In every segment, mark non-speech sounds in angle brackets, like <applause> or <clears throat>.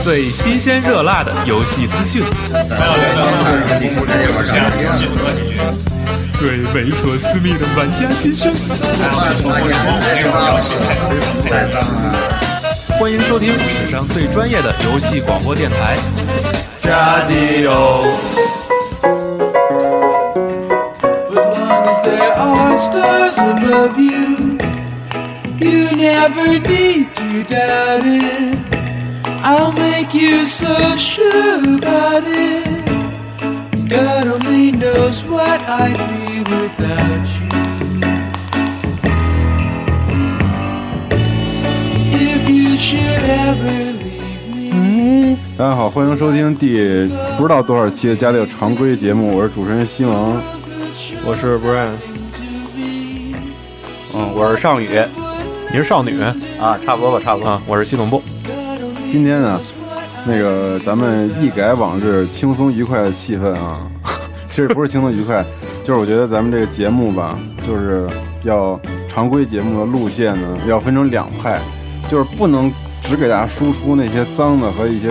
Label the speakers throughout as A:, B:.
A: 最新鲜热辣的游戏资讯，最猥琐私密的玩家心声。欢迎收听史上最专业的游戏广播电台。
B: 加迪欧，
C: But long as there are stars above you, you never need to doubt it. I'll make you so sure about it. God only knows what I'd be without you. If you should ever leave me.
B: 大家好，欢迎收听第不知道多少期的《家里有常规》节目，我是主持人西蒙。
A: 我是 Brian，嗯，我是尚宇，你是少女
D: 啊，差不多吧，差不多。
A: 啊，我是系统部。
B: 今天呢，那个咱们一改往日轻松愉快的气氛啊， <laughs> 其实不是轻松愉快， <laughs> 就是我觉得咱们这个节目吧，就是要常规节目的路线呢，要分成两派，就是不能只给大家输出那些脏的和一些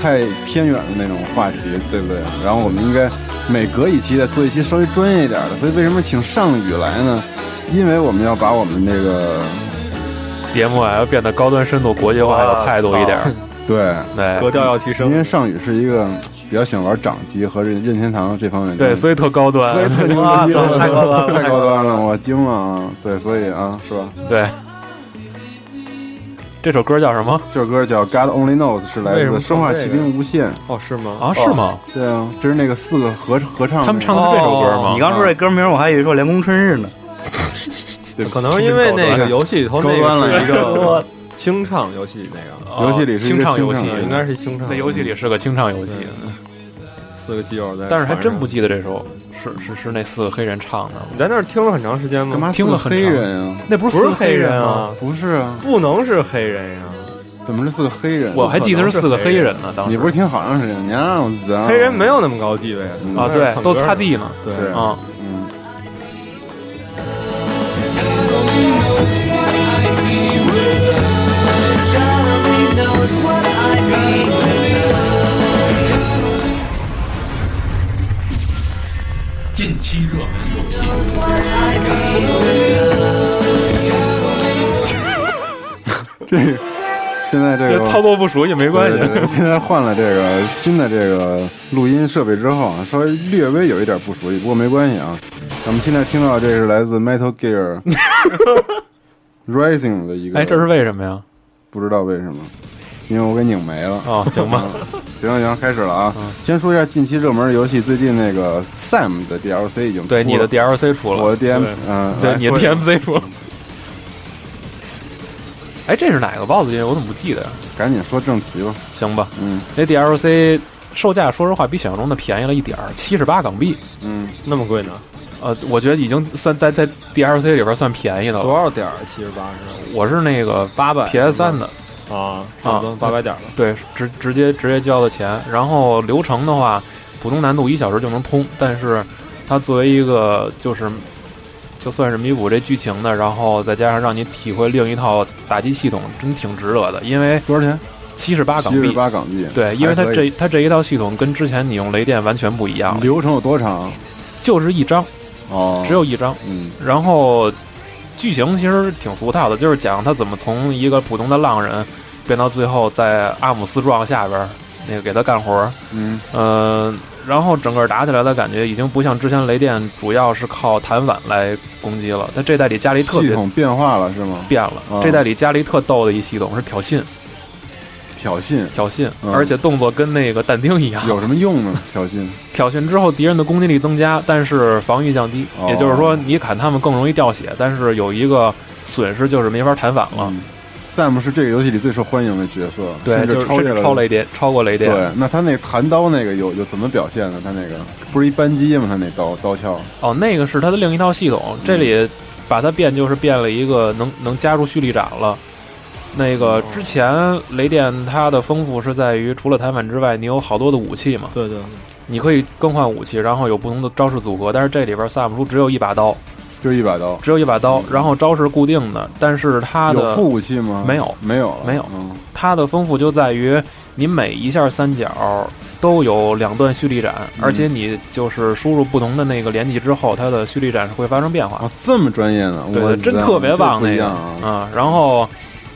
B: 太偏远的那种话题，对不对？然后我们应该每隔一期的做一期稍微专业一点的。所以为什么请尚宇来呢？因为我们要把我们这个
A: 节目啊要变得高端、深度、国际化、有态度一点儿。
B: 对
D: 格
A: 对
D: 调要提升
B: 因。为尚宇是一个嗯比较喜欢玩掌机和任任天堂这方面的东
A: 对，
B: 西，
A: 所以特高端。
B: 所以特牛
D: 哇
B: 逼了，
D: 太高端了
B: 太高端了，我惊了啊！对，所以啊，是吧？
A: <laughs> 对，这首歌叫什么？
B: 这首歌叫《God Only Knows》，是来
E: 为什
B: 自《
E: 么
B: 生化
E: 唱这
B: 奇
E: 个
B: 兵：无限》。
E: 哦，是吗？
A: 啊，是吗？
B: 对啊，这是那个四个合合唱的那个，
A: 他们唱哦的是这首歌
D: 你
A: 吗？
D: 刚说这歌名，我还以为说《凉宫春日》呢。
B: 对
E: 可能是因为那个游戏里头那
B: 高端了
E: 个是一
B: 高端
E: 个清唱游戏，那个
A: 哦
B: 游戏里是一
A: 清
B: 个
A: 唱嗯游戏
B: 清唱，
E: 应该是清唱。
A: 那游戏里是个清唱游戏，
E: 四个基友在，
A: 但是还真不。记得这首是是是那四个黑人唱的。
E: 你在那儿听了很长时间吗？
B: 干嘛
A: 听
B: 四
A: 了
B: 个
A: 很
B: 黑
A: 长
B: 人啊？
A: 那不
E: 不
A: 四
E: 是
A: 个黑
E: 黑
A: 人
E: 人
A: 吗？
E: 啊，
B: 不是啊，
E: 不能是黑人呀！
B: 怎么是四个黑人？
A: 我还记得是四个黑人呢，当
B: 你
A: 时
B: 不是听好长时间？你让我怎
E: 黑人没有那么高地位
B: 嗯
A: 啊，对，都擦。地呢。
E: 对
B: 对
A: 啊，
B: 嗯，
A: 近期热门游戏，
B: 这现在这
A: 这
B: 个
A: 操作不熟也没关
B: 对对
A: 系。
B: 对，现在换了这个新的这个录音设备之后啊，稍微略微有一点不熟悉，不过没关系啊。咱们现在听到这是来自 Metal Gear Rising 的一个，
A: <laughs> 哎，这是为什么呀？
B: 不知道为什么，因为我给拧没了。
A: 啊，行吧，
B: 行了行了，开始了啊！
A: 哦
B: 先说一下近期热门的游戏，最近那个 Sam 的 DLC 已经
A: <laughs> 对，
B: 出
A: 你的
B: 了
A: DLC 出了，
B: 我的 DM
A: 对
B: 嗯，
A: 对，
B: 来
A: 你的
B: 说一下
A: TMC 出了。哎，这是哪个 BOSS 音？我怎么不记得呀？
B: 赶紧说正题吧。
A: 行吧，
B: 嗯
A: 那 DLC 售价说实话比想象中的便宜了一点儿，七十八港币。
B: 嗯，
E: 那么贵呢？
A: 呃，我觉得已经算在在 DLC 里边算便宜的了。
E: 多少点儿？啊七十八是
A: 我是那个八
E: 800
A: PS 三的，
E: 吧？啊，差不多八百点儿了。
A: 对，直直接直接交的钱。然后流程的话，普通难度一小时就能通，但是它作为一个就是就算是弥补这剧情的，然后再加上让你体会另一套打击系统，真挺值得的。因为
B: 多少钱？
A: 七十八港
B: 七十
A: 币，
B: 八港币。
A: 对，因为它
B: 还可以
A: 这它这一套系统跟之前你用雷电完全不一样了，
B: 流程有多长？
A: 就是一张，
B: 哦，
A: 只有一张。
B: 嗯
A: 然后剧情其实挺俗套的，就是讲他怎么从一个普通的浪人变到最后在阿姆斯壮下边儿那个给他干活儿，
B: 嗯
A: 嗯、然后整个打起来的感觉已经不像之前雷电主要是靠弹反来攻击了，他这代里加了一特
B: 系
A: 别
B: 统变化了是吗？
A: 变了
B: 啊，
A: 这代里加了一特逗的一系统是挑衅，
B: 挑衅
A: 挑衅，
B: 嗯
A: 而且动作跟那个但丁一样，
B: <laughs> 有什么用呢？挑
A: <laughs>
B: 衅。
A: 挑衅之后敌人的攻击力增加，但是防御降低，
B: 哦
A: 也就是说你砍他们更容易掉血，但是有一个损失就是没法弹反了。
B: 嗯，Sam 是这个游戏里最受欢迎的角色，
A: 对，
B: 甚
A: 就
B: 至
A: 是
B: 超越
A: 甚至超。雷电，超过雷电。
B: 对，那他那弹刀那个有有怎么表现呢？他那个不是一扳机吗？他那刀刀鞘，
A: 哦，那个是它的另一套系统，这里把它变就是变了一个能能加入蓄力斩了。那个之前雷电它的丰富是在于除了弹反之外，你有好多的武器嘛，
E: 对对，
A: 你可以更换武器，然后有不同的招式组合。但是这里边萨姆叔只有一把刀，
B: 就一把刀。
A: 只有一把刀，然后招式固定的，但是它
B: 有
A: 的
B: 副武器吗？
A: 没有
B: 没有了，
A: 没有
B: 嗯
A: 它的丰富就在于你每一下三角都有两段蓄力斩，而且你就是输入不同的那个连击之后，它的蓄力斩是会发生变化。
B: 啊，这么专业呢，
A: 对对，
B: 我
A: 真特别棒那
B: 这不一
A: 个
B: 样啊！
A: 啊！然后，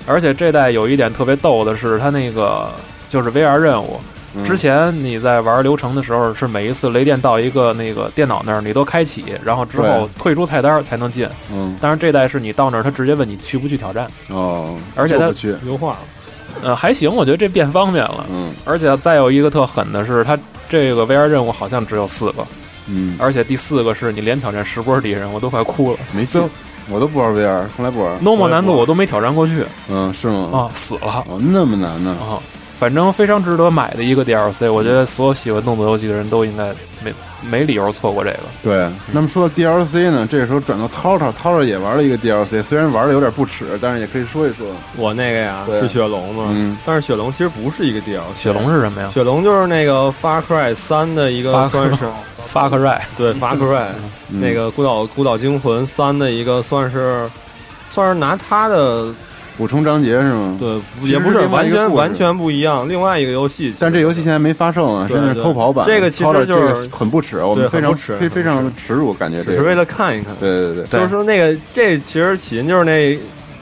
A: 而且这代有一点特别逗的是，它那个就是 VR 任务。
B: 嗯
A: 之前你在玩流程的时候，是每一次雷电到一个那个电脑那儿，你都开启，然后之后退出菜单才能进。
B: 嗯
A: 但是这代是你到那儿，他直接问你去不去挑战。
B: 哦，
A: 而且
B: 就
A: 它
B: 不去，
E: 优化了，
A: 呃，还行，我觉得这变方便了。
B: 嗯
A: 而且再有一个特狠的是，它这个 VR 任务好像只有四个，
B: 嗯，
A: 而且第四个是你连挑战十波敌人，我都快哭了。
B: 没戏
A: 就，
B: 我都不玩 VR，从来不玩。
A: normal 难度我都没挑战过去
B: 嗯，是吗？
A: 啊，死了
B: 哦，那么难呢？
A: 啊！反正非常值得买的一个 DLC，我觉得所有喜欢动作游戏的人都应该没没理由错过这个。
B: 对。那么说到 DLC 呢，这个时候转到涛涛，涛涛也玩了一个 DLC，虽然玩的有点不耻，但是也可以说一说。
E: 我那个呀
B: 对
E: 是雪龙嘛，
B: 嗯
E: 但是雪龙其实不是一个 DLC，
A: 雪龙是什么呀？
E: 雪龙就是那个 Far Cry 三的一个
A: Far
E: 算是
A: 发克瑞
E: 对 Far Cry
B: 嗯
E: 那个孤岛孤岛惊魂三的一个算是算是拿它的
B: 补充章节是吗？。
E: 对
B: 其实
E: 也不
B: 是
E: 是
B: 另外
E: 完
B: 一个故
E: 全
B: 事
E: 完全不一样，另外一个游戏，
B: 但这游戏现在没发售啊，
E: 对
B: 真的是偷跑版。
E: 对这个其实
B: 涛涛这个
E: 就是
B: 很不耻，我们
E: 对
B: 非
E: 很
B: 常
E: 不耻
B: 非非常耻辱，感觉
E: 只
B: 这
E: 是为
B: 个。
E: 了看一看，
B: 对对对对，
E: 就是说那个这其实起因就是那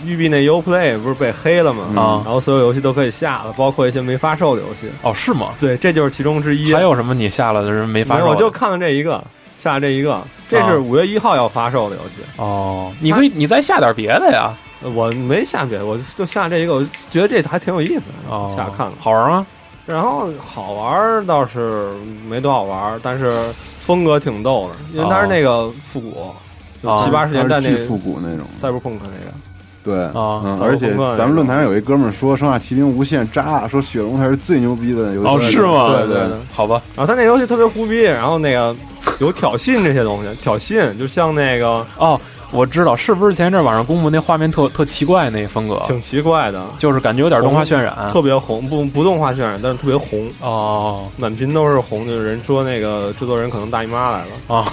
E: 育碧那 Uplay 不是被黑了嘛，
A: 啊
E: 然后所有游戏都可以下了，包括一些没发售的游戏，
A: 哦，是吗？
E: 对，这就是其中之一。
A: 还有什么你下了的人没发
E: 没
A: 售
E: 有，
A: 的？
E: 我就看了这一个，下了这一个，这是
A: 啊
E: 五月一号要发售的游戏，
A: 哦，你可以你再下点别的呀。
E: 我没下别的，我就下这一个，我觉得这还挺有意思的，
A: 哦，
E: 下看了。
A: 好玩吗？
E: 然后好玩儿倒是没多好玩儿，但是风格挺逗的，因为它是那个复古，就
A: 哦
E: 七八十年代那
B: 啊巨
E: 个
B: 复古那种。
E: 赛博朋克那个，
B: 对
A: 啊
B: 嗯
E: 赛博
B: 而且
E: 朋克那
B: 咱们
E: 种
B: 论坛上有一哥们儿说《生化奇兵无限》渣，说雪龙才是最牛逼的游戏。
A: 哦，是吗？
B: 对对
E: 对
B: 对，
A: 好吧，
E: 然后它那游戏特别胡逼，然后那个 <laughs> 有挑衅这些东西，挑衅就像那个
A: 哦，我知道，是不是前一阵网上公布那画面特特奇怪那风格，
E: 挺奇怪的，
A: 就是感觉有点动画渲染。
E: 特别红，不不动画渲染，但是特别红，
A: 哦
E: 满屏都是红，就是人说那个制作人可能大姨妈来了。
A: 哦，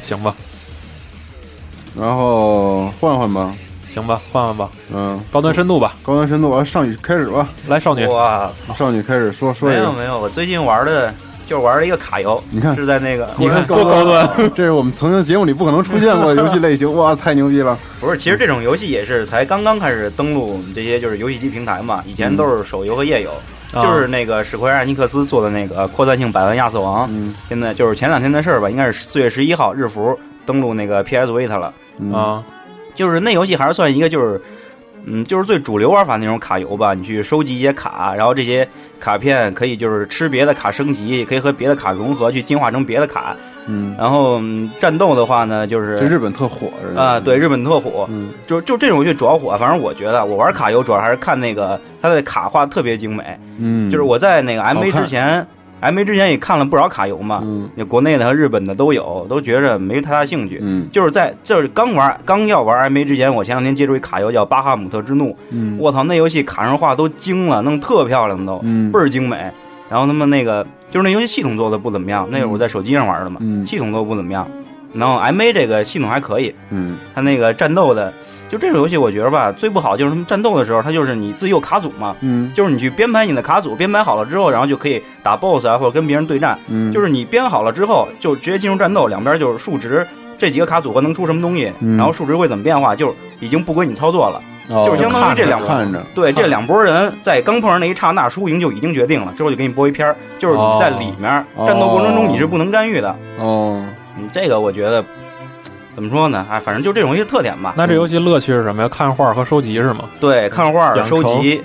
A: 行吧，
B: 然后换换吧，
A: 行吧，换换吧，
B: 嗯，
A: 高端深度吧，
B: 高端深度啊，少女开始吧，
A: 来少女，
D: 哇操！
B: 少女开始说说
D: 没
B: 一
D: 有
B: 个。
D: 没有，我最近玩的就是玩了一个卡游，
B: 你看
D: 是在那个
A: 你看
B: 果
A: 多
B: 然
A: 高
D: <laughs>
A: 端，
B: 这是我们曾经节目里不可能出现过的游戏类型，哇，太牛逼了！
D: 不是，其实这种游戏也是才刚刚开始登录我们这些就是游戏机平台嘛，以前都是手游和页游，
A: 啊
D: 就是那个史奎尔艾尼克斯做的那个呃扩散性百万亚瑟王，
B: 嗯
D: 现在就是前两天的事儿吧，应该是四月十一号日服登录那个 PS Vita 了。
B: 嗯，
A: 啊，
D: 就是那游戏还是算一个就是，嗯，就是最主流玩法那种卡游吧。你去收集一些卡，然后这些卡片可以就是吃别的卡升级，也可以和别的卡融合去进化成别的卡。
B: 嗯，
D: 然后、嗯战斗的话呢，就
B: 这
D: 是
B: 日本特火是吧
D: 啊、对，，日本特火，
B: 嗯
D: 就就这种游戏主要火。反正我觉得我玩卡游主要还是看那个它的卡画特别精美。
B: 嗯，
D: 就是我在那个
B: 好
D: MA
B: 看
D: 之前，MA 之前也看了不少卡游嘛，
B: 嗯
D: 那国内的和日本的都有，都觉着没太大兴趣。
B: 嗯
D: 就是在就是刚玩刚要玩 MA 之前，我前两天接触一卡游叫《巴哈姆特之怒》，
B: 嗯，
D: 我操，那游戏卡上画都精了，弄特漂亮都，
B: 嗯
D: 倍儿精美。然后他妈那个就是那游戏系统做的不怎么样，那会儿我在手机上玩的嘛，
B: 嗯
D: 系统做的不怎么样。然后 MA 这个系统还可以，
B: 嗯
D: 它那个战斗的，就这种游戏我觉得吧，最不好就是他们战斗的时候，它就是你自己有卡组嘛，
B: 嗯
D: 就是你去编排你的卡组，编排好了之后，然后就可以打 BOSS 啊，或者跟别人对战。
B: 嗯，
D: 就是你编好了之后，就直接进入战斗，两边就是数值这几个卡组合能出什么东西，
B: 嗯
D: 然后数值会怎么变化，就已经不归你操作了。
B: 哦
D: 就是相当于这两个
B: 看着，
D: 对，这两拨人在刚碰上那一刹那，输赢就已经决定了。之后就给你播一片儿，就是你在里面、
B: 哦
D: 战斗过程中你是不能干预的。
B: 哦，
D: 嗯，这个我觉得怎么说呢？哎，反正就这种一个特点吧。
A: 那这游戏乐趣是什么呀？看画和收集是吗？
D: 对，看画儿、
E: 养成
D: 收集，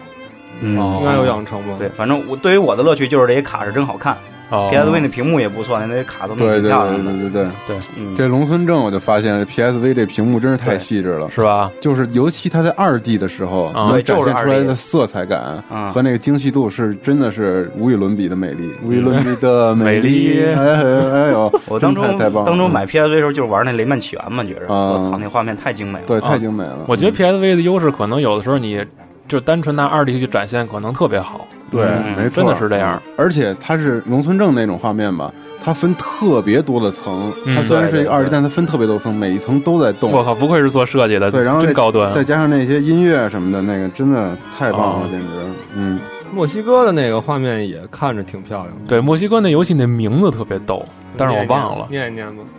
D: 嗯，
A: 哦
E: 应该有养成吧？
D: 对，，反正我对于我的乐趣就是这些卡是真好看
A: 哦，
D: ，PSV 那屏幕也不错，那些卡都弄得
B: 对
D: 挺
B: 对
D: 漂
B: 对
D: 亮的
B: 对。对对，
D: 嗯，
B: 这龙村正我就发现了 PSV 这屏幕真是太
D: 对
B: 细致了。
A: 是吧？
B: 就是尤其它在二 D 的时候，
A: 啊
B: 能
D: 对
B: 展
D: 就是
B: 现出来
D: 2D
B: 的色彩感
D: 啊
B: 和那个精细度是真的是无与伦比的美丽，无与伦比的美丽。
D: <laughs>
A: 美丽
B: 哎哎哎呦，
D: 我当初
B: 真太太棒了
D: 当初买 PSV 的时候就是玩那雷曼起源嘛，觉着
B: 啊
D: 我操那画面太精美了。
B: 对，
A: 啊
B: 太精美了。嗯
A: 我觉得 PSV 的优势可能有的时候你就单纯拿二 D 去展现，可能特别好。
B: 对，
D: 嗯
B: 没错，
A: 真的是这样。
B: 而且它是农村正那种画面吧，它分特别多的层，
A: 嗯
B: 它虽然是一个
D: 对对
B: 二 D，
D: 对
B: 但它分特别多层，每一层都在动。
A: 我靠，不愧是做设计的，
B: 对，然后
A: 真
B: 那
A: 高端。
B: 再加上那些音乐什么的，那个真的太棒了，
A: 哦
B: 简直。嗯，
E: 墨西哥的那个画面也看着挺漂亮的，
A: 对，墨西哥那游戏那名字特别逗，但是我忘了，
E: 念一念念一念吧。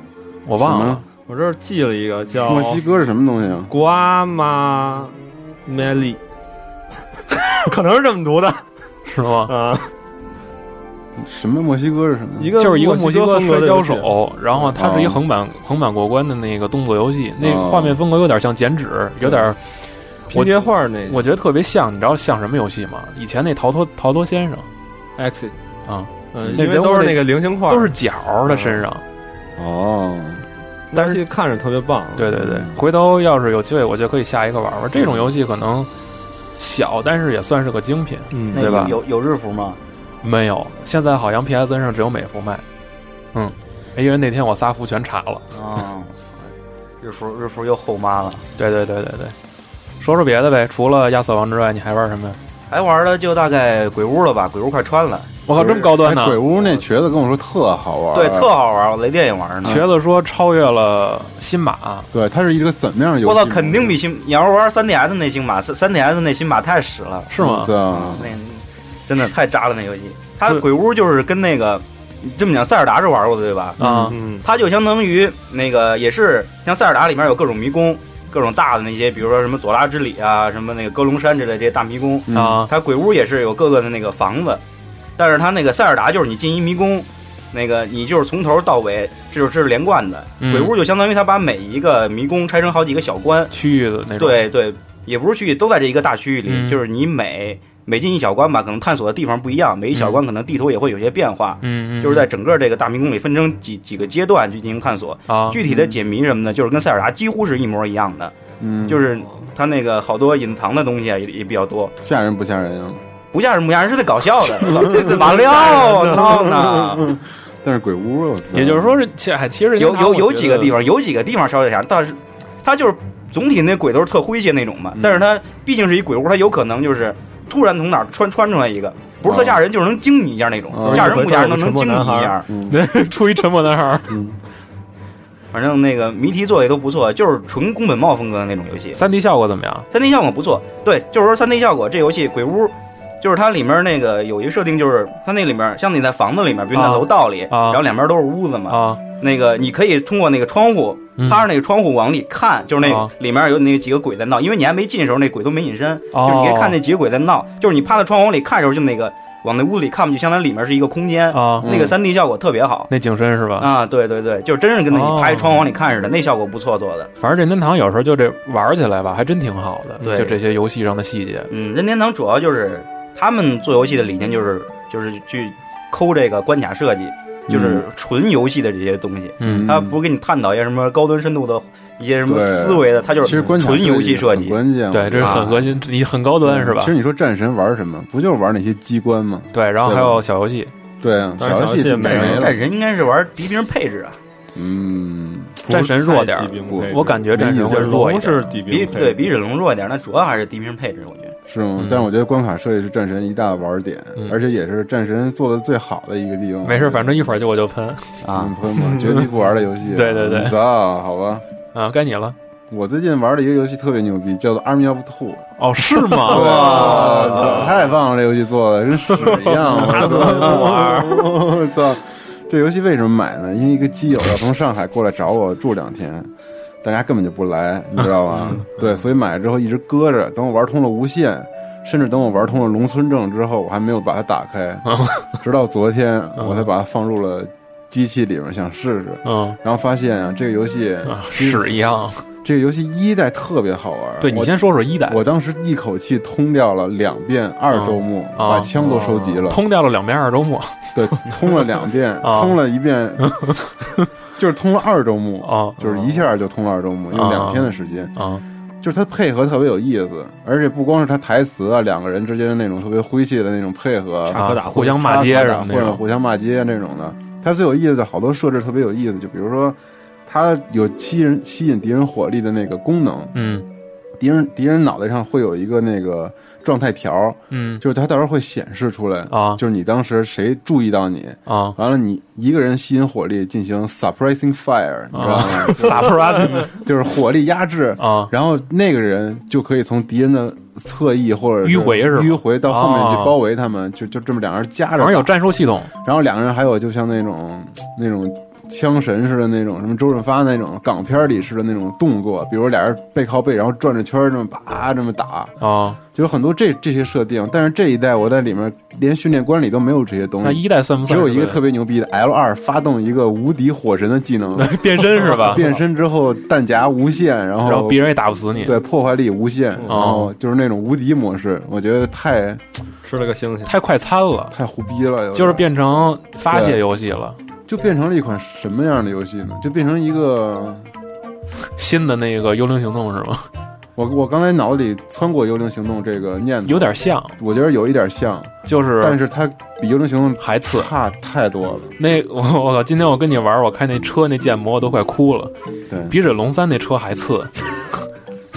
A: 我忘了。
E: 我这儿记了一个叫
B: 墨西哥是什么东西啊？
E: 瓜妈麦利，可能是这么读的
A: 是吗？
E: 啊。
B: 什么墨西哥是什么？
E: 一个
A: 就是一个
E: 墨
A: 墨西哥
E: 风格
A: 摔
E: 的
A: 跤
E: 游戏，
A: 手，然后它是一
B: 哦
A: 横版横版过关的那个动作游戏，那
B: 哦
A: 画面风格有点像剪纸，有点儿
E: 拼接画那
A: 我觉得特别像，你知道像什么游戏吗？以前那逃脱逃脱先生
E: exit
A: 啊，
E: 嗯，
A: 那
E: 因为
A: 人物
E: 都是
A: 那
E: 那个菱形块，
A: 都是角儿的身上。
B: 哦，
E: 但是看着特别棒。啊
A: 对对对，回头要是有机会，我觉得可以下一个玩玩。这种游戏可能小，但是也算是个精品。
E: 嗯，
D: 那
A: 对吧
D: 有有日服吗？
A: 没有，现在好像 PSN 上只有美服卖。嗯，因为那天我仨服全查了。
D: 啊， <laughs> 日服日服又后妈了。
A: 对对对对对，说说别的呗，除了亚瑟王之外，你还玩什么呀？
D: 还玩的就大概鬼屋了吧，鬼屋快穿了，
A: 我靠，哦这么高端呢
B: 哎！鬼屋那瘸子跟我说特好玩，
D: 对，特好玩，雷电也玩呢。
A: 瘸子说超越了新马，
B: 对，它是一个怎么样的游
D: 我
B: 戏？
D: 操，肯定比新。你要是玩三 DS 那新码，三三 DS 那新码太屎了，
A: 是吗？
B: 对啊，
D: 那真的太渣了那游戏。它
A: 对
D: 鬼屋就是跟那个，你这么讲，塞尔达是玩过的对吧？
A: 啊，
E: 嗯，
D: 它就相当于那个也是像塞尔达里面有各种迷宫，各种大的那些，比如说什么佐拉之里啊，什么那个歌龙山之类的这些大迷宫。
B: 嗯
A: 啊，
D: 它鬼屋也是有各个的那个房子，但是它那个塞尔达就是你进一迷宫，那个你就是从头到尾，这就是连贯的。
A: 嗯
D: 鬼屋就相当于它把每一个迷宫拆成好几个小关，
A: 区域的那种。
D: 对对，也不是区域，都在这一个大区域里，
A: 嗯
D: 就是你每每进一小关吧，可能探索的地方不一样，每一小关可能地图也会有些变化。
A: 嗯，嗯，
D: 就是在整个这个大迷宫里分成几几个阶段去进行探索，
A: 啊，
D: 具体的解谜什么的，就是跟塞尔达几乎是一模一样的，
B: 嗯，
D: 就是它那个好多隐藏的东西啊也也比较多，
B: 吓人不吓人啊？
D: 不吓人不吓人是在搞笑的，马料操呢，
B: 但是鬼屋，我操
A: 也就是说，是其还其实
D: 有有有几个
A: <laughs>
D: 地
A: 方
D: 方有几个地方稍微吓人，但是它就是总体那鬼都是特诙谐那种嘛，但是它毕竟是一鬼屋，它有可能就是突然从哪儿穿穿出来一个，不是特吓人，就是能惊你一下那种
B: 哦，
D: 吓人不吓人能
E: 就是
D: 能
E: 那
D: 惊你
E: 个
D: 一下，
B: 嗯
A: 出一沉默男孩儿，
B: 嗯，
D: 反正那个谜题做的也都不错，就是纯宫本茂风格的那种游戏。
A: 三 D 效果怎么样？
D: 三 D 效果不错，对，就是说三 D 效果这游戏《鬼屋》，就是它里面那个有一个设定，就是它那里面像你在房子里面，比如你在
A: 啊
D: 楼道里，
A: 啊
D: 然后两边都是屋子嘛，
A: 啊，
D: 那个你可以通过那个窗户，
A: 嗯
D: 趴着那个窗户往里看，就是那个
A: 啊
D: 里面有那几个鬼在闹，因为你还没进的时候，那鬼都没隐身，
A: 哦
D: 就是你可以看那几个鬼在闹，就是你趴在窗户往里看的时候，就那个往那屋里看，就相当于里面是一个空间，
A: 啊，
D: 那个三 D 效果特别好。
A: 那景深是吧？
D: 啊，对对对，就是真是跟那
A: 哦
D: 你趴一窗户往里看似的，那效果不错做的。
A: 反正任天堂有时候就这玩起来吧，还真挺好的，
D: 对
A: 就这些游戏上的细节。
D: 嗯，任天堂主要就是他们做游戏的理念就是就是去抠这个关卡设计，就是纯游戏的这些东西，
A: 嗯
D: 他不给你探讨一些什么高端深度的一些什么
B: 对
D: 思维的，他就
B: 其实
D: 是
B: 关卡
D: 纯游戏设
B: 很
D: 计。
B: 关键，啊嗯
A: 对，这是很核心，你很高嗯端是吧
B: 其？实你说战神玩什么？不就是玩那些机关吗？
A: 对，然后还
B: 对吧
A: 有小游戏，
B: 对啊，
E: 但是
B: 游
E: 小游戏
B: 戏
E: 没
B: 没
E: 了
D: 战
B: 了，
D: 神应该是玩敌兵配置啊，
B: 嗯，
A: 战神弱点儿我感觉战神会弱一点。
E: 龙是底
D: 比
E: 兵配置，
D: 对比忍龙弱一点，那主要还是敌兵配置，我觉得。
B: 是吗
A: 嗯？
B: 但是我觉得关卡设计是战神一大玩点
A: 嗯，
B: 而且也是战神做的最好的一个地方。
A: 没事，反正一会儿就我就喷
D: 啊
B: 嗯，朋友们绝逼不玩的游戏。
A: <laughs> 对对对
B: 啊，好吧。
A: 啊，该你了。
B: 我最近玩了一个游戏特别牛逼，叫做《Army of Two》。
A: 哦，是吗？ <laughs>
B: 哇操，太棒了！这游戏做的跟屎一样，我操！ <laughs> 我操！这游戏为什么买呢？因为一个基友要从上海过来找我住两天，大家根本就不来，你知道
A: <laughs>
B: 吧？对，所以买了之后一直搁着，等我玩通了无限，甚至等我玩通了龙村证之后，我还没有把它打开，
A: 哦
B: 直到昨天我才把它放入了机器里面想试试，
A: <laughs> 嗯，
B: 然后发现啊，这个游戏
A: 啊，屎一样。
B: 这个游戏一代特别好玩。
A: 对你
B: 我
A: 先说说一代，
B: <laughs> 我当时一口气通掉了两遍二周目，
A: 啊
B: 把枪都收集了，
A: 通掉了两遍二周目
B: 对，通了
A: <laughs>
B: 两遍，
A: 啊
B: 通了一遍，就是通了二周目，
A: 啊
B: 就是一下就通了二周
A: 哦
B: 目，用两天的时间，
A: 啊
B: 就是它配合特别有意思，而且不光是它台词啊，两个人之间的那种特别诙谐的那种配合，
E: 插科打诨
A: 啊，互相骂街
B: 或
A: 什
B: 者
A: 么
B: 或者
A: 的。
B: 互相骂街那种的。它最有意思的好多设置特别有意思，就比如说。它有吸人吸引敌人火力的那个功能，
A: 嗯
B: 敌人敌人脑袋上会有一个那个状态条，
A: 嗯
B: 就是它到时候会显示出来
A: 啊
B: 就是你当时谁注意到你，
A: 啊
B: 完了你一个人吸引火力进行 suppressing fire，你知道
A: 啊
B: 吗？，
A: <laughs> 撒泼拉丁
B: <laughs> 就是火力压制
A: 啊
B: 然后那个人就可以从敌人的侧翼或者
A: 迂回是吗
B: 迂回到后面去
A: 啊
B: 包围他们，就就这么两人夹
A: 反
B: 着
A: 正有
B: 打，
A: 战术系统
B: 然后两个人还有就像那种那种枪神似的那种，什么周润发那种港片里似的那种动作，比如俩人背靠背，然后转着圈儿这么啪这么打，
A: 啊。
B: 就有很多这这些设定。但是这一代我在里面连训练官里都没有这些东
A: 那
B: 西，
A: 一代算不
B: 只
A: 算？
B: 有一个特别牛逼的 L 二发动一个无敌火神的技
A: <laughs>
B: 能，
A: 别变身是吧？
B: 变身之后弹夹无限，然后
A: 然后别人也打不死你，哦
B: 对，破坏力无限，然后就是那种无敌模式，我觉得太
E: 吃了个星星。
A: 太快餐了，
B: 太胡逼了，有点
A: 就是变成发泄游戏了。
B: 就变成了一款什么样的游戏呢？就变成一个
A: 新的那个《幽灵行动》是吗？
B: 我我刚才脑子里窜过《幽灵行动》这个念头，
A: <laughs> 有，点像，
B: 我觉得有一点像，
A: 就是
B: 但是它比《幽灵行动
A: 还》次。
B: 差太多了。
A: 那 <laughs> 我我靠！今天我跟你玩，我看那车那建模我都快哭了，
B: 对
A: 比忍龙三那车还 <laughs> 次，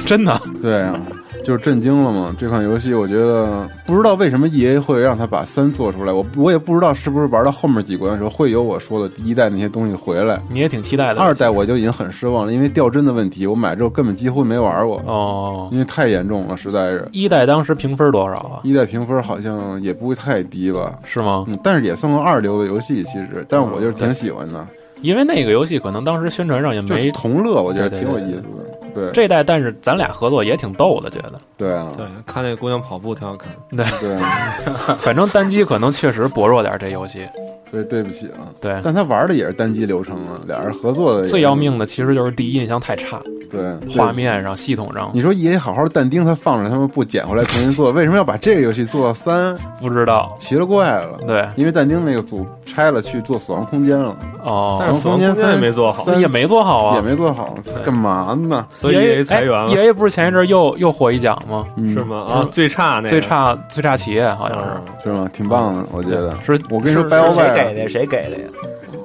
A: 真的。
B: 对啊，就是震惊了嘛！这款游戏我觉得不知道为什么 E A 会让它把三做出来，我我也不知道是不是玩到后面几关的时候会有我说的第一代那些东西回来。
A: 你也挺期待的。
B: 二代我就已经很失望了，因为掉帧的问题，我买之后根本几乎没玩过，
A: 哦，
B: 因为太严重了，实在是。
A: 一代当时评分多少啊？
B: 一代评分好像也不会太低吧，
A: 是吗？
B: 嗯，但是也算个二流的游戏，其实，但我就是挺喜欢的，
A: 因为那个游戏可能当时宣传上也
B: 就是
A: 没
B: 同乐，我觉得
A: 对对
B: 挺有
A: 对
B: 意思的。对
A: 这代，但是咱俩合作也挺逗的，觉得。
B: 对啊，
E: 对，看那姑娘跑步挺好看。
B: 对啊，
A: 反正单机可能确实薄弱点儿，这游戏
B: 所以对不起啊。
A: 对。
B: 但他玩的也是单机流程啊，俩人合作的也是
A: 最要命的其实就是第一印象太差，
B: 对对
A: 画面上、系统上
B: 你说 E A 好好但丁他放着，他们不捡回来重新做，为什么要把这个游戏做到三？
A: 不知道。
B: 奇了怪了。
A: 对，
B: 因为但丁那个组拆了去做《死亡空间》了，
E: 但
A: 哦，
E: 是死亡空间也没做好，
B: 三
A: 也没做好
B: 也
A: 啊。
B: 没做好，干嘛呢？
E: 所以
A: EA
E: EA 裁员了
A: 哎 EA 不是前一阵又又获一奖吗？
B: 嗯
E: 是吗？啊，最差那个
A: 最差最差企业好像
E: 啊
A: 是，
B: 是吗？挺棒的，我觉得。
A: 是
B: 我跟你说
A: 是
B: ，BioWare
D: 谁给的？谁给的呀？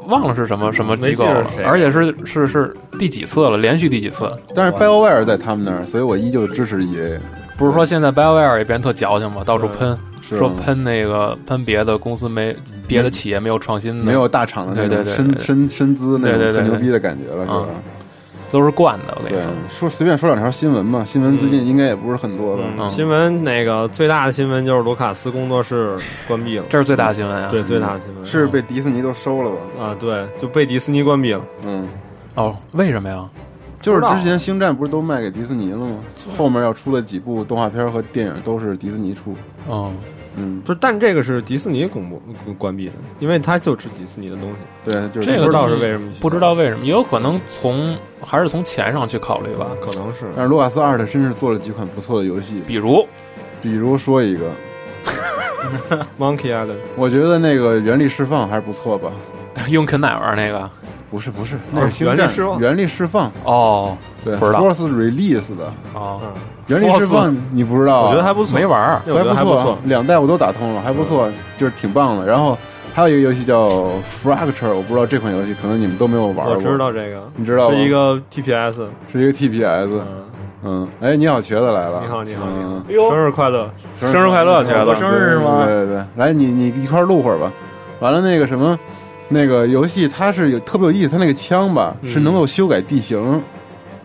A: 忘了是什么什么机构
E: 嗯
A: 了
E: 没记着是谁，
A: 而且是是是第几次了，连续第几次？
B: 但是 BioWare 在他们那儿，所以我依旧支持 EA。
A: 不是说现在 BioWare 也变特矫情吗？到处喷，
E: 嗯
B: 是
A: 说
B: 吗
A: 喷那个喷别的公司没别的企业没有创新的，
B: 没有大厂的那
A: 对
B: 种
A: 对对
B: 身
A: 对
B: 身身姿那
A: 对对对
B: 种吹牛
A: 对嗯
B: 逼的感觉了，是吧？
A: 都是惯的。
E: 哎
A: 我跟你
B: 对啊
A: 说，，
B: 说随便说两条新闻吧，新闻最近应该也不是很多吧？
E: 嗯，新闻那个最大的新闻就是卢卡斯工作室关闭了，
A: 这是最大新闻啊！
E: 对，最大的新闻
B: 是被迪士尼都收了吧？
E: 啊，对，就被迪士尼关闭了。
B: 嗯，
A: 哦，为什么呀？
B: 就是
E: 不知道
B: 之前星战不是都卖给迪士尼了吗？后面要出的几部动画片和电影都是迪士尼出。
A: 嗯，
B: 嗯，
E: 不是，但这个是迪士尼公布关闭的，因为它就吃迪士尼的东西，
B: 对，就是
A: 这个
E: 不知
A: 东
E: 道
A: 西
E: 是为什么，
A: 不知道为什么，也有可能从还是从钱上去考虑吧。
E: 可能是
B: 但是卢卡斯阿尔特真是做了几款不错的游戏，
A: 比如 <laughs>
B: 比如说一个，
E: Monkey Island
B: 我觉得那个《原力释放》还是不错吧。
A: 用啃奶玩那个，
B: 不是不是，
E: 哦
B: 那是星
E: 原力
B: 战
E: 释放
B: 原力释放，
A: 哦
B: 对
A: 不知道
B: ，Force Release 的
A: 哦，
E: 啊，
B: 原力释放，你不知道啊？
E: 我觉得还不错，
A: 没玩儿
E: 那我觉得还
B: 还
E: 不
B: 错
E: 错嗯
B: 啊，，两代我都打通了，还不错，就是挺棒的。然后还有一个游戏叫 Fracture，我不知道这款游戏可能你们都没有玩过。
E: 我知，道这个，
B: 你知道吗？
E: 是一个 TPS，
B: 是一个 TPS，
E: 嗯，
B: 嗯，哎，你好，瘸子来了，
E: 你好你好你好
B: 嗯，
E: 生日快乐，
A: 生日快乐瘸子
B: 我生日是吗？对对对，来你你一块儿录会儿吧。完了那个什么，那个游戏它是有特别有意思，它那个枪吧
E: 嗯
B: 是能够修改地形，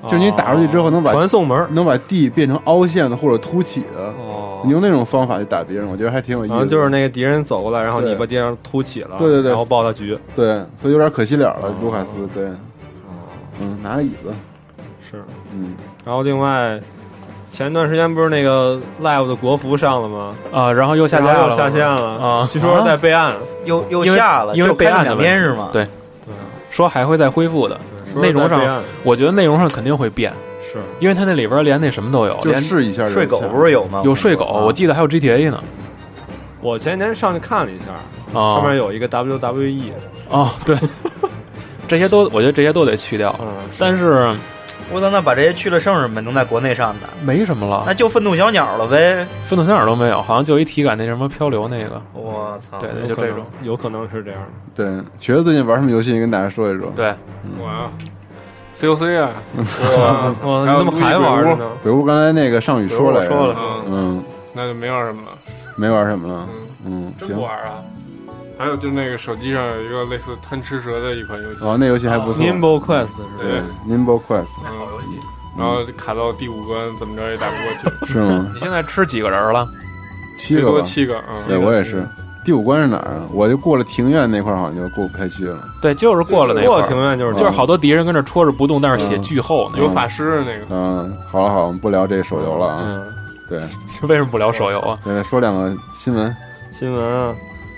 B: 就是你打出去之后能把
E: 传送门儿，
B: 能把地变成凹陷的或者凸起的，
E: 哦
B: 你用那种方法去打别人，我觉得还挺有意思
E: 然
B: 的。
E: 后哦就是那个敌人走过来，然后
B: 对
E: 你把敌人突起了，
B: 对对对
E: 然后爆他局，
B: 对，所以有点可惜了了，卢卡斯对，嗯，拿个椅子，
E: 是。
B: 嗯，
E: 然后另外，前段时间不是那个 Live 的国服上了吗？
A: 啊，然后又下架
E: 然后
A: 了，
E: 又下线了
A: 啊
E: 据说是在备案，
D: 又又
A: 因为
D: 下了，
A: 因为
D: 就
A: 备
D: 开了
A: 案的
D: 两
A: 问
D: 天
A: 题
D: 是吗？
A: 对说还会再恢复的。
E: 说
A: 内
E: 是在
A: 容
E: 备
A: 上
E: 案，
A: 我觉得内容上肯定会变，
E: 是
A: 因为它那里边连那什么都有，
B: 就
A: 哦连
B: 试一下就行。
D: 睡狗不是有吗？啊
A: 有睡狗，
E: 啊
A: 我记得还有 GTA 呢。
E: 我前几天上去看了一下，
A: 啊
E: 上面有一个 E WWE，
A: 哦，对， <laughs> 这些都我觉得这些都得去掉，
E: 嗯，
A: 但是
D: 我操，那把这些去了圣人们能在国内上的，
A: 没什么了
E: 哎
D: 那，就愤怒小鸟了呗。
A: 愤怒小鸟都没有，好像就一体感那什么漂流那个，
D: 我操，
A: 对对，
E: 啊有
A: 就
E: 可
A: 这
E: 能
A: 种。
E: 有可能是这样。
B: 对，瘸子最近玩什么游戏？跟大家说一说。
A: 对，
E: 我
F: COC 啊，
E: 嗯我那么还玩着呢？
B: 鬼屋刚才那个上宇说来着，
E: 鬼屋我说了
F: 嗯，
B: 嗯，
F: 那就没玩什么了，
B: 没玩什么了，
F: 嗯，
B: 嗯，
F: 真不
B: 行，
F: 玩啊。还有就那个手机上有一个类似贪吃蛇的一款游戏，
B: 哦，那游戏还不错
E: Nimble Quest 是吧？
F: 对，
B: ，Nimble Quest
F: 嗯
A: 好游戏。
F: 然后卡到第五关，怎么着也打不过去，
B: <laughs> 是吗？
A: 你现在吃几个人了？
B: 七
F: 最
B: 个
F: 多
B: 吧，
F: 七个，嗯，
B: 对，我也是。第五关是哪儿啊？我就过了庭院那块儿，好像就过不太去了。
A: 对，就是过了那会
E: 过
A: 儿，
E: 庭院就是
A: 就是好多敌人跟这戳着不动，但是血
B: 嗯
A: 巨厚那
F: 有
A: 个。
F: 法师的那个，
B: 嗯，好了好了，我们不聊这手游了啊。
A: 嗯，
B: 对，
A: 这为什么不聊手游啊？
B: 对，再说两个新闻。
E: 新闻啊，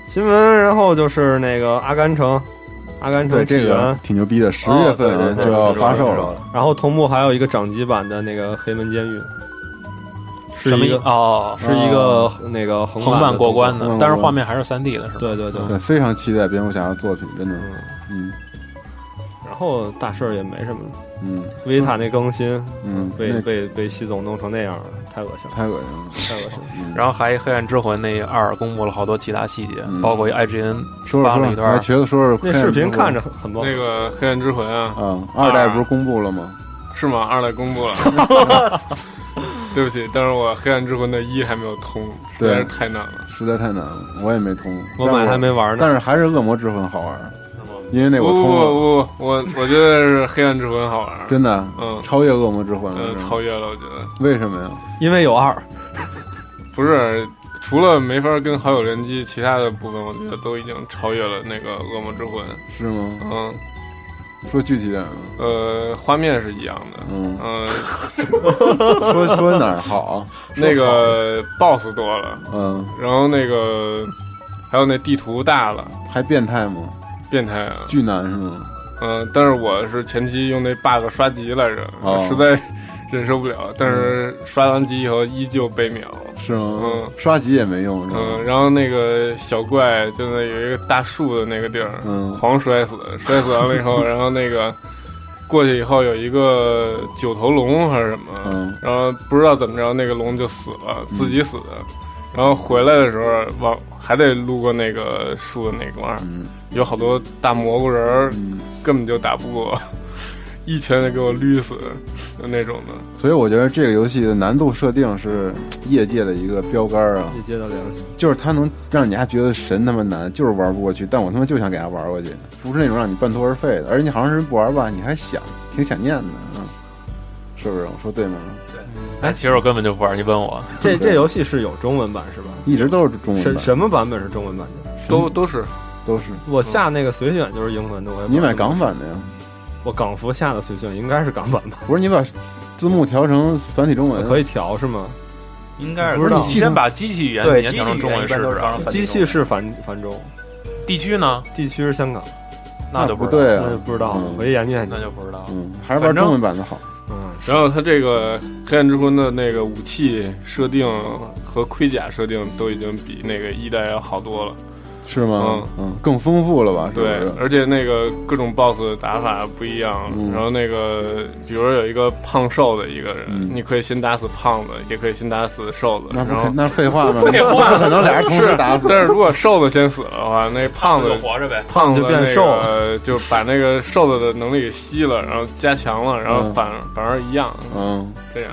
E: 新闻，然后就是那个阿甘城，阿甘
B: 对，
E: 城起
B: 这
E: 源，
B: 个挺牛逼的，十
E: 哦
B: 月份
E: 对对
B: 啊
E: 对
B: 就要
E: 对
B: 发
E: 对
B: 售
E: 对
B: 了。
E: 然后同步还有一个掌机版的那个黑门监狱，是
A: 什么
E: 一
A: 意
E: 个啊
A: 哦，
E: 是一个那个横
A: 横版
E: 版
A: 过关
E: 的
A: 的，但是画面还是三 D 的，是吧？
E: 动作，对对对。
B: 对，非常期待蝙蝠侠的作品，真的。
E: 嗯
B: 嗯
E: 然后大事儿也没什么，
B: 嗯
E: 维塔那更新
B: 嗯，
E: 被
B: 那
E: 被被习总弄成那样了，太恶心了，
B: 太恶心了。
E: 太
B: <laughs>
E: 恶心了。
B: 嗯
A: 然后还《黑暗之魂》那二公布了好多其他细节，
B: 嗯
A: 包括一 IGN
B: 说说
A: 发了
B: 说
A: 一
B: 说，
A: 段
B: 来瘸子说说
E: 那视频看着很很棒，
F: 那个黑暗之魂啊，
B: 啊，二代不是公布了吗？
F: 是吗？二代公
B: <laughs>
F: 布了。对不起，但是我《黑暗之魂》的一还没有通，实在是太难了。
B: 实在太难了，我也没通。
E: 我
B: 但
E: 买还没玩呢。
B: 但是还是恶魔之魂好玩，因为那
F: 不
B: 哎我
F: 不
B: 通了，
F: 不不，我我觉得是《黑暗之魂》好玩，
B: 真的
F: 嗯
B: 超越恶魔之魂了
F: 嗯，
B: 是吗。
F: 超越了，我觉得
B: 为什么呀？
E: 因为有二，
F: 不是。除了没法跟好友联机，其他的部分我觉得都已经超越了那个《恶魔之魂》。
B: 是吗？
F: 嗯，
B: 说具体点儿吧。
F: 呃，画面是一样的。
B: 嗯
F: 嗯，
B: <laughs> 说 <laughs> 说哪儿好？
F: 那个 BOSS 多了，
B: 嗯，
F: 然后那个还有那地图大了，
B: 还变态吗？
F: 变态啊。
B: 巨难是吗？
F: 嗯，但是我是前期用那 bug 刷级来着，
B: 哦
F: 实在 <laughs> 忍受不了。但是刷完级以后依旧被秒。
B: 是吗？
F: 嗯
B: 刷级也没用是
F: 嗯，
B: 吗？
F: 然后那个小怪就那有一个大树的那个地儿，
B: 嗯
F: 狂摔死，摔死完了以
B: <laughs>
F: 后，然后那个过去以后有一个九头龙还是什么，
B: 嗯
F: 然后不知道怎么着那个龙就死了，自己死
B: 嗯
F: 的。然后回来的时候往还得路过那个树的那个玩意儿，
B: 嗯
F: 有好多大蘑菇人儿，
B: 嗯，
F: 根本就打不过， <laughs> 一拳就给我捋死，就那种的。
B: 所以我觉得这个游戏的难度设定是业界的一个标杆儿
F: 嗯
B: 啊，
E: 也接到良心。
B: 就是它能让你还觉得神他妈难，就是玩不过去，但我他妈就想给它玩过去，不是那种让你半途而废的，而且你好长时间不玩吧，你还想挺想念的，嗯，是不是？我说对吗？
A: 哎，其实我根本就不玩，你问我，
E: 这这游戏是有中文版是吧？
B: 一直都是中文
E: 什
B: 版，
E: 什么版本是中文版的？
F: 都都是
B: 都是。
E: 我下那个随选就是英文的，我也不知
B: 你
E: 道
B: 买
E: 是不是
B: 港版的呀？
E: 我港服下的随选应该是港版吧？
B: 不是你把字幕调成繁体中文，
E: 可
B: 以
E: 以调是吗？
D: 应该是嗯
E: 不知道
A: 你先把机器语言
D: 对
A: 你先
D: 机
A: 调成
D: 器
A: 中文
D: 一
A: 试
D: 般都
A: 试
D: 是
A: 啊。
D: 帮着翻译
E: 机
D: 中
E: 器
D: 文
E: 是繁繁中，
A: 地区呢？
E: 地区是香港，
A: 那就
B: 不
A: 知道，
B: 对
E: 那就
B: 啊，
E: 不知道了，
B: 嗯
E: 我也研究研究
A: 那。就不知道。
B: 嗯，还是玩中文版的好。
E: 嗯，
F: 然后它这个黑暗之魂的那个武器设定和盔甲设定都已经比那个一代要好多了，
B: 是吗？嗯，更丰富了吧？是不
F: 对
B: 是，
F: 而且那个各种 BOSS 的打法不一样。
B: 嗯
F: 然后那个，比如说有一个胖瘦的一个人，
B: 嗯
F: 你可以先打死胖子，也可以先打死瘦子，
B: 那不
F: 然
B: 可
F: 后。
B: 那废话吗？
F: 废话
B: 不可能俩人同时打
F: <laughs>
B: 死。
F: 但是如果瘦子先死了的话，那胖子
A: 就活着呗。
F: 胖子
E: 就变瘦
F: 了，就把那个瘦子的能力给吸了，然后加强了，然后
B: 嗯
F: 反、反而一样
B: 嗯，
F: 这样。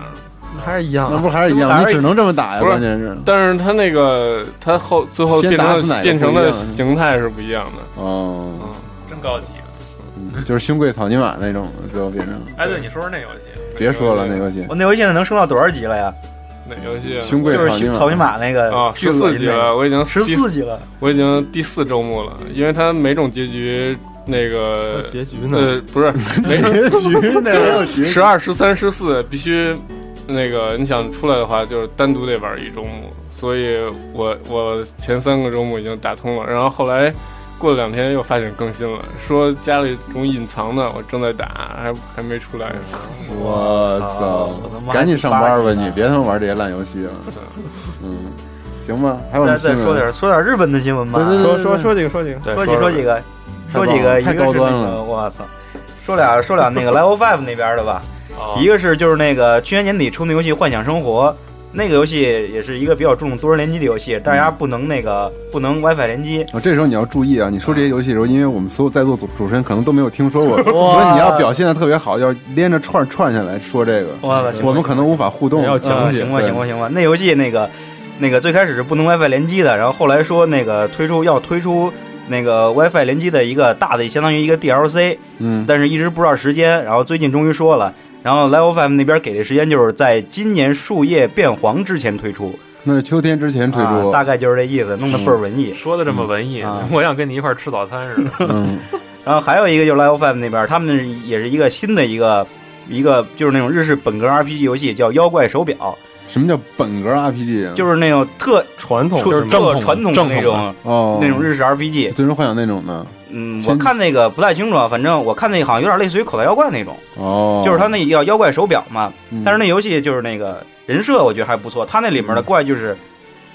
E: 还是一样啊
B: 那。不还是一
E: 那
B: 样？
E: 不
B: 你
E: 还是
B: 只能这么打呀，
F: 不是
B: 关键是。
F: 但是他那个他后最后
B: 先
F: 变
B: 打死
F: 成
B: 哪个
F: 的变成
B: 不一
F: 的
B: 样啊是吧
F: 形态是不一样的。
B: 哦，
A: 真高级。啊
B: 嗯就是兄贵草泥马那种，最后变成
A: 哎，对，你说说那游戏，
B: 别说了那游戏
D: 我，那游戏现在能升到多少级了呀？
F: 那游戏啊
B: 兄贵
D: 就是草
B: 泥
D: 泥马那个
F: 啊，
D: 巨
F: 十
D: 恶
F: 四
D: 心
F: 级
D: 那个
F: 了，我已经
D: 十
F: 第
D: 四级了，
F: 我已经第四周目了，因为他每种结局那
E: 还
F: 个
E: 有结局
F: 呃
E: 呢？
F: 不是每
B: 结
D: <laughs>
B: 局那还有结局
F: 十二、十三、十四必须那个你想出来的话，就是单独得玩一周目，所以我我前三个周目已经打通了，然后后来。过了两天又发现更新了，说家里有种隐藏的，我正在打，还还没出来。
B: 我
D: 我他
B: 操！
D: 妈
B: 赶紧上班吧
D: 八级
B: 你，
D: 呢
B: 别他妈玩这些烂游戏了。嗯，行吧，还有什
D: 再
B: 么新闻
D: 再说点说点日本的新闻吧。
B: 对对对
E: 说说说几个，说几个。
A: 对，
D: 说
A: 说
D: 几说几个，
B: 太
D: 说
B: 棒
D: 几
B: 了
D: 个，一
B: 太
D: 个
B: 高
D: 是
B: 端
D: 那个，
B: 了
D: 我操，说俩说
B: 哦
D: 俩那个 Level Five 那边的吧，一
A: 个
D: 个是就是那个去年年底出那游戏《幻想生活》，那个游戏也是一个比较注重多人联机的游戏，
B: 嗯
D: 大家不能那个不能 WiFi 联机。
B: 啊，这时候你要注意啊！你说这些游戏的时候，因为我们所有在座主主持人可能都没有听说
D: <laughs>
B: 过，所以你要表现的特别好，要连着串串下来说这个，
D: 哇行吧
B: 嗯我们可能无法互动。嗯
E: 要强
D: 啊
E: 行
D: 行吧，
B: 对
D: 行吧，行吧。那游戏那个那个最开始是不能 WiFi 联机的，然后后来说那个推出要推出那个 WiFi 联机的一个大的，相当于一个 DLC，
B: 嗯，
D: 但是一直不知道时间。然后最近终于说了，然后 Level Five 那边给的时间就是在今年树叶变黄之前推出，
B: 那是秋天之前推
D: 啊
B: 出，
D: 大概就是这意思，弄得倍儿文艺。
A: 说的这么文艺，
D: 嗯啊
A: 我想跟你一块儿吃早餐
B: <laughs>
A: 似的。
B: 嗯，
D: 然后还有一个就是 Level Five 那边，他们也是一个新的一个一个就是那种日式本格 RPG 游戏，叫《妖怪手表》，
B: 什么叫本格 RPG？
D: 就是是那种特
E: 传统
A: 就是正统
D: 特
A: 的
D: 传统的
A: 正统
D: 那
A: 的
D: 种
B: 哦，
D: 那种日式 RPG。
B: 最终幻想那种的
D: 嗯，我
B: 先
D: 看那个不太清楚啊，反正我看那好像有点类似于口袋妖怪那种，
B: 哦，
D: 就是他那叫妖怪手表嘛。
B: 嗯，
D: 但是那游戏就是那个人设，我觉得还不错。他那里面的怪就是，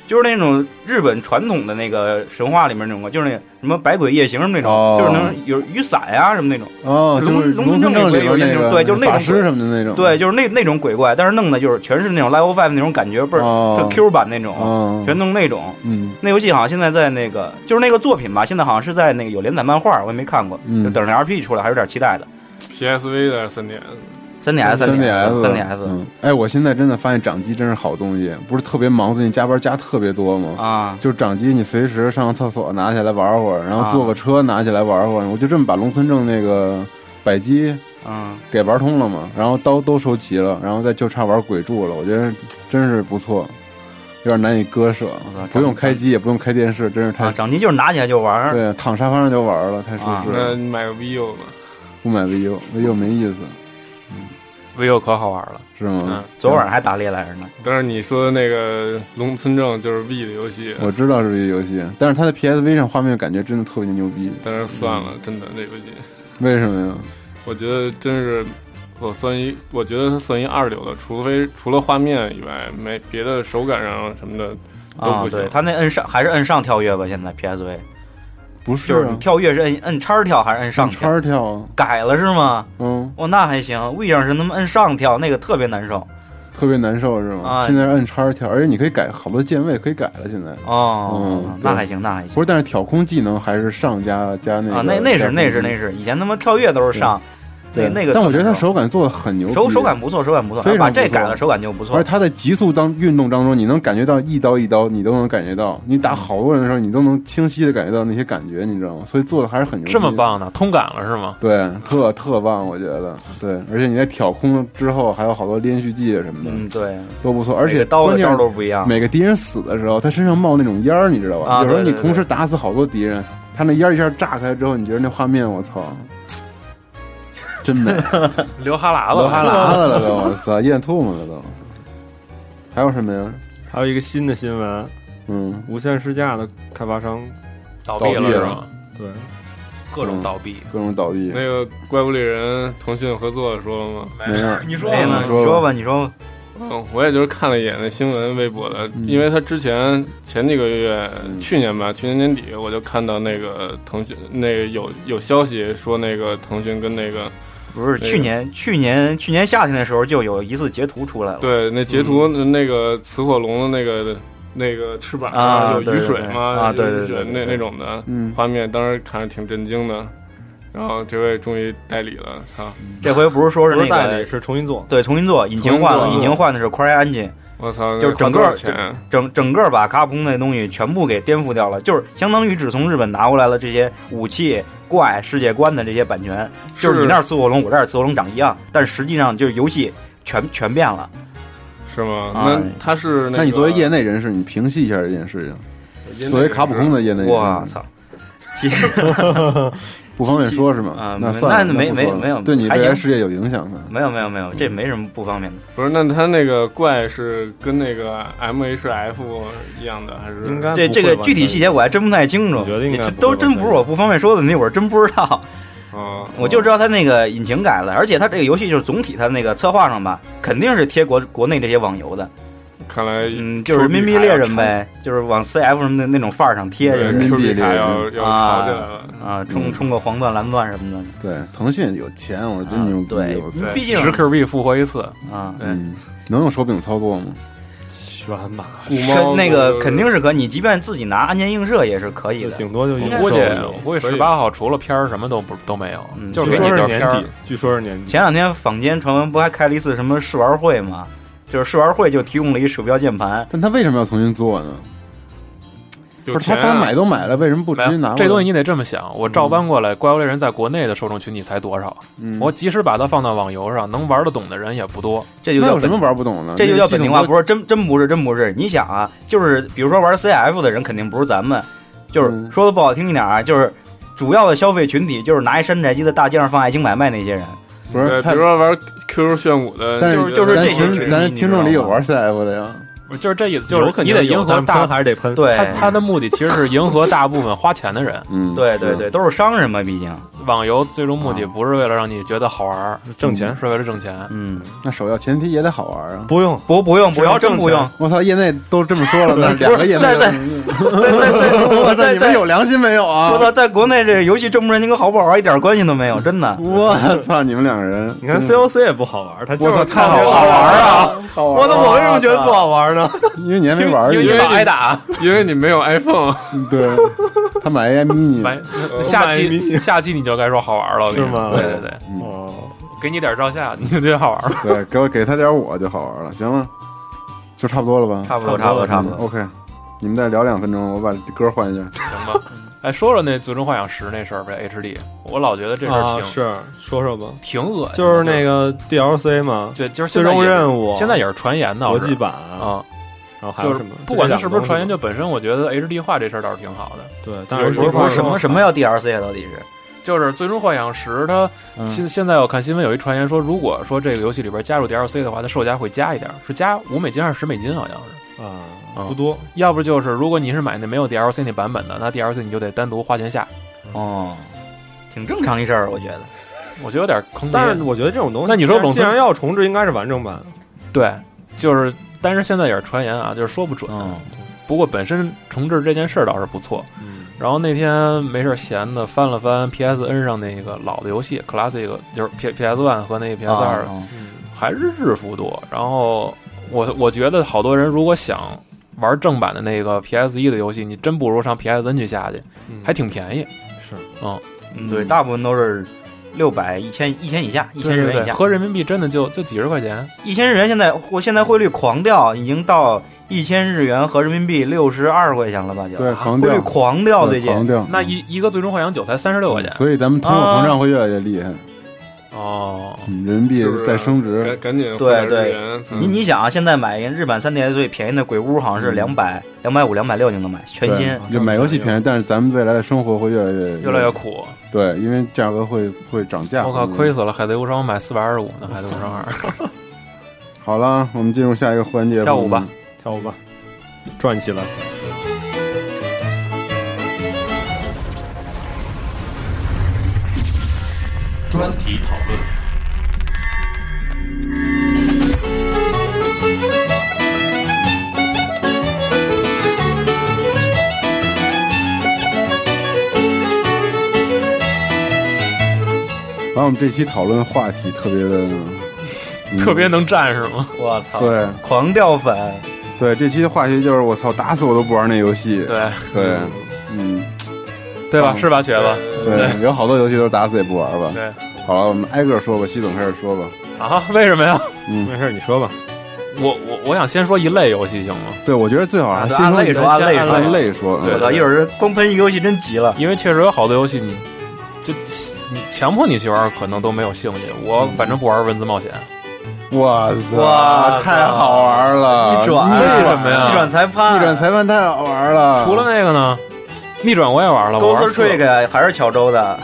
D: 就是那种日本传统的那个神话里面那种怪，就是那什么百鬼夜行什么那
B: 哦
D: 种，就是能有雨伞呀、什么那种。
B: 哦，就是
D: 龙
B: 龙村
D: 龙
B: 里
D: 村正里
B: 边
D: 边有那
B: 那
D: 种
B: 个
D: 对就是那种
B: 法师什么的那种，
D: 对，，就是那那种鬼怪，但是弄的就是全是那种 Level Five 那种感觉，倍儿特
B: 哦，
D: Q 版那种，
B: 哦，
D: 全弄那种。
B: 嗯
D: 那游戏好像现在在那个，就是那个作品吧，现在好像是在那个有连载漫画，我也没看过，
B: 嗯
D: 就等着那 RPG 出来，还是有点期待的。
F: PSV 的三点，
D: 三 DS，
B: 三
D: DS，
B: DS，
D: 三 DS
B: 嗯，哎，我现在真的发现掌机真是好东西，不是特别忙，最近加班加特别多吗？
D: 啊，
B: 就掌机，你随时上个厕所拿起来玩会儿，然后
D: 啊
B: 坐个车拿起来玩会儿，我就这么把龙村正那个百机
D: 嗯，
B: 给玩通了嘛，然后刀都收齐了，然后再就差玩鬼柱了，我觉得真是不错，有点难以割舍
D: 我操，
B: 不用开机也不用开电视，真是太、
D: 啊，掌机就是拿起来就玩儿，
B: 对，躺沙发上就玩了，太舒
D: 啊
B: 适了，
F: 那你买个 VU 吧。
B: 不买 VU，VU 没意思，
A: vivo 可好玩了，
B: 是吗
A: 嗯？
D: 昨晚上还打猎来着呢。
F: 但是你说的那个龙村正就是 V 的游戏，
B: <laughs> 我知道是这个游戏，但是它的 PSV 上画面感觉真的特别牛逼，
F: 但是算了，真的这游戏，
B: 为什么呀？
F: 我觉得真是我算一，我觉得它算一二流的，除非除了画面以外，没别的手感上什么的都
D: 啊，
F: 不行
D: 对，他那摁上还是摁上跳跃吧？现在 PSV
B: 不
D: 就是是
B: 啊
D: 你，跳跃是摁摁叉跳还是摁上
B: 叉
D: 跳？
B: 儿跳啊，
D: 改了是吗？
B: 嗯，
D: 哦，那还行。V 上是那么摁上跳，那个特别难受
B: 特别难受是吗？
D: 啊
B: 现在是按叉儿跳，而且你可以改好多键位，可以改了现在。
D: 哦
B: 嗯，
D: 那还行，那还行
B: 不是，但是挑空技能还是上加加那个
D: 啊。那那
B: 加
D: 是
B: 空
D: 那是
B: 技
D: 那是，以前他妈跳跃都是上，那
B: 对
D: 那个特难受。
B: 但我觉得他手感做的很牛逼，
D: 手手感不错，手感不错，
B: 非常
D: 把这
B: 不错
D: 改了，手感就不错
B: 而。他在急速当运动当中，你能感觉到一刀一刀，你都能感觉到，你打好多人的时候，你都能清晰的感觉到那些感觉，你知道吗？所以做的还是很牛逼，
A: 这么，棒呢，通感了是吗？
B: 对，特特棒，我觉得，对，而且你在挑空之后，还有好多连续技什么的、
D: 嗯，对，
B: 都不错，而
D: 每
B: 且
D: 个刀
B: 关
D: 的
B: 键
D: 招
B: 是
D: 都不一样。
B: 每个敌人死的时候，他身上冒那种烟儿，你知道吧？
D: 啊
B: 有时候
D: 对
B: 你
D: 对
B: 同时打死好多敌人，他那烟儿一下炸开之后，你觉得那画面，我操，真
D: <laughs>
B: 美，
A: 流哈喇子了，
B: 流哈喇子了都，我操，咽吐沫了都。还有什么呀？
E: 还有一个新的新闻，
B: 嗯，
E: 无线试驾的开发商，
A: 倒闭了
B: 倒
A: 嗯
B: 闭
A: 是
B: 了
A: 吗？
E: 对，
A: 各种倒闭。
B: 各种倒地，
F: 那个怪物猎人腾讯合作说了吗？
B: 没有。
A: 你
D: 哎呀
B: 吧
D: 你
B: 说吧
D: 说吧，你说吧。
F: 嗯，我也就是看了一眼那新闻微博的，
B: 嗯
F: 因为他之前前几个月，
B: 嗯
F: 去年吧，去年年底我就看到那个腾讯那个有有消息说那个腾讯跟那个
D: 不是
F: 那个
D: 去年，去年去年夏天的时候就有一次截图出来了。
F: 对那截图
D: 嗯
F: 那个雌火龙的那个那个翅膀
D: 啊
F: 有
D: 对
F: 雨
D: 对
F: 水
D: 对
F: 嘛，
D: 啊对
F: 有
D: 对
F: 雨水
D: 对对对
F: 那那种的
B: 嗯，
F: 画面，当时看着挺震惊的。然后这位终于代理了，操！
D: 这回不是说是
E: 不
D: 那
E: 是代
D: 个
E: 理，是重新做。
D: 对，重新做，引擎换了，
F: 重新做
D: 引擎换的是 CryEngine，
F: 我操，
D: 就是
F: 那花
D: 整
F: 多少
D: 个
F: 钱？
D: 整整个把卡普空那东西全部给颠覆掉了，就是相当于只从日本拿过来了这些武器、怪、世界观的这些版权，就是你那儿雌火龙，我这儿雌火龙长一样，但实际上就是游戏全全变了。
F: 是吗？
D: 啊
F: 那他是
B: 那你作为业
F: 内，
B: 内人士，你平息一下这件事情。作为卡普空的业内人士，
D: 我操！其实
B: 不方便说是吗？
D: 啊没
B: 算了，
D: 那没
B: 不说了
D: 没没有
B: 对你
D: 还
B: 未来
D: 行。
B: 事业有影响的
D: 没有没有没有，这没什么不方便的。
F: 不是，那他那个怪是跟那个 MHF 一样的，还是
E: 应该
D: 这
E: 不
D: 这
E: 会
D: 个
E: 完
D: 具体
E: 全
D: 细节我还真不太清楚，
E: 我觉得应该
D: 这
E: 啊不会
D: 都
E: 完
D: 真
E: 全
D: 不是我不方便说的，那会儿真不知道。
F: 啊？
D: 我
E: 哦
D: 就知道它那个引擎改了，而且它这个游戏就是总体它那个策划上吧，肯定是贴国国内这些网游的，
F: 看来
D: 嗯，就是人民币猎人，呗，就是往 CF 什么的那种范儿上贴
F: 对，
D: 着
B: 人民
F: 丘
B: 币
F: 比
B: 猎
F: 卡
B: 人
F: 要要吵起来了。
D: 啊，冲
B: 嗯
D: 冲个黄钻蓝钻什么的，
B: 对，腾讯有钱，我真
D: 啊
B: 牛逼！
D: 对
B: 我操，
F: 塞
D: 毕竟
A: 十 Q 币复活一次，
D: 啊，
A: 对
B: 嗯能用手柄操作吗？
E: 悬吧，
F: 五
D: 是
F: 猫
D: 那
F: 就
D: 个
F: 是
D: 肯定是可以，你即便自己拿安全映射也是可以
E: 就
D: 的。
E: 顶多就
A: 我
E: 一
D: 应该
A: 估计
E: 周而已
A: 我估计
F: 可以
A: 十八号除了片儿什么都不都没有，
D: 嗯
A: 就是
E: 据
A: 给
E: 说
A: 你
E: 是
A: 段片
E: 年
A: 儿
E: 底。，据说是年底，
D: 前两天坊间传闻不还开了一次什么试玩会吗？就是试玩会就提供了一鼠标键盘，
B: 但他为什么要重新做呢？
F: 有
B: 不是他
F: 钱
B: 该
F: 啊
B: 买都买了，为什么不直
A: 没
B: 接拿
A: 有
B: 过来？
A: 这东西你得这么想，我照搬过来，《怪物猎人》在国内的受众群体才多少？
B: 嗯
A: 我即使把它放到网游上，能玩得懂的人也不多。
D: 这就
B: 那
D: 叫
B: 有什
D: 本
B: 么玩不懂的？
D: 这就
B: 啊
D: 叫本
B: 那个系
D: 地
B: 统
D: 化，
B: 都
D: 不是真真不是真不是。你想啊，就是比如说玩 CF 的人肯定不是咱们，就是
B: 嗯
D: 说的不好听一点啊，就是主要的消费群体就是拿一山寨机在大街上放爱情买卖那些人。
B: 不
F: 对，
B: 是
F: 比
B: 他
F: 如。说玩 QQ 炫舞的，
B: 但
D: 就是就是
B: 咱
D: 这些
B: 群
D: 群
B: 咱
D: 体
B: 听众里有
D: 你知道吗
B: 玩 CF 的呀，
A: 不是就是这意思，就
E: 有
A: 是
E: 肯
A: 你
E: 定
A: 得
E: 有
A: 迎合
E: 但
A: 大
E: 喷还是得喷。
D: 对
A: 他他的目的其实是迎合大部分花钱的人。
B: 嗯，
D: 对对
B: 是
D: 对，，都是商人嘛，毕竟。
A: 网游最终目的不是为了让你觉得好玩儿，
E: 挣钱
A: 是为嗯了挣钱。
D: 嗯，
B: 那首要前提也得好玩啊！
E: 不用，
D: 不不用不
E: 只要
D: 用，真
E: 挣
D: 不
E: 钱
D: 用。
B: 我操，业内都这么说了，
D: <laughs>
B: 那两个业内
D: 在
B: 都
D: 在
B: <laughs> 我
D: 在在在
B: 操，
D: 在
B: 你们
D: 在
B: 有良心没有
D: 我
B: 啊？
D: 操，在国内这游戏挣不挣钱跟好不好玩一点关系都没有，真的。
B: 我操，你们两个人，嗯
E: 你看 COC 也不好玩，它就
B: 我
E: 是
B: 操，太好
E: 好
B: 玩
E: 玩
B: 了
E: 啊！
B: 啊！好玩
E: 我怎
B: 啊，
E: 么为什么觉得不好玩呢？
B: 因为你还没玩儿，
A: 因为
B: 你
A: 你老挨打，啊
F: 因为你没有 iPhone，
B: 对， <laughs> 他买 AI mini，
A: 买下
E: 嗯我买迷
A: 期
E: 你
A: 下期你就该说好玩了，我跟你
E: 是吗
A: 说对对对，
E: 哦，
A: 给你点照下，你就觉得好玩了。
B: 对，给我给他点我就好玩了，行了，就差不多了吧？
D: 差不多，差不多，差不
B: 嗯
D: 多。
B: OK，你们再聊两分钟，我把歌换一下。
A: 行吧。
E: 嗯
A: 哎，说说那《最终幻想十》那事儿呗，HD，我老觉得这事儿
E: 啊，
A: 挺、
E: 是说说吧，
A: 挺恶心的，
E: 就是那个 DLC 嘛，
A: 对，就是
E: 最
A: 现在
E: 终
A: 也是
E: 任务，
A: 现在也是传言呢，
E: 国际
A: 是
E: 版，
A: 啊、
E: 然后还有
A: 就是
E: 什么？
A: 不管它是不是传言，
E: 就
A: 就本身我觉得 HD 化这事儿倒是挺好的。
E: 这两个东西对，但是
A: 不是
D: 不
A: 不
D: 是什么什么要 DLC 啊到底是？
A: 就是《最终幻想十》，它
D: 嗯
A: 现现在我看新闻有一传言说，如果说这个游戏里边加入 DLC 的话，它售价会加一点儿，是加五美金还是十美金，好像是。
E: 啊
A: 啊
E: 不多，
A: 要不就是如果你是买那没有 DLC 那版本的，那 DLC 你就得单独花钱下，
D: 哦，挺正常一事儿，我觉得。
A: 我觉得有点坑爹。
E: 但是我觉得这种东西，
A: 那你说冷
E: 既然
A: 村
E: 要重置，应该是完整版，
A: 对，就是但是现在也是传言啊，就是说不准。
D: 嗯，
A: 不过本身重置这件事儿倒是不错。
E: 嗯，
A: 然后那天没事儿闲的翻了翻 PSN 上那个老的游戏 Classic，就是 P PS One 和那个 PS 二、
D: 啊啊
A: 还是日服多。然后我我觉得好多人如果想玩正版的那个 PS 一的游戏，你真不如上 PSN 去下去，
E: 嗯
A: 还挺便宜。
E: 是
D: 嗯，对，大部分都是六百、一千、一千以下，一
A: 对
D: 千日
A: 对
D: 元以
A: 对，
D: 下，
A: 合人民币真的就就几十块钱。
D: 一千日元现在我现在汇率狂掉，已经到一千日元合人民币六十二块钱了吧？就
B: 对，狂
D: 汇率
B: 掉，
D: 狂掉，最
B: 对
D: 近
B: 狂掉。
A: 那一一个最终幻想九才三十六块钱
B: 嗯所以咱们通货膨胀会越来越厉害，
A: 哦，
B: 嗯人民币
F: 是不是
B: 在升值。
F: 赶赶紧
D: 对
F: 换点
D: 对
F: 日元
D: 你你想啊，现在买日版三 DS 最便宜的鬼屋好像是两百、两百五、两百六就能买全新
B: 对，就买游戏便宜，但是咱们未来的生活会越来越
A: 越来越苦。
B: 对，因为价格会会涨价。
A: 我靠，亏死了！海贼无双买四百二十五呢，海贼无双二。
B: 好了，啊我们进入下一个环节，
A: 跳舞吧
E: 跳舞吧，转起来，
G: 专题讨论。
B: 然后我们这期讨论话题特别的，嗯
A: 特别能战是吗？
D: 我操，
B: 对
D: 狂掉粉，
B: 对，这期的话题就是我操，打死我都不玩那游戏。
A: 对
B: 对，嗯，
A: 对吧？
B: 嗯
A: 是吧，瘸子？
B: 对，有好多游戏都是打死也不玩吧。
A: 对
B: 好了，我们挨个说吧，西总开始说吧。
A: 啊？为什么呀？
B: 嗯，
E: 没事，你说吧，
A: 我我我想先说一类游戏行吗？
B: 对，我觉得最好还
D: 啊
B: 是
D: 对
B: 先
D: 按
B: 从
D: 累说，按累
A: 先
D: 说，啊
B: 按类说。嗯
A: 对
D: 我操，一会儿光喷一个游戏真急了。
A: 因为确实有好多游戏你，就你强迫你去玩，可能都没有兴趣。我反正不玩文字冒险，
B: 哇
D: 哇
B: 塞，太好玩了！
D: 一转，啊
B: 逆
A: 什么呀
D: 一转裁判，
B: 逆转裁判太好玩了。
A: 除了那个呢，逆转我也玩了，我
D: Ghost
A: 玩
D: Trick 还是乔州的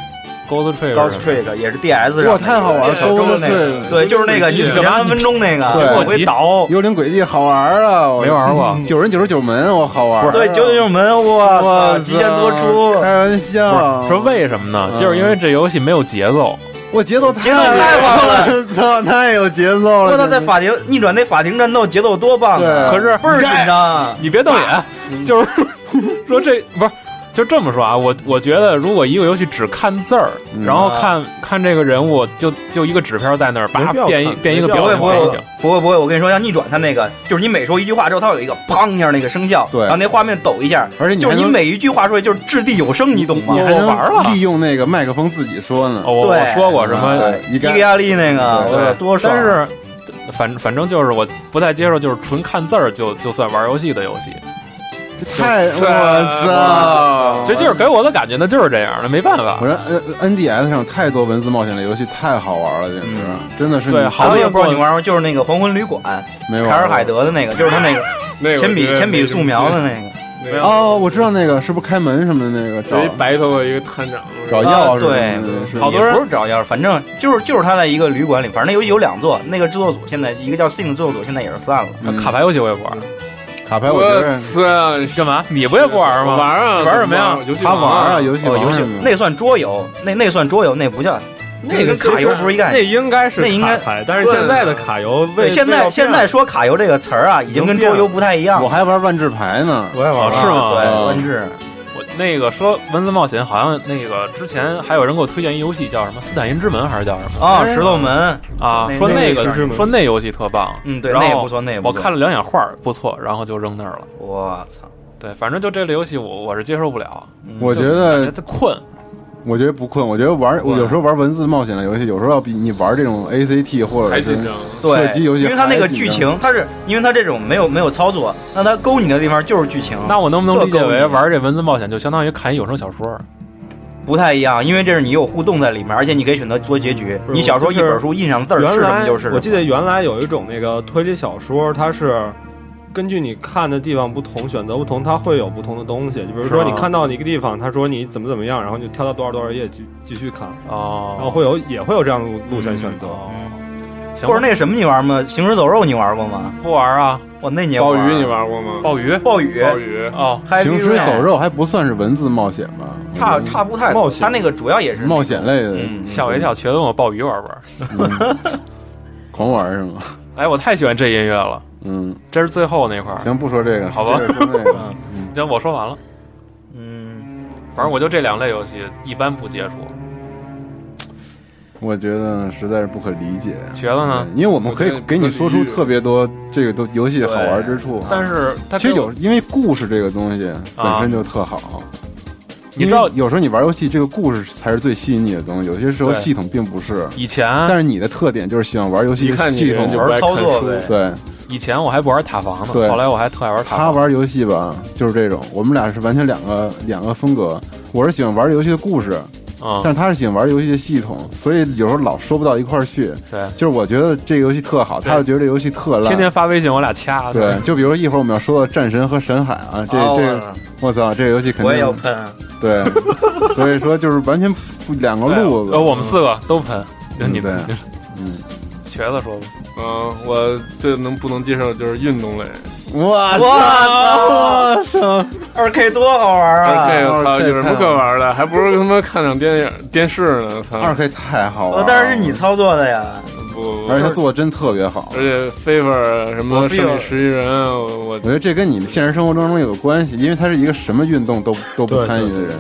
A: Ghost Trick
D: Ghost Trick，也是 DS
B: 哇，
D: 上
B: 太好玩了！
D: 乔
B: 勾勾
D: 州的那个，
B: 碎
D: 对，就是那个你
A: 你
D: 死前三分钟那个，
B: 对
D: 往回倒，
B: 幽灵轨迹好玩了，我
A: 没玩过
B: <laughs> 九人九十九门，我好玩。
D: 对，九九九门，
B: 哇
D: 我
B: 塞
D: 操，极限多出，
B: 开玩笑，
A: 说为什么呢？
B: 嗯
A: 就是因为这游戏没有节奏，
B: 我节奏
D: 节奏太
B: 好
D: 好
B: 了， <laughs> 操，太有节奏了。
D: 我操，在法庭逆转那法庭战斗节奏多棒啊！
B: 对
A: 可是
D: 倍儿紧
A: <laughs>
D: 张，
A: 你别瞪眼，就是说这不是。就这么说啊，我我觉得如果一个游戏只看字儿，
B: 嗯
A: 然后看看这个人物，就就一个纸片在那儿，叭
E: 没必要
A: 变一
E: 看
A: 变一个
E: 没必
A: 表
E: 要
D: 不会
A: 情换
D: 不
A: 一
D: 会
A: 景，
D: 不会不会，我跟你说，像逆转它那个，就是你每说一句话之后，它会有一个砰一下那个声效，
B: 对
D: 然后那画面抖一下，
B: 而且你
D: 就
B: 还
D: 是你
B: 能
D: 每一句话说就是掷地有声，你懂吗？
B: 你还
A: 我玩
B: 能
A: 了
B: 利用那个麦克风自己说呢
A: 哦，。我我
D: 对
A: 说过什
E: 嗯
A: 么？
B: 对，一
D: 伊
B: 该
D: 利亚利那个，我有多
E: 啊
D: 爽！
A: 但是反反正就是我不太接受，就是纯看字儿就就算玩游戏的游戏，
B: 太
E: 哦
B: 我操！
A: 所以就是给我的感觉呢就是这样的，没办法
B: 我。说 N N D S 上太多文字冒险类游戏太好玩了，简直
D: 嗯
B: 真的是
A: 对
B: 你
A: 好
D: 还有一
A: 多
D: 个不知道你玩过，就是那个《黄昏旅馆》，
B: 没玩
D: 凯尔海德的那个，就是他那个
F: 那个
D: 铅笔
F: 我觉得
D: 铅笔
F: 没什么
D: 素描的
F: 劲
D: 那个。
F: 那个
B: 哦，我知道那个是不是开门什么的那个找
F: 有一白头发一个探长，
B: 找
D: 啊
B: 钥匙
D: 对
B: 什么的是
A: 好多人
D: 也不是找钥匙，反正就是就是他在一个旅馆里，反正那游戏有两座，那个制作组现在一个叫 Sing 的制作组现在也是散了。
B: 嗯
A: 卡牌游戏我也不玩，
B: 卡牌，我觉
F: 我
B: 得
F: 操！
A: 干嘛？你不也不玩吗？
F: 啊玩啊，
A: 玩什么呀
F: 我游戏
B: 他玩啊，游戏
D: 哦，
B: 王
D: 游戏
B: 什么的
D: 那算桌游，那那算桌游，那不叫那跟卡游不是一概
E: 那
D: 念。
E: 应该是
D: 那应该
E: 卡牌，但是现在的卡游为
D: 对，现在现在说卡游这个词儿啊，已经跟桌游不太一样啊
B: 我。还玩万智牌呢。
E: 我也玩
A: 哦
E: 了
A: 是吗
D: 对，
B: 哦
D: 官制
A: 我那个说文字冒险，好像那个之前还有人给我推荐一游戏叫什么《斯坦因之门》还是叫什么
D: 啊，石头门，
A: 啊？
D: 那
A: 说
D: 那
A: 个
E: 个是
A: 说那游戏特棒，
D: 嗯，对，
A: 然
D: 那
A: 后
D: 也不错，那也不
A: 我
D: 错。
A: 看了两眼画儿不错，然后就扔那儿了。
D: 我操，
A: 对，反正就这类游戏我我是接受不了，
D: 嗯
B: 我觉
A: 感
B: 得嗯
A: 觉它困。
B: 我觉得不困，我觉得玩我有时候玩文字冒险的游戏，有时候要比你玩这种 A C T 或者
F: 还
B: 是
F: 紧张。
D: 对
B: 射击游戏
D: 因为它那个
B: 还紧
D: 剧
B: 张
D: 情，它是因为它这种没有没有操作，那它勾你的地方就是剧情，
A: 那我能不能理解
D: 这够
A: 为
D: 你
A: 玩这文字冒险就相当于看一有声小说？
D: 不太一样，因为这是你有互动在里面，而且你可以选择做结局。
E: 不是
D: 你小时候一
E: 就是
D: 本书印上字儿是
E: 原
D: 什么
E: 来
D: 就是什么。
E: 我记得原来有一种那个推理小说，它是根据你看的地方不同，选择不同，它会有不同的东西。就比如说
D: 是
E: 你
D: 吗
E: 看到一个地方，他说你怎么怎么样，然后你就跳到多少多少页继继续看，然后
A: 哦，
E: 会有也会有这样的路路线选择。
A: 哦，行吧
D: 嗯或者那什么你玩吗？行尸走肉你玩过吗？
A: 不玩啊，
D: 我那年
F: 鲍
D: 玩
F: 鱼你？玩过吗？
A: 鲍鱼
D: 暴雨，
F: 鲍鱼，
A: 哦，
D: Happy
B: 行尸
D: Rain
B: 走，肉还不算是文字冒险吧？嗯
D: 差差不太
E: 冒
D: 多。
E: 险
D: 它那个主要也是
B: 冒险类的，
D: 嗯
A: 吓我一跳，全问我鲍鱼玩不玩？
B: 嗯， <laughs> 狂玩是吗？
A: 哎，我太喜欢这音乐了，
B: 嗯，
A: 这是最后那块儿。
B: 行，不说这个，
A: 好吧
B: 接着说那个，
A: 行，我说完了，
D: 嗯，
A: 反正我就这两类游戏一般不接触。
B: 我觉得实在是不可理解。嗯
A: 瘸子呢？
B: 因为我们可
F: 我
B: 以
F: 觉得
B: 给你说出
F: 不可理喻
B: 特别多这个都游戏好玩之处，啊
A: 但是它
B: 嗯其实
A: 给我
B: 有，因为故事这个东西本身就特好。
A: 你知道
B: 因为有时候你玩游戏，这个故事才是最吸引你的东西。有些时候
A: 对嗯
B: 系统并不是，
A: 以前
B: 但是你的特点就是喜欢玩游戏
F: 一
B: 的
F: 看你
B: 系
F: 人
B: 统
F: 就。不
D: 玩
F: 爱
D: 操
F: 看
D: 作
F: 书。
D: 呗。
B: 对
A: 以前我还不玩塔防呢，
B: 对
A: 后来我还特爱玩塔
B: 他
A: 防。
B: 玩游戏吧，就是这种。我们俩是完全两个两个风格。我是喜欢玩游戏的故事，
D: 啊
A: 嗯，
B: 但是他是喜欢玩游戏的系统，所以有时候老说不到一块儿去。
A: 对
B: 就是我觉得这个游戏特好，他又觉得这游戏特烂。
A: 天天发微信，我俩掐。
B: 对，就比如一会儿我们要说到战神和神海啊，这
D: 哦
B: 这，我操，这个游戏肯
D: 我也要
B: 定
D: 喷。
B: 对， <laughs> 所以说就是完全不两个
A: 对，
B: 路子。
D: 啊哦
A: 呃，我们四个都喷，就
B: 嗯
A: 你
B: 对
A: 自己。
B: 嗯，
A: 瘸子说吧，
F: 嗯，我最能不能接受就是运动类。
B: 我 <laughs>
D: 哇
B: 操，我操，
D: 二 K 多好玩
F: 这
D: 啊！
F: 个操，
B: 这
F: 有什么可玩的？还不如他妈看场电影、电视呢！操，
B: 二 K 太好玩
D: 呃
B: 了，
D: 但是是你操作的呀，
F: 不，
B: 而且他
F: 而
B: 做的真特别好。
F: 且 favor 啊什么
D: 我
F: 生
D: favor
F: 理实习人，我我
B: 我觉得这跟你的现实生活当中有关系，因为他是一个什么运动都都不参与的人。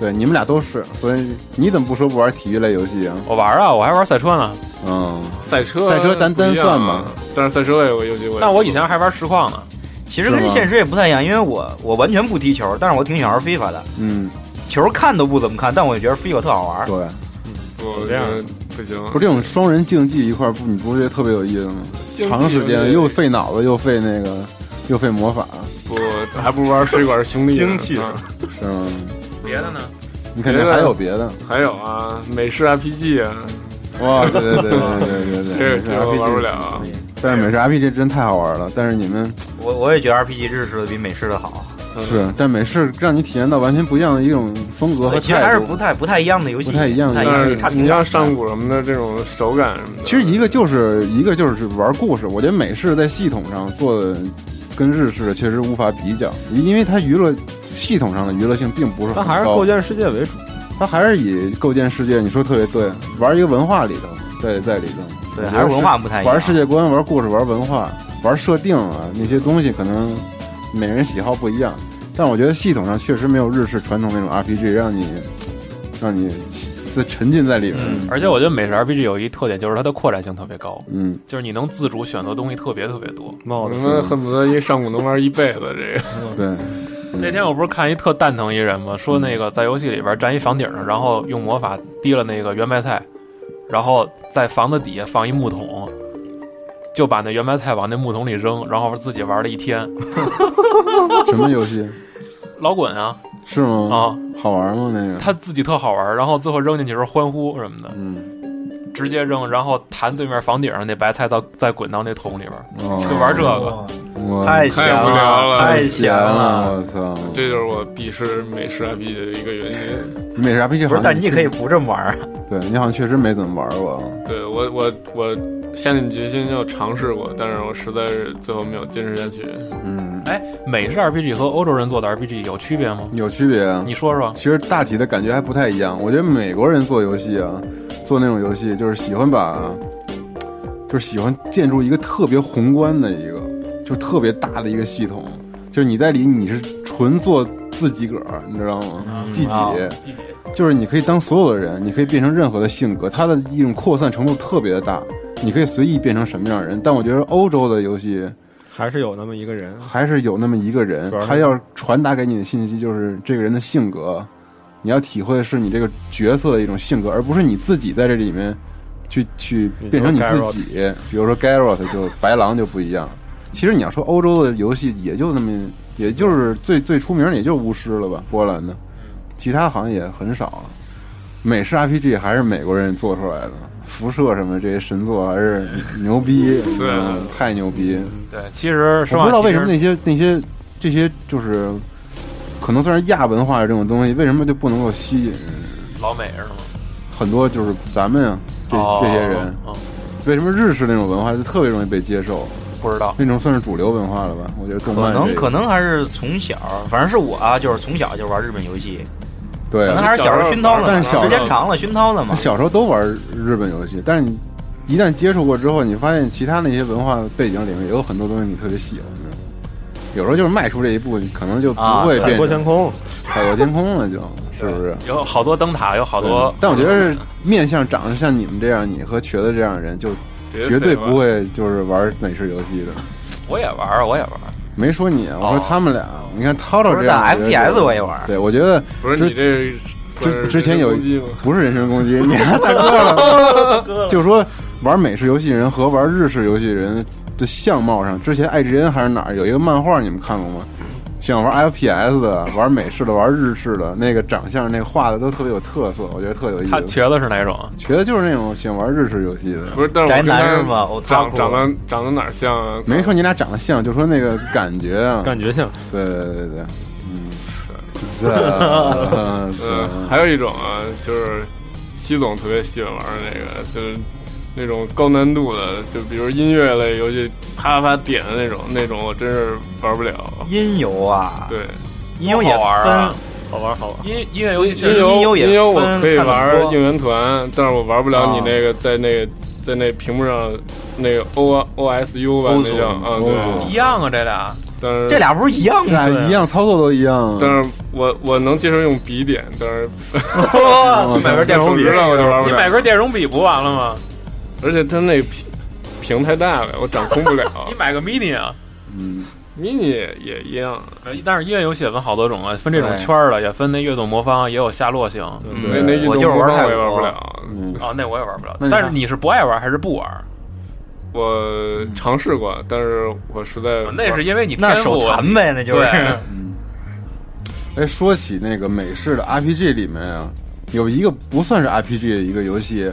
B: 对，你们俩都是，所以你怎么不说不玩体育类游戏啊？
A: 我玩啊，我还玩赛车呢。
B: 嗯，
F: 赛车
B: 赛车咱单算
F: 嘛
B: 嘛，
F: 啊但是赛车类我游戏我也
A: 那我以前还玩实况呢。
D: 其实
B: 是
D: 跟
B: 吗
D: 现实也不太一样，因为我我完全不踢球，但是我挺喜欢玩 FIFA 的，
B: 嗯，
D: 球看都不怎么看，但我就觉得 FIFA 特好玩。
B: 对，
F: 我
E: 这样
F: 不行，
B: 不是这种双人竞技一块儿不，你不是觉得特别有意思吗？
F: 竞技
B: 长时
F: 游
B: 间
F: 戏
B: 又费脑子，又费那个，又费魔法，
F: 不还不如玩水管兄弟呢
E: 精气
F: 嗯
B: 是吗？
A: 别的呢？
B: 你肯定还有别的。
F: 还有啊，美式 RPG 啊，
B: 哇，对对 <laughs> 对对对对
F: 这
B: 对，
F: 个这个我玩不了啊。
B: 但是美式 RPG 真太好玩了，但是你们
D: 我我也觉得 RPG 日式的比美式的好，
F: 嗯
B: 是，但美式让你体验到完全不一样的一种风格和
D: 对，其实还
B: 态
D: 是
B: 度
D: 不。太不太一样的游戏，
B: 不太一样的
D: 不
F: 但
D: 太一
F: 是
D: 样差挺
F: 你像
D: 大。
F: 上古什么的这种手感什么的，
B: 其实一个就是一个就是玩故事，我觉得美式在系统上做的跟日式的确实无法比较，因为它娱乐系统上的娱乐性并不是
E: 它
B: 很
E: 还是
B: 高
E: 构，建世界为主，
B: 它还是以构建世界，你说特别对，玩一个文化里头，在在里头，
D: 对，
B: 我觉得
D: 还是文化不太一样。
B: 玩世界观、玩故事、玩文化、玩设定啊那些东西，可能每人喜好不一样。但我觉得系统上确实没有日式传统那种 RPG 让你让你在沉浸在里面。
A: 而且我觉得美式 RPG 有一特点，就是它的扩展性特别高，
B: 嗯，
A: 就是你能自主选择东西特别特别多。
E: 帽
F: 我他
E: 子
F: 妈恨不得一上古能玩一辈子，这个
B: 对，
A: 那天我不是看一特蛋疼一人吗？说
B: 嗯
A: 那个在游戏里边站一房顶上，然后用魔法滴了那个圆白菜，然后在房子底下放一木桶，就把那圆白菜往那木桶里扔，然后自己玩了一天。
B: 什么游戏
A: 老滚啊
B: 是吗？
A: 啊，
B: 好玩吗？那个，
A: 他自己特好玩，然后最后扔进去时候欢呼什么的，
B: 嗯，
A: 直接扔，然后弹对面房顶上那白菜到再滚到那桶里边，就
B: 就
A: 玩这个。
D: 哇
B: 玩
D: 哦太
F: 太
D: 闲
F: 无聊了
D: 太
B: 哦闲
D: 闲
B: 了，。我操！
F: 这就是我鄙视美式 RPG 的一个原因。
B: 你美式 RPG 好
D: 不是，
B: 像
D: 但你
B: 确
D: 可以，不这么玩儿。
B: 对你好像确实没怎么玩过啊。
F: 对我，我我下定决心要尝试过，但是我实在是最后没有坚持下去。
B: 嗯，
A: 美式 RPG 和欧洲人做的 RPG 有区别吗？
B: 有区别啊。
A: 你说说。
B: 其实大体的感觉还不太一样。我觉得美国人做游戏啊，做那种游戏就是喜欢把，就是喜欢建筑一个特别宏观的一个，就是特别大的一个系统。就是你在里你是纯做自己个儿，你知道吗？自己、
D: 啊
B: 就是你可以当所有的人，你可以变成任何的性格，它的一种扩散程度特别的大，你可以随意变成什么样的人。但我觉得欧洲的游戏
E: 还是有那么一个人，
B: 还是有那么一个人
E: 主要，是
B: 他要传达给你的信息就是这个人的性格，你要体会的是你这个角色的一种性格，而不是你自己在这里面去去变成你自己。比如说 Garrot 就白狼就不一样。其实你要说欧洲的游戏，也就那么，也就是最最出名的也就巫师了吧，波兰的，其他好像也很少了。美式 RPG 还是美国人做出来的，辐射什么这些神作还是牛
E: <laughs>
B: 逼，
F: 是
E: 啊
B: 嗯太牛逼。
A: 对，其实
B: 我
A: 生
B: 不
A: 化
B: 知道
A: 奇
B: 为
A: 兵
B: 什么那些那些这些就是可能算是亚文化的这种东西，为什么就不能够吸引
A: 老美是吗？
B: 很多就是咱们啊这、
A: 哦
B: 这些人？
A: 嗯，
B: 为什么日式那种文化就特别容易被接受？
A: 不知道。
B: 那种算是主流文化了吧？我觉得动
D: 可
B: 漫
D: 能
B: 这个
D: 可能还是从小，反正是我啊，就是从小就玩日本游戏，
B: 对
D: 可能
B: 啊，
D: 还是小时候熏陶的
B: 但
D: 嘛，
B: 是小时候
D: 时间长了熏陶的嘛。
B: 小时候都玩日本游戏，但是你一旦接触过之后，你发现其他那些文化背景里面也有很多东西你特别喜欢的。有时候就是迈出这一步，你可能就不
D: 啊
B: 会
E: 海
B: 变
E: 阔
B: 成
E: 天空，
B: 海阔天空了就，就是不是？
A: 有好多灯塔，有好多嗯
B: 对。但我觉得是面相长得像你们这样，你和瘸子这样的人，就
F: 别
B: 绝对
F: 废话
B: 不会就是玩美式游戏的。
A: 我也玩儿，我也玩儿。
B: 没说你，啊，我
A: 哦
B: 说他们俩，你看涛涛
D: 不
B: 这
D: 是，
B: 样
D: 但
B: 我觉得
D: FPS 我也玩。
B: 对，我觉得
F: 不是
B: 之
F: 你这算是
B: 之之前有
F: 攻击吗
B: 不是人身攻击，你还大哥了，
F: <laughs>
B: 就是说玩美式游戏人和玩日式游戏人的相貌上，之前爱之恩还是哪儿有一个漫画，你们看过吗？想玩 FPS 的、玩美式的、玩日式的，那个长相、那个画的都特别有特色，我觉得特有意
A: 他
B: 思。
A: 瘸子是哪种？
B: 瘸子就是那种喜欢玩日式游戏的，
F: 不是，但是我
D: 宅
F: 跟
D: 男是
F: 他
D: 吗？otaku
F: 长长得长得哪儿像啊？
B: 没说你俩长得像，就说那个感觉啊。
E: 感觉像
B: 对对对对， <laughs> 嗯，
F: 嗯，还有一种啊，就是西总特别喜欢玩的那个，就是那种高难度的，就比如音乐类游戏，啪啪啪点的那种，那种我真是玩不了。
D: 音游啊，
F: 对，
D: 音游也
A: 好玩啊
D: 分，
E: 好玩好玩，
A: 音音乐游戏确
F: 音
A: 实
D: 音游
F: 游
D: 也
F: 音游我
D: 分
F: 可以
D: 看得
F: 玩
D: 多
F: 应援团，但是我玩不了
D: 啊
F: 你那个在那个在那屏幕上那个 O O S U
B: 哎
F: 吧，那叫啊对，
A: 一样啊，这俩。
F: 但是
D: 这俩不是一样
B: 这俩
D: 的吗？
B: 一样操作都一样。啊
F: 但是我我能接受用笔点，但是
D: <laughs> 哇
B: 买根
F: 电容笔了我就玩不
A: 你买
F: 了，
A: 根电容笔不完了吗？
F: 而且它那个屏屏太大了，我掌控不
D: <laughs>
F: 了。
A: 你买个 mini 啊。
B: 嗯，
F: mini 也一样，啊
A: 但是音乐游戏也分好多种啊，分这种
D: 对
A: 圈儿的，也分那跃动魔方，也有下落型。
F: 嗯
B: 对
F: 那那运
D: 我
F: 动
D: 就是
F: 魔
D: 玩
F: 方
D: 泰
F: 我也
D: 国
F: 玩不了。
B: 嗯
A: 哦，那我也玩不了
B: 那。你
A: 但是
B: 看
A: 你是不爱玩还是不玩？
F: 我尝试过，但是我实在
A: 啊那是因为你
D: 那
A: 天赋啊
D: 手残呗，那就是。
A: 对哦
B: 哎，说起那个美式的 RPG 里面啊，有一个不算是 RPG 的一个游戏，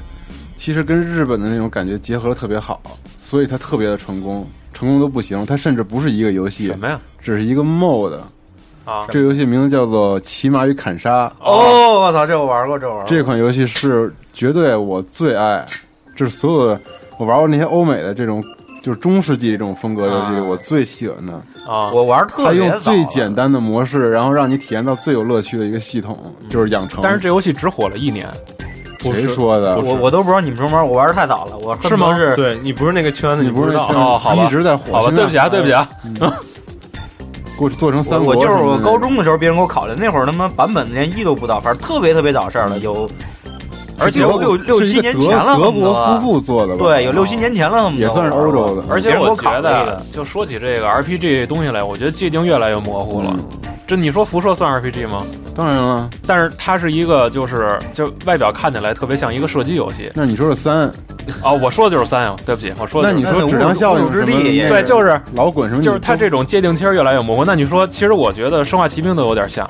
B: 其实跟日本的那种感觉结合的特别好，所以它特别的成功，成功都不行。它甚至不是一个游戏 <laughs>
A: 什，么呀？
B: 只是一个 mod。
A: 啊，
B: 这个游戏名字叫做《骑马与砍杀》。
D: 哦，我操，这我玩过，这我玩过。
B: 这款游戏是绝对我最爱，这是所有的我玩过那些欧美的这种，就是中世纪这种风格游戏里，
D: 啊
B: 我最喜欢的。
A: 啊，
D: 我玩特
B: 它
D: 别
B: 用
D: 早
B: 最简单的模式，然后让你体验到最有乐趣的一个系统，
D: 嗯
B: 就是养成。
A: 但是这游戏只火了一年。
E: 不
B: 谁
E: 是
B: 说的？
D: 我我都不知道你们什么玩，我玩的太早了，我恨不得是
E: 对你不是那个圈子，
B: 你
E: 不
B: 不是
E: 知
B: 那
E: 道
B: 圈
A: 哦好吧
D: 啊
B: 一直在火。
A: 好吧，
B: 现
A: 对
B: 在
A: 不起啊，对不起啊，
B: 过去做成三
D: 我
B: 国
D: 我
B: 什么
D: 就
B: 的那
D: 是
B: 种。
D: 我高中的时候，别人给我考的，那会儿他妈版本连一都不到，反正特别特别早事儿了，有，而
B: 是
D: 且有
B: 德
D: 六
B: 国
D: 六
B: 是一
D: 七
B: 个
D: 年
B: 德
D: 前了，
B: 德
D: 恨不得啊
B: 国夫妇做的吧？
D: 对，有六七年前了，恨不得
B: 也算是欧洲的
D: 而
A: 其
D: 且
A: 实
D: 我
A: 我
D: 考
A: 觉得
D: 那个，，
A: 就说起这个 RPG 这东西来，我觉得界定越来越模糊了。这你说辐射算 RPG 吗？
B: 嗯当然了，
A: 但是它是一个，就是就外表看起来特别像一个射击游戏
B: 那你说是三，
A: 啊。我说的就是三啊，对不起，我说的
B: 那
A: 就是
B: 你
D: 那
B: 说
D: 是
B: 质量效
D: 侮
B: 应
D: 辱之
B: 什么
D: 地
B: 的？
A: 对，就是
B: 老滚什么？
A: 就是它这种界定其实越来越模糊。那你说，其实我觉得《生化奇兵》都有点像，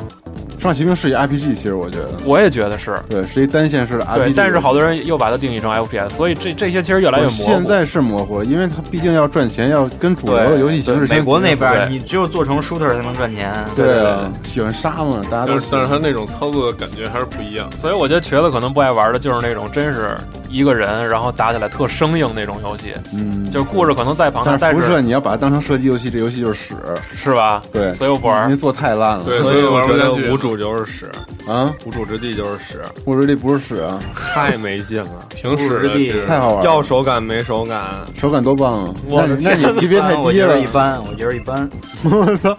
B: 《上骑兵》是一 RPG，其实我觉得，
A: 我也觉得是。
B: 对，是一单线式的 RPG。
A: 对，但是好多人又把它定义成 FPS，所以这这些其实越来越
B: 我
A: 模糊。
B: 现在是模糊了，因为它毕竟要赚钱，要跟主流的游戏形式
D: 对
B: 相
D: 美国
B: 结
D: 那
B: 合
D: 边儿
A: 对
D: 你只有做成 shooter 才能赚钱，
B: 对啊，喜欢杀嘛，大家
F: 但
B: 都
F: 是但是他那种操作的感觉还是不一样。
A: 所以我觉得瘸子可能不爱玩的就是那种真是一个人，然后打起来特生硬那种游戏，
B: 嗯，
A: 就是故事可能再庞大，
B: 但
A: 但
B: 是辐
A: 是
B: 射你要把它当成射击游戏，这游戏就是屎，
A: 是吧？
B: 对，
A: 所以我不玩
B: 因为。做太烂了，
F: 对
E: 所
F: 所以
E: 以
F: 玩
E: 我
F: 不
E: 觉
F: 下
E: 得
F: 去，
E: 无主就是屎，
B: 啊，
E: 无主之地就是屎，
B: 我说这不是屎啊，
E: 太没劲了
F: 平
D: 侮
F: 时的
D: 辱之
F: 是
D: 地
B: 太好玩了，
E: 要手感没手感，
B: 手感多棒啊！
E: 我
B: 那
E: 的
B: 你那你级别太
D: 啊我
B: 低
D: 觉得一
B: 了，
D: 般，我觉得一般。
B: 我操，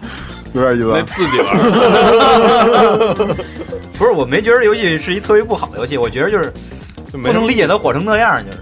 B: 有点意思。
F: 那
B: 啊
F: 自己玩儿，
D: 不是，我没觉得游戏是一特别不好的游戏，我觉得就是
E: 就没
D: 不能理解它火成那样，就是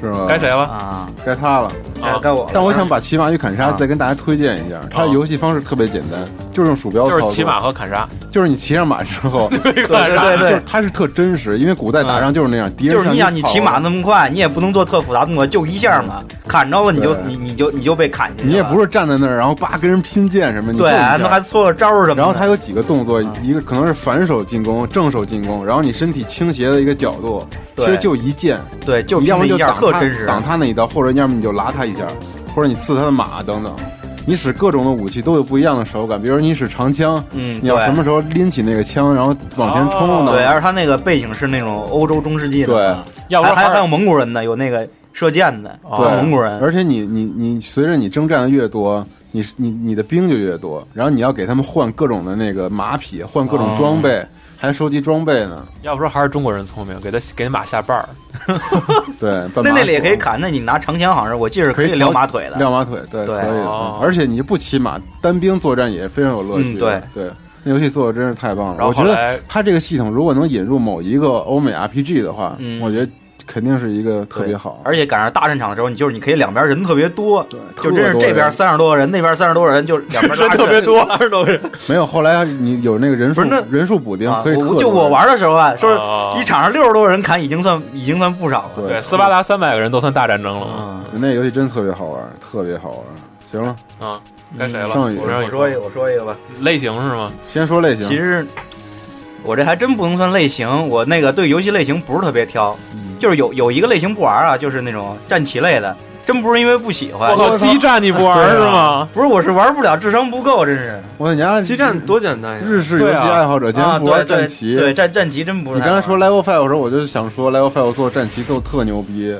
B: 是吗？
A: 该谁了？
D: 啊，
B: 该他了。
D: 该该我了。
B: 但我想把《骑马与砍杀
D: 啊》
B: 再跟大家推荐一下，它的游戏方式特别简单，就是用鼠标
A: 就
B: 操
A: 是
B: 作，
A: 骑马和砍杀，
B: 就是你骑上马之后，
D: 对对
B: 就
D: 对
B: 是。它是特真实，因为古代打仗就是那样，敌人
D: 就是
B: 向
D: 你想，你
B: 跑
D: 骑马那么快，你也不能做特复杂动作，就一下嘛，砍着了你就
B: 嗯对
D: 你你就你就被砍进去了。
B: 你也不是站在那儿，然后叭跟人拼剑什么，你
D: 对，
B: 就一下
D: 那还错了招儿什么的。
B: 然后它有几个动作
D: 嗯，
B: 一个可能是反手进攻、正手进攻，然后你身体倾斜的一个角度，其
D: 对
B: 实就一剑，
D: 对，就
B: 你要么
D: 拼了
B: 就
D: 一下
B: 挡
D: 特
B: 他
D: 真实。
B: 挡他那一刀，或者要么你就拉他一下，或者你刺他的马等等。你使各种的武器都有不一样的手感，比如说你使长枪，
D: 嗯，
B: 你要
D: 对哦
B: 什么时候拎起那个枪，然后往前冲呢？
D: 对，而它那个背景是那种欧洲中世纪的嘛，
A: 要不
D: 还
A: 然
D: 还还有
A: 是
D: 蒙古人的，有那个射箭的，
A: 哦
B: 对，
D: 啊蒙古人
B: 而且你你你随着你征战的越多，你你你的兵就越多，然后你要给他们换各种的那个马匹，换各种装
D: 哦
B: 备，还收集装备呢。
A: 要不说还是中国人聪明，给他给马下绊 <laughs> 儿，
B: 对，绊马
D: 那那里也
B: 索
D: 可以砍，那你拿长枪好像是我记得是
B: 可以
D: 以
B: 调
D: 撩马腿的。
B: 撂马腿，对，
D: 对
B: 可以的。
A: 哦
B: 嗯而且你不骑马，单兵作战也非常有乐趣。
D: 嗯对
B: 对，那游戏做的真是太棒
A: 然
B: 了。
A: 后
B: 我觉
A: 后
B: 得
A: 来
B: 它这个系统如果能引入某一个欧美 RPG 的话，
D: 嗯
B: 我觉得肯定是一个特别好，
D: 而且赶上大战场的时候，你就是你可以两边人特别多，
B: 对，
D: 就真是这边三十多个人，那边三十多个人，就两边
B: <laughs>
D: 拉着
E: 多，二十多人，
B: 没有。后来你有那个人数
D: 不是那
B: 人数补丁
D: 啊！
B: 可以
D: 我
B: 特
D: 就
B: 多
D: 我
B: 人
D: 玩的时候啊，说
A: 哦
D: 是一场上六十多个人砍，已经算已经算不少了。
A: 对斯巴达三百个人都算大战争了嘛。
D: 嗯，
B: 那游戏真特别好玩，特别好玩。行了，
A: 啊，该谁了？
B: 上一个
A: 我让
D: 我
A: 你
D: 说一个，我说一个吧。
A: 类型是吗？
B: 先说类
D: 其
B: 型，
D: 实我这还真不能算类型，我那个对游戏类型不是特别挑，
B: 嗯
D: 就是有有一个类型不玩啊，就是那种战棋类的，真不是因为不喜欢
A: 我，靠，哦激战你不
D: 啊
A: 玩是吗？
D: 不是我是玩不了，智商不够，真是
B: 我你家
E: 激战多简单呀！
B: 日式游戏爱好者竟
D: 啊，
B: 然不
D: 对
B: 玩战
D: 对
B: 棋。
D: 对战战棋真不是啊
B: 你
D: 太
B: 刚
D: 玩。
B: 才说 Level Five 的时候，我就想说 Level Five 做战棋都特牛逼。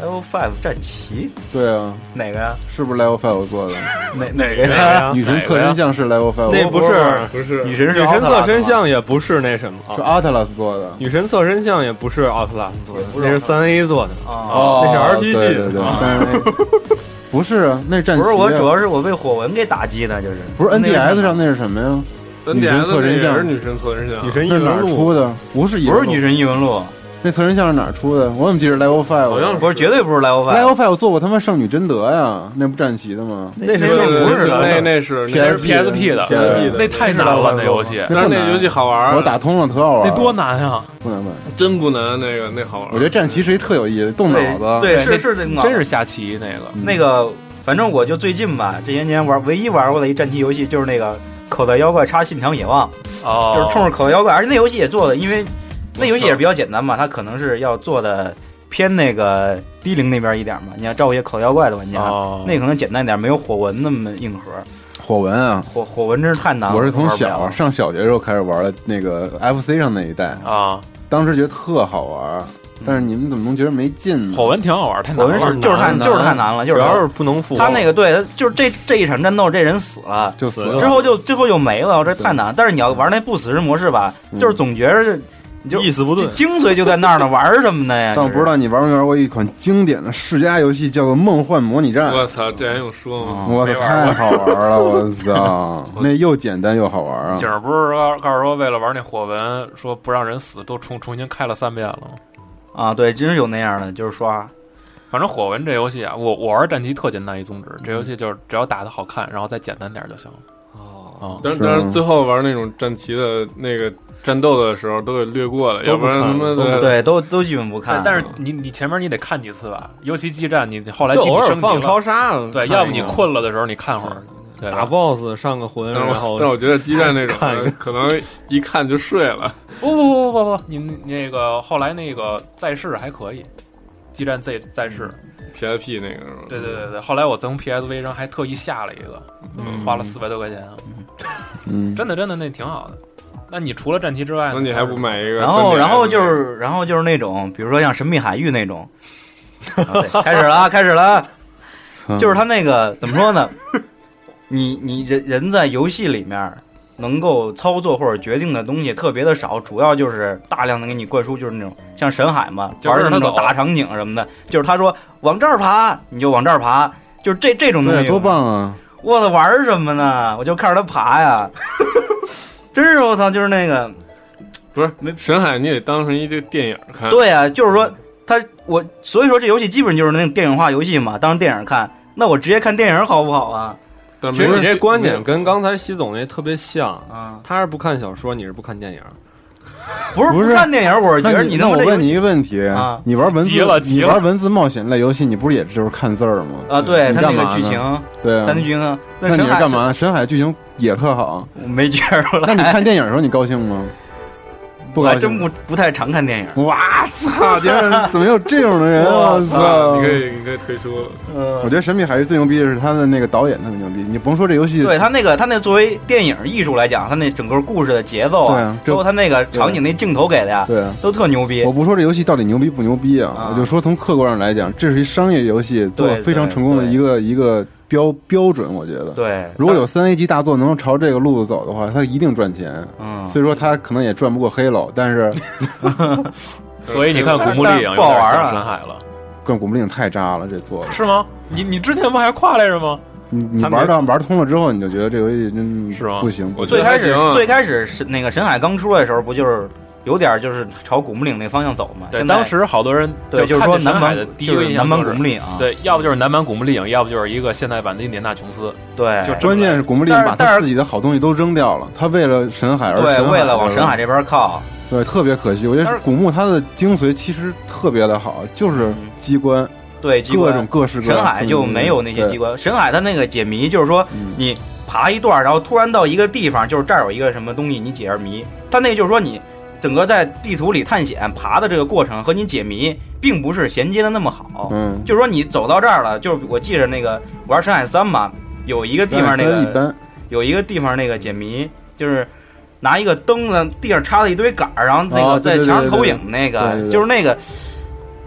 D: Level Five 战棋
B: 对啊，
D: 哪个呀？
B: 是不是 Level Five 做的？
D: 哪啊哪个
A: 哪个
D: 呀？
A: 呀
B: 女神侧身像是 Level Five，
E: 那不是
F: 不是
D: 女神
E: 女
D: 是
E: 神侧身
D: Outlast 吗，
E: 像也不是那什么
B: 是
E: 啊，
B: Atlas 做的。
E: 女神侧身像也不是奥特拉斯做的
D: 也，不是
E: 那是三 A 做的。
D: 啊，
B: 哦
E: 那是 RPG
B: 对对对，三 A。不是啊，那战棋
D: 不
B: 啊
D: 是我主要是我被火纹给打击的，就是
B: 不是
D: 那个
B: NDS 上那是什么呀？
F: 咱
B: 女神
F: DS
B: 侧身
F: 那也
B: 像
F: 是女神侧身像
E: 女，神异
B: 那是哪
E: 闻
B: 儿
E: 录
B: 出的？不是
D: 不是女
B: 神，
D: 神异闻录，
B: 那侧身像是哪儿出的？我怎么记得 Level Five？
F: 好像
D: 不是绝对不是 Level
B: Level
D: Five，
B: Five 做过他妈圣女贞德呀，那不战棋的吗？
D: 那
E: 是
D: 那
F: 对
E: 圣
F: 对
E: 母
F: 对
E: 是吧
F: 那那是那
A: 那是
F: 是
A: PSP 的
B: PSP
A: 那太难了，那游戏。
F: 但是那游戏好玩儿，
B: 我打通了，特好玩。
A: 那多难啊！
B: 不难不难。
F: 真不难，那个那好玩儿。
B: 我觉得战棋是一特有意思，动脑子。
D: 啊
A: 对
D: 对是是这个，
A: 真是下棋那个，
B: 嗯
D: 那个，反正我就最近吧，这些年玩唯一玩过的一战棋游戏就是那个《口袋妖怪插信长野望》，
A: 哦，
D: 就是冲着口袋妖怪，而且那游戏也做的，因为那游戏也是比较简单嘛，它可能是要做的偏那个低龄那边一点嘛。你要照顾一些口袋妖怪的玩家，
A: 哦，
D: 那可能简单一点，没有火纹那么硬核。
B: 火纹啊，
D: 火火纹真是太难了，
B: 我是从
D: 啊玩不了
B: 小上小学的时候开始玩的那个 FC 上那一代，
A: 啊，
B: 当时觉得特好玩，但是你们怎么能觉得没劲呢？
A: 火纹挺好玩，太
D: 火
A: 难
D: 纹
A: 了。
D: 是就是太
B: 难
D: 就是太难了，就
E: 主
D: 是
E: 要是不能复活。
D: 他那个对，他就是这这一场战斗，这人死了。
B: 就死了
D: 之后就最后就没了，这太难。但是你要玩那不死人模式吧，
B: 嗯
D: 就是总觉着你就
E: 意思不对
D: 精。精髓就在那儿呢，玩什么呢呀？
B: 但我不知道你玩没玩过一款经典的世嘉游戏，叫做《梦幻模拟战》。
F: 我操，这还用说吗？
B: 我操，
F: 没玩
B: 太好玩了！我操，那又简单又好玩啊！
A: 景儿不是说告诉说为了玩那火纹，说不让人死，都重重新开了三遍了吗？
D: 啊，对，真是有那样的，就是刷。
A: 反正火纹这游戏啊，我我玩战棋特简单一宗旨，这游戏就是只要打的好看，然后再简单点就行了。
E: 哦，
A: 啊、
F: 但是
B: 是
F: 但是最后玩那种战棋的那个战斗的时候都给略过了，要
E: 都不
F: 不然
E: 看
F: 他妈
E: 都
F: 的
D: 对，都都基本不看
A: 但。但是你你前面你得看几次吧，尤其激战，你后来
E: 就
A: 技
E: 偶
A: 术
E: 尔
A: 升级
E: 放
A: 了，
E: 超杀了，
A: 对，
E: 看
A: 要不你
E: 一看
A: 困了的时候你看会儿，对吧
E: 打 BOSS 上个魂，
F: 但是
E: 然
F: 我
E: 后
F: 但是我觉得激战那种
E: 看一
F: 的
E: 看
F: 可能一看就睡了。
A: 不不不不不，你你那个后来那个在世还可以，激战在在世，
F: PSP 那个是吧？
A: 对对对对，后来我从 PSV 上还特意下了一个，
D: 嗯
A: 花了四百多块钱，啊
B: 嗯，
A: 真的真的那挺好的。那你除了战棋之外呢，
F: 那你还不买一个？
D: 然后，然后就是，然后就是那种，比如说像《神秘海域》那种。啊对开始了啊，开始了啊。
A: 嗯
D: 就是他那个怎么说
A: <laughs>
D: 呢？你你人人在游戏里面能够操作或者决定的东西特别的少，主要就是大量的给你灌输，就是那种像神海嘛，
A: 就
D: 玩
A: 是
D: 的那
A: 他
D: 种
A: 走
D: 大场景什么的，就是他说往这儿爬你就往这儿爬，就是这这种东
B: 对，
D: 西
B: 多！棒啊！
D: 我操，玩什么呢？我就看着他
A: <laughs>
D: 爬呀，真是我操，就是那个
F: 不是
D: 没
F: 沈海，你得当成一个电影
A: 嗯
F: 看。
D: 对呀、就是说他我所以说这游戏基本就是那种电影化游戏嘛，当成电影看，那我直接看电影好不好啊？
F: 但
E: 其实你这观点
F: 没
E: 跟刚才习总那特别像，
A: 嗯
D: 啊，
E: 他是不看小说，你是不看电影。
D: 不是
B: 不是
D: 看电影，我是觉
B: 那
D: 得
B: 你
D: 他
B: 那
D: 妈
B: 我
D: 这游
B: 问
D: 戏
B: 你一个问题
D: 啊
B: 你玩文字
A: 急了急
B: 你
A: 了
B: 玩文字冒险类游戏，你不是也就是看字儿吗？
D: 啊，对
B: 你
D: 他
B: 干
D: 那
B: 嘛
D: 个剧
B: 呢
D: 情，
B: 对啊
D: 他那，剧情，
B: 那你
D: 神
B: 是
D: 海
B: 干？嘛？深海剧情也特好，
D: 我没觉出
B: 那
D: 来，
B: 你看电影的时候你高兴吗？不
D: 我
B: 高兴，
D: 还真不不太常看电影。
B: 哇操！竟然怎么有这种的人？我
F: 啊
B: 操！
F: 你可以你可以退出了。
D: 嗯
B: 我觉得《神秘海域》最牛逼的是他的那个导演特别牛逼，你甭说这游戏，
D: 对他那个，他那作为电影艺术来讲，他那整个故事的节奏
B: 对
D: 啊
B: 啊，这
D: 包括他那个场景、那镜头给的呀，
B: 对啊，
D: 都特牛逼
B: 我。不说这游戏到底牛逼不牛逼啊，
D: 啊
B: 我就说从客观上来讲，这是一商业游戏做得
D: 对
B: 非常
D: 对
B: 成功的
D: 对
B: 一个一个标标准，我觉得。
D: 对，
B: 如果有三 A 级大作能朝这个路子走的话，它一定赚钱。
D: 嗯，
B: 虽说它可能也赚不过 Halo，但
D: <laughs>
B: 是
A: 所
F: 呃
A: 以你看《古墓丽影》有
D: 不好
A: 点
D: 玩
A: 像
D: 啊
A: 深海了，
B: 跟《古墓丽影》太渣了，这做
A: <laughs>
B: 的。
A: 是吗？你你之前不还夸来着吗？
B: 你你
E: 它没
B: 玩到玩通了之后，你就觉得这游戏真
A: 是吗
B: 不行，
F: 我
B: 不行
F: 觉
D: 最
F: 得
D: 开
F: 还
D: 始
F: 行啊
D: 最开始是那个神海刚出来的时候，不就是有点就是朝古墓丽影那方向走嘛？
A: 对，
D: 现在
A: 当时好多人
D: 对就是
A: 看
D: 说
A: 见
D: 南
A: 深海的
D: 版
A: 第一个
D: 就是
A: 印象
D: 南版
A: 就
D: 古
A: 是
D: 墓丽影啊，
A: 对，要不就是南版古墓丽影，要不就是一个现代版的印第安纳琼斯，
D: 对，
A: 就
B: <laughs> 关键是《古墓丽影》
D: 但是
B: 把
D: 但
B: 他
D: 是
B: 自己的好东西都扔掉了，他为了神海而
D: 对
B: 神，海
D: 为了往神海
B: 这
D: 这边靠，
B: 对特别可惜。我觉
D: 但
B: 得
D: 是
B: 古墓它的精髓其实特别的好，就是机关
D: 对，机
B: 各
D: 关
B: 种各式各样。
D: 神海就没有那些机
B: 关。
D: 关。神海它那个解谜就是说，
B: 嗯
D: 你爬一段，然后突然到一个地方，就是这儿有一个什么东西，你解着谜。它那就是说你整个在地图里探险爬的这个过程和你解谜，并不是衔接的那么好。
B: 嗯，
D: 就是说你走到这儿了，就是我记着那个玩神海三嘛，有一个地方那
B: 但是它一
D: 个
B: 般，
D: 有一个地方那个解谜就是。拿一个灯呢，地上插了一堆杆儿，然后那
B: 哦
D: 个
B: 对
D: 在
B: 对对
D: 墙上
B: 对
D: 投
B: 对
D: 影那个，
B: 对对对
D: 就是那个，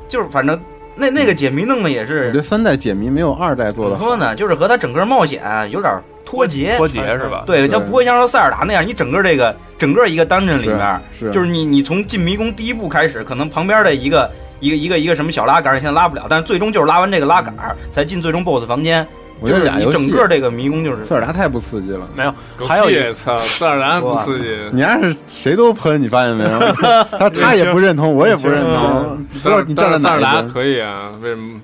D: 就是反正那那个解谜弄的也
B: 我
D: 是
B: 觉得三代解谜没有二代做
D: 怎
B: 的
D: 么
B: 好。
D: 说呢？就是和他整个冒险有点脱节。
A: 脱节是吧？
D: 对，
B: 对
D: 它不会像说塞尔达那样，你整个这个整个一个单阵里面，
B: 是
D: 就是你你从进迷宫第一步开始，可能旁边的一个一个一个一个什么小拉杆儿，你现在拉不了，但是最终就是拉完这个拉杆儿才进最终 BOSS 房间。
B: 我觉
D: 就
B: 得
D: 是
B: 俩游
D: 你
B: 戏
D: 整个这个迷宫就是
B: 塞尔达太不刺激了。
A: 还有一哎
F: 狗屁操，塞尔达不刺激。
B: 你要是谁都喷，你发现没有？他他也不认同，我也不认同。不知道你站在
F: 嗯
B: 哪
F: 塞尔
B: 一
F: 达
B: 边？
F: 可以啊？为什么？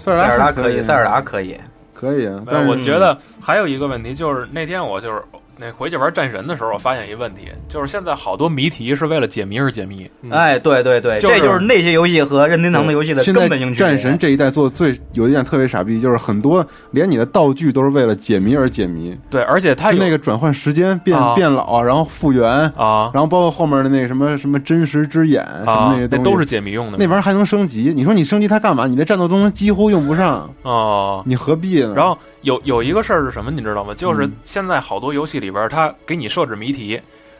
B: 塞
D: 塞尔达
B: 达嗯
D: 可以，塞尔达可以，
B: 可以啊。
A: 没有
B: 但是
A: 哎我觉得还有一个问题就是，那天我就是那回去玩战神的时候，我发现一问题，就是现在好多谜题是为了解谜而解谜。
E: 嗯
D: 哎，对对对，
A: 就是
D: 这就是那些游戏和任天堂的游戏的
B: 现
D: 根
B: 在
D: 本性区别。
B: 战神这一代做最有一点特别傻逼，就是很多连你的道具都是为了解谜而解谜，
A: 对，而且它
B: 就
A: 有
B: 那个转换时间变
A: 啊
B: 变老，然后复原，
A: 啊
B: 然后包括后面的那个什么什么真实之眼什么
A: 啊
B: 那些，
A: 那
B: 东西，
A: 都是解谜用的。
B: 那玩意儿还能升级。你说你升级它干嘛？你的战斗中几乎用不上，
A: 哦。
B: 你何必
D: 嗯
B: 呢？
A: 然后有有一个事儿是什么，你知道吗？就是
B: 嗯
A: 现在好多游戏里边，它给你设置谜题，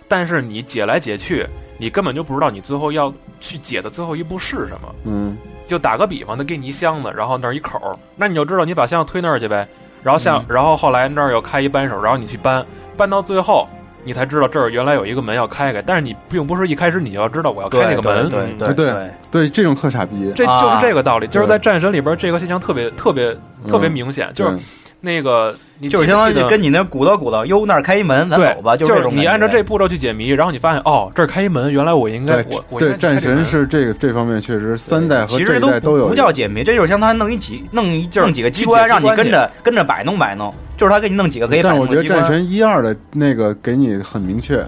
A: 但是你解来解去，你根本就不知道你最后要去解的最后一步是什么。
B: 嗯，
A: 就打个比方，他给你一箱子，然后那儿一口儿，那你就知道你把
D: 嗯
A: 箱子推那儿去呗。然后下，然后后来那儿又开一扳手，然后你去扳，扳到最后，你才知道这儿原来有一个门要开开，但是你并不是一开始你就要知道我要开那个门，
D: 对啊
B: 哎
D: 对
B: 对
D: 对，
B: 对，这种特傻逼，
A: 这就是这个道理，
B: 对
A: 就是在战神里边这个现象特别特别特别明显，就是
B: 对
A: 那个你
D: 嗯就是
A: 记
D: 相
A: 不
D: 当
A: 记
D: 于
A: 得
D: 跟你那鼓捣鼓捣，哟那儿开一门，咱
A: 对
D: 走吧，
A: 就是
D: 这种感觉。
A: 你按照这步骤去解谜，然后你发现哦这儿开一门，原来我应该我
B: 对
A: 我应该
B: 对，
A: 去开
B: 战
A: 这门
B: 神是这个这方面确实三代和
D: 其
B: 这
D: 实
B: 一代
D: 不
B: 有
D: 不
B: 一
D: 叫
B: 个，
D: 解谜，这就是相当于弄一几弄一就弄几个机
A: 去
D: 关，
A: 解机
D: 让你
A: 关
D: 跟
A: 去
D: 着跟着摆弄摆弄，就是他给你弄几个可以摆
B: 但
D: 弄
B: 我觉得
D: 的机
B: 战
D: 关。
B: 神一二的那个给你很明确，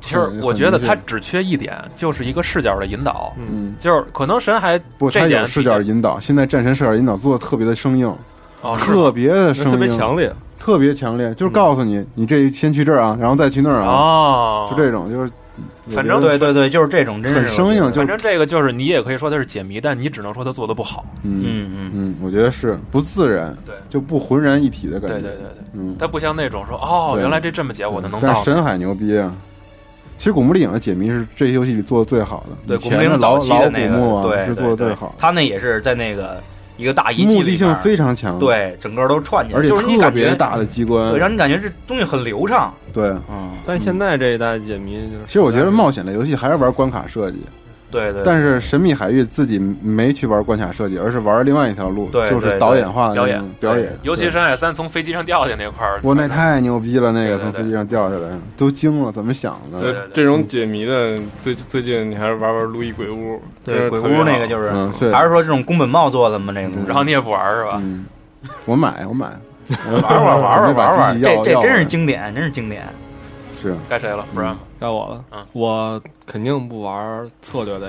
A: 其实
B: 很
A: 我觉得
B: 很明
A: 它
B: 确
A: 只缺一点，就是一个视角的引导，
B: 嗯，
A: 就是可能神还
B: 不，
A: 这
B: 他
A: 点
B: 有视角引导，现在战神视角引导做的特别的生硬，
A: 哦是
B: 特别的生
E: 特别
B: 硬，
E: 强烈。
B: 特别强烈，
A: 嗯
B: 就是告诉你，你这先去这儿啊，然后再去那儿啊，
A: 哦，
B: 就这种，就是
A: 反正
D: 对对对，就是这种，真是
B: 很生硬，就
A: 反正这个就是你也可以说它是解谜，但你只能说它做的不好。
B: 嗯
D: 嗯嗯，
B: 嗯，我觉得是不自然，
A: 对
B: 就不浑然一体的感
A: 对
B: 觉，
A: 对对对，
B: 嗯，
A: 它不像那种说哦，
B: 对
A: 原来这这么解我就能
B: 嗯但
A: 到
B: 是。神海牛逼啊！其实《古墓丽影》的解谜是这些游戏里做的最好的，
D: 对，
B: 以
D: 古
B: 前
D: 墓丽
B: 的
D: 影
B: 老
D: 早期
B: 老
D: 的
B: 古
D: 那
B: 墓
D: 个，
B: 啊
D: 对，
B: 是做的最好
D: 对对，他那也是在那个一个大遗迹里
B: 目的性
D: 面
B: 非常强，，
D: 对，整个都串起来，
B: 而且
D: 就是你
B: 特
D: 感觉
B: 别大的机关
D: 对，，让你感觉这东西很流畅。
B: 对。
D: 嗯，
E: 但现在这一代解谜就是，
B: 其实我觉得冒险类游戏还是玩关卡设计，
D: 对对，
B: 但是《神秘海域》自己没去玩关卡设计，而是玩另外一条路，
D: 对
B: 就
D: 对
B: 是
D: 对
B: 导演化的
A: 表
B: 那
A: 演
B: 种嗯表演，
A: 尤其
B: 对
A: 是。山海三从飞机上掉下去那块儿，
B: 我那太牛逼了，那
A: 对
B: 个
A: 对
B: 从
A: 对
B: 飞机上掉下来都惊了，怎么想
A: 对对
B: 的？
A: 对
F: 这种解谜的，最最近你还是玩玩《路易鬼屋》，真
D: 对
F: 是
D: 鬼
F: 特别
D: 屋那
F: 好
D: 个就是
B: 嗯，对，
D: 还是说这种宫本茂做的吗？这个
A: 然后你也不玩是吧？
B: 嗯，我买，我买，
D: 玩
B: 嗯
D: 玩玩玩玩玩，这这真是
B: 经
D: 经典，真是经典。
B: 是
A: 该谁了？不然
E: 该我了
A: 嗯，
E: 我肯定不玩策略类，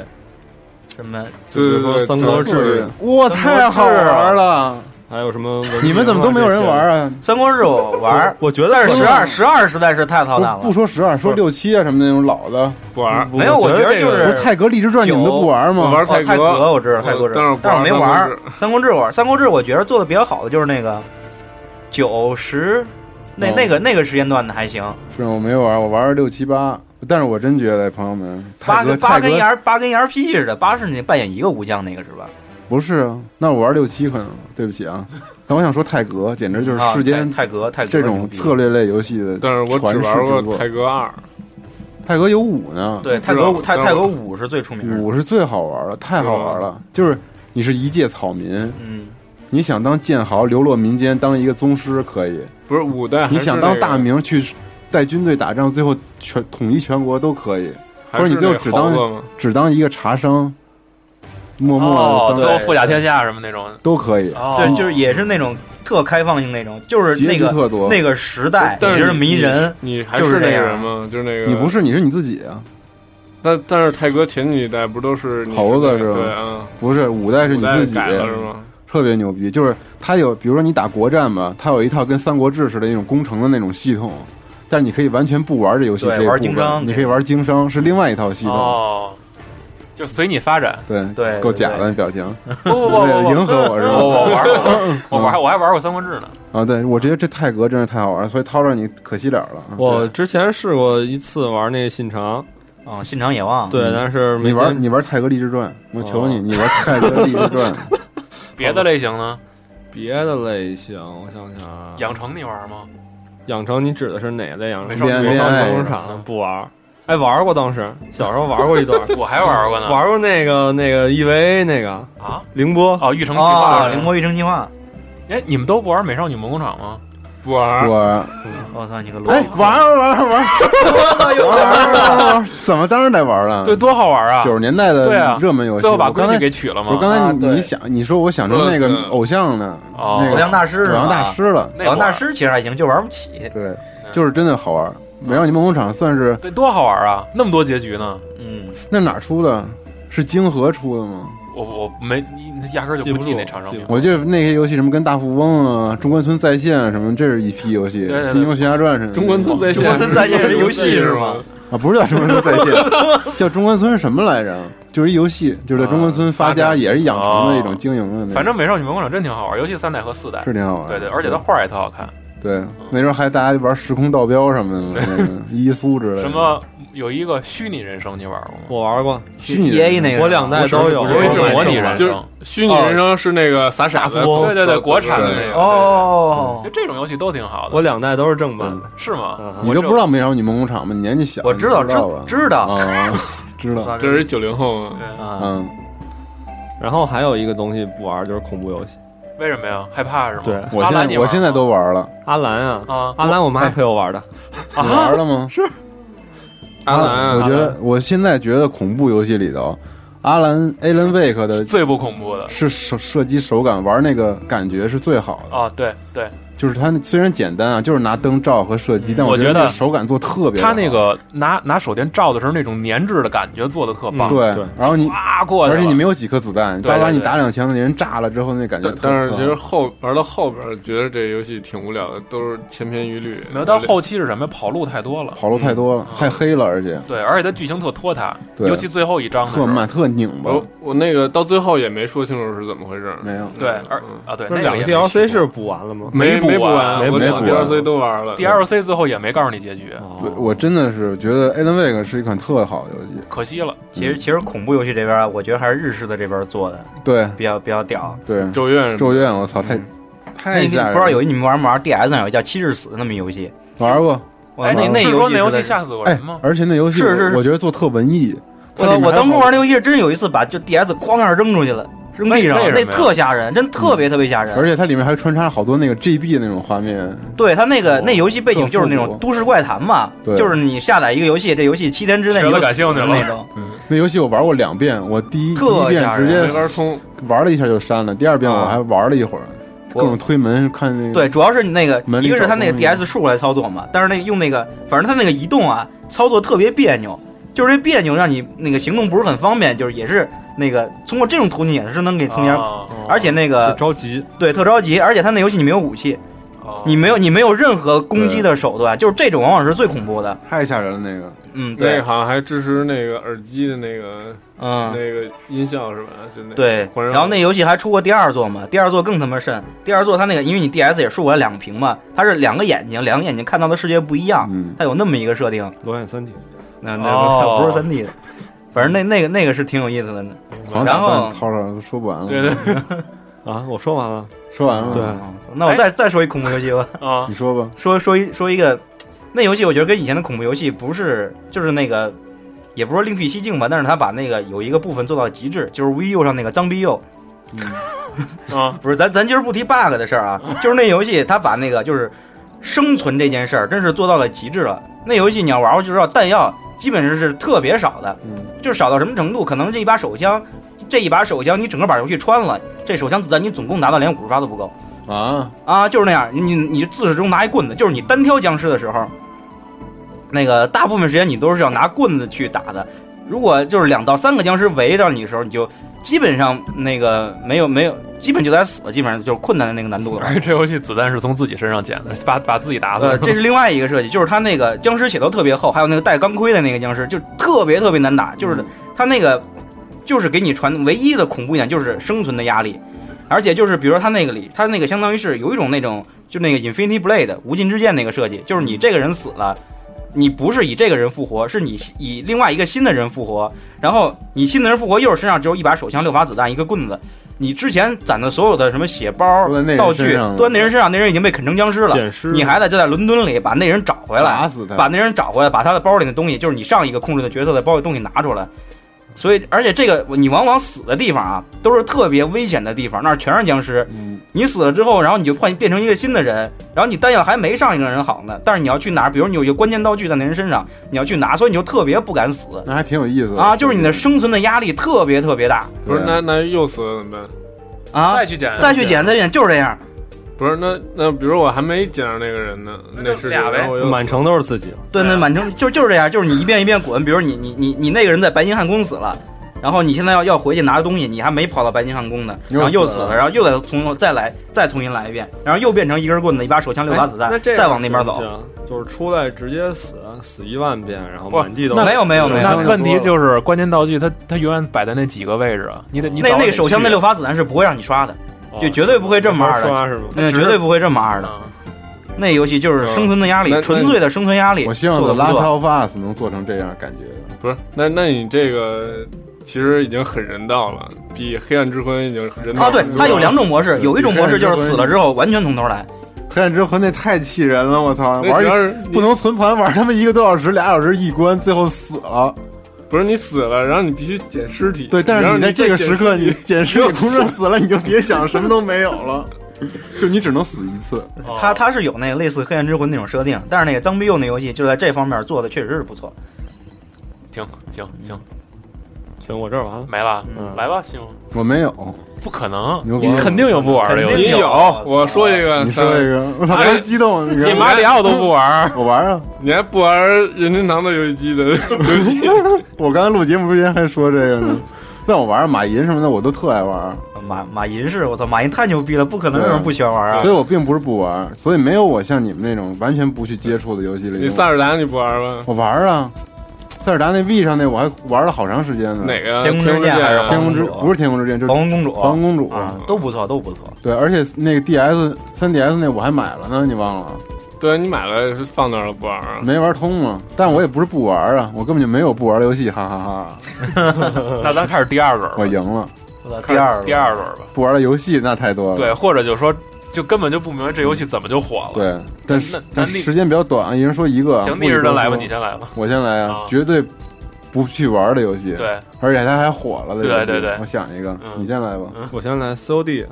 D: 什么？
E: 就比如说三国志，
B: 哇，太好
D: 啊
B: 玩了！
E: 还有什么文明啊？
B: 你们怎么都没有人玩啊？
D: 三国志我玩儿，
E: 我觉得
D: 但是
E: 是
D: 十二十二实在是太操蛋
B: 不
D: 了
B: 不。说十二，说六七啊什么那种老的，
F: 不玩儿。
E: 不
D: 没有，
E: 我
D: 觉得
E: 这
D: 就
E: 个
B: 不是
D: 是
B: 《泰格立志传》你们都不玩
F: 我
B: 吗？
F: 玩
D: 哦泰
F: 格，
D: 格，我知道泰国
F: 我
D: 知
F: 但是
D: 道
F: 我，不
D: 但是我没玩
F: 玩
D: 儿三国志，我玩儿三国志，我觉得做的比较好的就是那个九十。那
B: 哦
D: 那个那个时间段的还行，
B: 是我没有玩，我玩六七八，但是我真觉得朋友们，
D: 八
B: 泰格
D: 跟八
B: 泰
D: 跟
B: 格
D: R 八跟 R P 似的，八是你扮演一个武将那个是吧？
B: 不是啊，那我玩六七可能对不起啊，但我想说泰格简直就是
D: 啊
B: 世间
D: 泰泰格泰格
B: 这
D: 牛
B: 种
D: 逼
B: 策略类游戏的
F: 但是我只
B: 传世
F: 玩
B: 之
F: 过
B: 作。
F: 泰格二，
B: 泰格有五呢，
D: 对
F: 知
D: 泰格
F: 道
D: 五泰
F: 知道
D: 泰格五是最出名的，
B: 五是最好玩了，太好玩了，就是你是一介草民，
D: 嗯，
B: 你想当剑豪流落民间当一个宗师可以，
F: 不是五代，
B: 你想当大，明去带军队打仗，最后全统一全国都可以，
F: 还
B: 不
F: 是
B: 是你就
F: 那个
B: 只当
F: 猴子吗
B: 只当一个茶商，默默
A: 哦，
B: 地
A: 最
B: 当
A: 后富甲天下什么那种，
B: 都可以，
A: 哦，
D: 对，就是也是那种特开放性那种，就是
B: 结
D: 那
B: 局
D: 个
B: 特多。
D: 那个时代，
F: 但
D: 也
F: 是
D: 哎是迷人，
F: 你你还
D: 就是
F: 是那
D: 这
F: 个
D: 样
F: 人吗？就是那个
B: 你不，是你是你自己啊，
F: 但但是泰格前几代不都是你
B: 猴子
F: 那个
B: 是吧
F: 对啊，
B: 不是五代是
F: 五
B: 你
F: 代
B: 自己，
F: 改了是吗？
B: 特别牛逼。就是它有，比如说你打国战吧，它有一套跟《三国志》似的那种攻城的那种系统，但是你可以完全不玩这游戏
D: 对
B: 这一
D: 玩
B: 部分
D: 经商
B: 你可以玩经商，是另外一套系统。
A: 哦，就随你发展。
B: 对
D: 对
B: 够
D: 对
B: 假的表情，
A: 不不不
B: 为了
A: 不
B: 迎合我是
A: 不，
B: 吧？
A: 我我玩过，我玩我还玩过三国志呢。
B: 啊，对我觉得这泰格真是太好玩了，所以掏着你可惜了了。啊
E: 我之前试过一次玩那个信长，
D: 啊，信长野望，
E: 对，但是没
B: 嗯你玩
E: 坚
B: 你玩泰格立志传，我求你，
E: 哦
B: 你玩泰格立志传，
A: 别的类型呢？
E: 别的类型，我想想啊，
A: 养成你玩吗？
E: 养成你指的是哪类养成？
A: 美少女
E: 魔
B: 恋
E: 方
B: 爱
E: 动物场不玩儿，哎，玩过当时小时候玩过一段
A: <laughs>
E: 儿，
A: 我还玩过呢。
E: 玩过那个那个 EVA 那个
A: 啊？
E: 凌波，
A: 哦，育成计划
D: 啊，。凌波玉成计划，
A: 哎，你们都不玩《美少女梦工厂》吗？
F: 不玩儿，
B: 我
D: 我操你个
B: 哎
D: 萝卜，
B: 玩儿玩儿玩儿玩儿玩儿玩儿，怎么当然得玩了？
A: 对，多好玩啊！
B: 九十年代
A: 对啊
B: 的热门游戏，
A: 最后把
B: 我刚
A: 闺
B: 才
A: 女给娶了
B: 我
A: 吗？
B: 刚才
D: 啊
B: 你
D: 对
B: 你想你说我想成那
F: 我
B: 个
F: 操
B: 偶像呢，
A: 哦
B: 那个
D: 偶像大师
B: 偶
D: 是啊
B: 像
D: 吧？
B: 大师了，
A: 那
D: 偶像
A: 会儿
D: 大师其实还行，就玩不起，
B: 对，就是真的好玩。美少女梦工厂算是
A: 对，多好玩啊！那么多结局呢，
D: 嗯，
B: 那哪儿出的？是京河出的吗？
A: 我我没你压根儿就
E: 记
A: 不
E: 不
A: 记
E: 住
A: 那厂商
E: 记不
A: 名
E: 住。
B: 我记得那些游戏什么跟大富翁啊、中关村在线啊什么，这是一批游戏，
A: 对对对
B: 《金庸群侠传》什么的。
F: 中关村在
D: 中
F: 线，
D: 关村在线是游戏是吗？
B: 啊，不是叫中关村在线，叫中关村什么来着？就是一游戏，就是在中关村发
A: 啊
B: 家，
A: 发
B: 也是养成的一
A: 哦
B: 种经营的那种。
A: <laughs> 反正《美少女梦工厂》真挺好玩，尤其三代和四代。
B: 是挺好玩
A: 对
B: 的。
A: 对，而且它画儿也特好看，
B: 对那时候还大家玩时空倒标什么的，那个伊苏之类的。
A: 什么有一个虚拟人生，你玩过吗？
E: 我玩过，
B: 虚拟
D: EA
B: 人
D: ，E 那个
E: 我两代都有，
A: 不是不是
E: 我买
A: 模拟
E: 正版
A: 人
F: 就是
A: 生
F: 虚拟人生是那个傻傻子，
E: 大富翁
F: 对对对，
E: 对
F: 国产的那个。
D: 哦
A: 就，这种游戏都挺好的。
E: 我两代都是正版的。
A: 是吗？
E: 嗯
B: 你都不知道没啥，你梦工厂吗？你年纪小，
D: 我知道
B: 你不知道吧？
D: 知知道
B: 啊，知道，
D: 操
F: 这是九零后嘛，
D: 啊，
B: 嗯，
E: 然后还有一个东西不玩就是恐怖游戏，
A: 为什么呀？害怕是吗？
E: 对
B: 我
A: 阿
B: 现
A: 兰你
B: 在
A: 玩
B: 我现在
A: 吗
B: 都玩了，
E: 阿兰啊，
A: 啊
E: 阿兰我妈陪我玩的，
B: 你玩了吗？是
E: 阿兰，
B: 我觉得我现在觉得恐怖游戏里头，阿兰 Alan Wake 的
A: 最不恐怖的
B: 是手射击手感玩那个感觉是最好的，
A: 啊！对对，
B: 就是它虽然简单啊，就是拿灯照和射击，但
A: 我
B: 觉
A: 觉得
B: 那个手感做特别好。
A: 他那个拿拿手电照的时候那种粘滞的感觉做的特棒，
E: 嗯
B: 对
E: 对，
B: 然后你
A: 哇过去了，
B: 而且你没有几颗子弹，
A: 对对
B: 叭叭你
A: 对
B: 打两枪，那人炸了之后那感觉
F: 但
B: 特，
F: 但是
B: 特
F: 其
B: 好
F: 实后玩到后边儿，觉得这游戏挺无聊的，都是千篇一律。
A: 没有到后期是什么呀？跑路太多了，
B: 跑路太多了，
A: 嗯
B: 太黑了，而且
A: 对，而且它剧情特拖沓，
B: 对
A: 尤其最后一章的时
B: 特
A: 候
B: 慢，特拧巴
A: 哦
F: 我。我那个到最后也没说清楚是怎么回事儿，
B: 嗯没有
A: 对，而
F: 嗯
A: 啊对，
E: 不是
A: 那
E: 两
A: 个
E: 个
A: 也没
E: DLC 是补完了吗？
F: 没
A: 没
F: 没
A: 补
F: 完，
A: 完
F: 我
E: 没
F: 两
B: 补
F: 个
B: 完
F: DLC 都玩了。
A: DLC 最后也没告诉你结局，
E: 哦
B: 对我真的是觉得《Alan Wake》是一款特好的游戏，
A: 可惜了。
D: 其实其实恐怖游戏这边啊，我觉得还是日式的这边做的
B: 对
D: 比较比较屌。
B: 对，
F: 嗯咒怨，
B: 咒怨，我操，太
D: 那
B: 太
D: 个
B: 吓人了！
D: 不知道有一你们玩不玩 DS 上有一叫《七日死》那么一游戏，
B: 玩过，
D: 我
A: 哎，
D: 那
A: 是说
D: 游
A: 那游戏
D: 实在是
A: 吓死过
B: 哎
A: 人吗，？
B: 而且那游戏
D: 是是
B: 我觉得做特文艺，
D: 我
B: 它里面
D: 我
B: 还
D: 当初
B: 好
D: 玩那游戏，真有一次把就 DS 哐一下扔出去了，扔地上了，
A: 为
D: 那
A: 什么呀
D: 特吓人，真特别特别吓人。
B: 而且它里面还穿插好多那个 GB 那种画面，
D: 对他那个
B: 哦
D: 那游戏背景就是那
B: 特复
D: 种
B: 古
D: 都市怪谈嘛，
B: 对
D: 就是你下载一个游戏，这游戏七天之内
A: 学
D: 你
A: 了
D: 就
A: 感兴趣
D: 死
A: 了
D: 那种。
B: 那游戏我玩过两遍，我第一第一
D: 特
B: 遍
D: 吓
B: 直
D: 人
F: 没
B: 接
F: 法通。
B: 玩了一下就删了，第二遍我
D: 啊
B: 还玩了一会儿，各种
D: 我
B: 推门看那个，
D: 对，主要是你那个
B: 门里
D: 一个是
B: 找
D: 他那个
B: 东西
D: DS 竖来操作嘛，但是那个用那个，反正他那个移动啊，操作特别别扭，就是这别扭让你那个行动不是很方便，就是也是那个通过这种途径也是能给从你，
A: 啊
D: 而且那个
E: 就着急，
D: 对特着急，而且他那游戏你没有武器，
A: 哦
D: 你没有你没有任何攻击的手段，就是这种往往是最恐怖的。
B: 太吓人了那个。
D: 嗯，
F: 那
D: 对
F: 个，好像还支持那个耳机的那个
B: 啊
F: 那
D: 嗯，
F: 个音效是吧？就那
D: 对。
F: 浑身
D: 然后那游戏还出过第二座嘛，第二座更他妈甚。第二座它那个，因为你 DS 也竖过来两个屏嘛，它是两个眼睛，两个眼睛看到的世界不一样，
B: 嗯，
D: 它有那么一个设定。
E: 裸眼三体，
D: 那那
A: 哦
D: 不是三 D 的，反正那那个那个是挺有意思的。
B: 狂
D: 然
B: 打
D: 后
B: 蛋掏出来都说不完了，
A: 对对
E: 啊，我说完了，
B: 说完了，
E: 对
D: 嗯那我再再说一恐怖游戏吧，
A: 啊
B: 你说吧，
D: 说说一说一个，那游戏我觉得跟以前的恐怖游戏不是，就是那个，也不是说另辟蹊径吧，但是他把那个有一个部分做到极致，就是 VU 上那个脏逼右，
A: 啊
D: 不是咱咱今儿不提 bug 的事儿啊，就是那游戏他把那个就是生存这件事儿，真是做到了极致了。那游戏你要玩过就知道，弹药基本上是特别少的，
B: 嗯
D: 就是少到什么程度？可能这一把手枪，这一把手枪你整个把游戏穿了，这手枪子弹你总共拿到连五十发都不够
B: 啊，
D: 啊，就是那样。你你自始至终拿一棍子，就是你单挑僵尸的时候，那个大部分时间你都是要拿棍子去打的。如果就是两到三个僵尸围着你的时候，你就基本上那个没有没有，基本就得死，基本上就是困难的那个难度了
A: 而。且这游戏子弹是从自己身上捡的，把把自己打死
D: 呃，。这是另外一个设计，就是他那个僵尸血都特别厚，还有那个戴钢盔的那个僵尸，就特别特别难打，
B: 嗯
D: 就是他那个就是给你传唯一的恐怖一点就是生存的压力，而且就是比如说他那个里，他那个相当于是有一种那种就那个 Infinity Blade 无尽之剑那个设计，
B: 嗯
D: 就是你这个人死了。你不是以这个人复活，是你以另外一个新的人复活，然后你新的人复活又是身上只有一把手枪、六发子弹、一个棍子，你之前攒的所有的什么血包
B: 都在那、人
D: 道
B: 身
D: 具
B: 上了
D: 端那人身上，那人已经被啃成僵尸了，
E: 捡尸，
D: 你还得就在伦敦里把那人找回来
B: 打，死他，
D: 把那人找回来，把他的包里的东西，就是你上一个控制的角色的包里东西拿出来。所以，而且这个你往往死的地方啊，都是特别危险的地方，那儿全是僵尸。
B: 嗯，
D: 你死了之后，然后你就换变成一个新的人，然后你弹药还没上一个人好呢，但是你要去拿，比如你有一个关键道具在那人身上，你要去拿，所以你就特别不敢死
B: 那还挺有意思的
D: 啊，就是你的生存的压力特别特别大
F: 不是
B: 对
F: 那那又死了怎么办？
D: 啊
A: 再。去捡，
D: 再去捡，再去捡，就是这样。
F: 不是那那比如我还没捡着那个人呢，那是
A: 俩呗
F: 然后我又
E: 满城都是自己，
D: 对，
A: 对
D: 那
A: 啊
D: 满城就就是这样，就是你一遍一遍滚。比如你你你你那个人在白金汉宫死了，然后你现在要要回去拿东西，你还没跑到白金汉宫呢，
B: 又
D: 然后又
B: 死
D: 死
B: 了
D: 了，然后又得从头再来再重新来一遍，然后又变成一根棍子、一把手枪、六发子弹，
E: 哎这
D: 再
E: 样
D: 往那边
E: 行不
D: 走。
E: 行，就是出来直接死，死一万遍，然后
A: 不
E: 满地都
D: 没有没有没
A: 那
D: 有，
A: 问题就是关键道具它它永远摆在那几个位置啊，你得你
D: 那
A: 早晚
D: 那
A: 得
D: 个手枪
A: 去
D: 那六发子弹是不会让你刷的，就绝对不会这么二的
E: 哦刷是吗？
D: 嗯那个绝对不会这么二的。
A: 啊
D: 那游戏就是生存的压
F: 那
D: 力，
F: 那
D: 纯粹的生存压力。
B: 我希望
D: 做
B: The
D: 的
B: Last
D: 不错，
B: of Us 能做成这样感觉。
F: 不是，那那你这个其实已经很人道了，比《黑暗之魂》已经人道
D: 啊，对
F: 很，多
D: 它有
F: 了
D: 两种模式，有一种模式就是死了之后完全从头来，
B: 黑暗之魂那太气人了，我操！
F: 那
B: 玩
F: 主要
B: 一
F: 是
B: 不能存盘，玩他妈一个多小时、俩小时一关，最后死了。
F: 不是你死了，然后你必须捡尸体。
B: 对，但
F: 然
B: 是
F: 后
B: 你在这个时刻，
F: 捡尸
B: 你
F: 体
B: 捡尸体同时死了，你就别想什么都没有了， <laughs> 就你只能死一次。
F: 哦
D: 它它是有那个类似黑暗之魂那种设定，但是那个脏逼幼那游戏就在这方面做的确实是不错。
A: 停行行，
E: 行，我这儿完了。
A: 没了，
E: 嗯
A: 来吧，兄，
B: 我没有，
A: 不可能，
B: 牛逼
A: 你肯定有不玩的游
D: 肯
A: 戏
F: 你
D: 定。
F: 有，我说一个，
B: 你说这个，我操，
F: 啊哎
B: 别激动！你
A: 你
B: 看
A: 马里奥都不玩，
B: 我玩啊！
F: 你还不玩任天堂的游戏机的 <laughs> 游戏？
B: <laughs> 我刚才录节目之前还说这个呢，让我玩马银什么的，我都特爱玩，
F: 啊
D: 马马银是，我操，马银太牛逼了，不可能有人不喜欢玩啊！
B: 所以我并不是不玩，所以没有我像你们那种完全不去接触的游戏类型。
F: 你塞尔达你不玩吗？
B: 我玩啊，塞尔达那 V 上那我还玩了好长时间呢。
F: 哪个？
D: 天空
F: 空
D: 之
F: 剑
D: 剑还是
F: 啊
B: 天空之
D: 防空主
B: 不是天空之剑，就是
D: 防空公主，
B: 防空公主。
D: 啊，都不错，都不错。
B: 对，而且那个 DS、3DS 那我还买了呢，你忘了？
F: 对你买了是放那儿了不玩啊？
B: 没玩通嘛。但我也不是不玩啊，我根本就没有不玩的游戏，哈哈
A: 啊
B: 哈
A: <laughs> 那咱开始第二轮
B: 我
A: 吧，
B: 赢了，
A: 开
D: 第
A: 始
D: 二嗯
A: 第二轮吧。
B: 不玩的游戏那太多了。
A: 对，或者就说，就根本就不明白这游戏怎么就火了。，
B: 对，但是
A: 那那
B: 但
A: 那
B: 时间比较短，啊一人说一
D: 啊
B: 个。
A: 行，
B: 不
A: 逆时针
B: 多
A: 来吧，
B: 说
A: 你先来吧。
B: 我先来啊
A: 啊，
B: 绝对不去玩的游戏。，
A: 对，
B: 而且它还火了的游
A: 对
B: 戏。
A: 对对
B: 我想一个，
A: 嗯
B: 你先来吧。
E: 我先来 COD，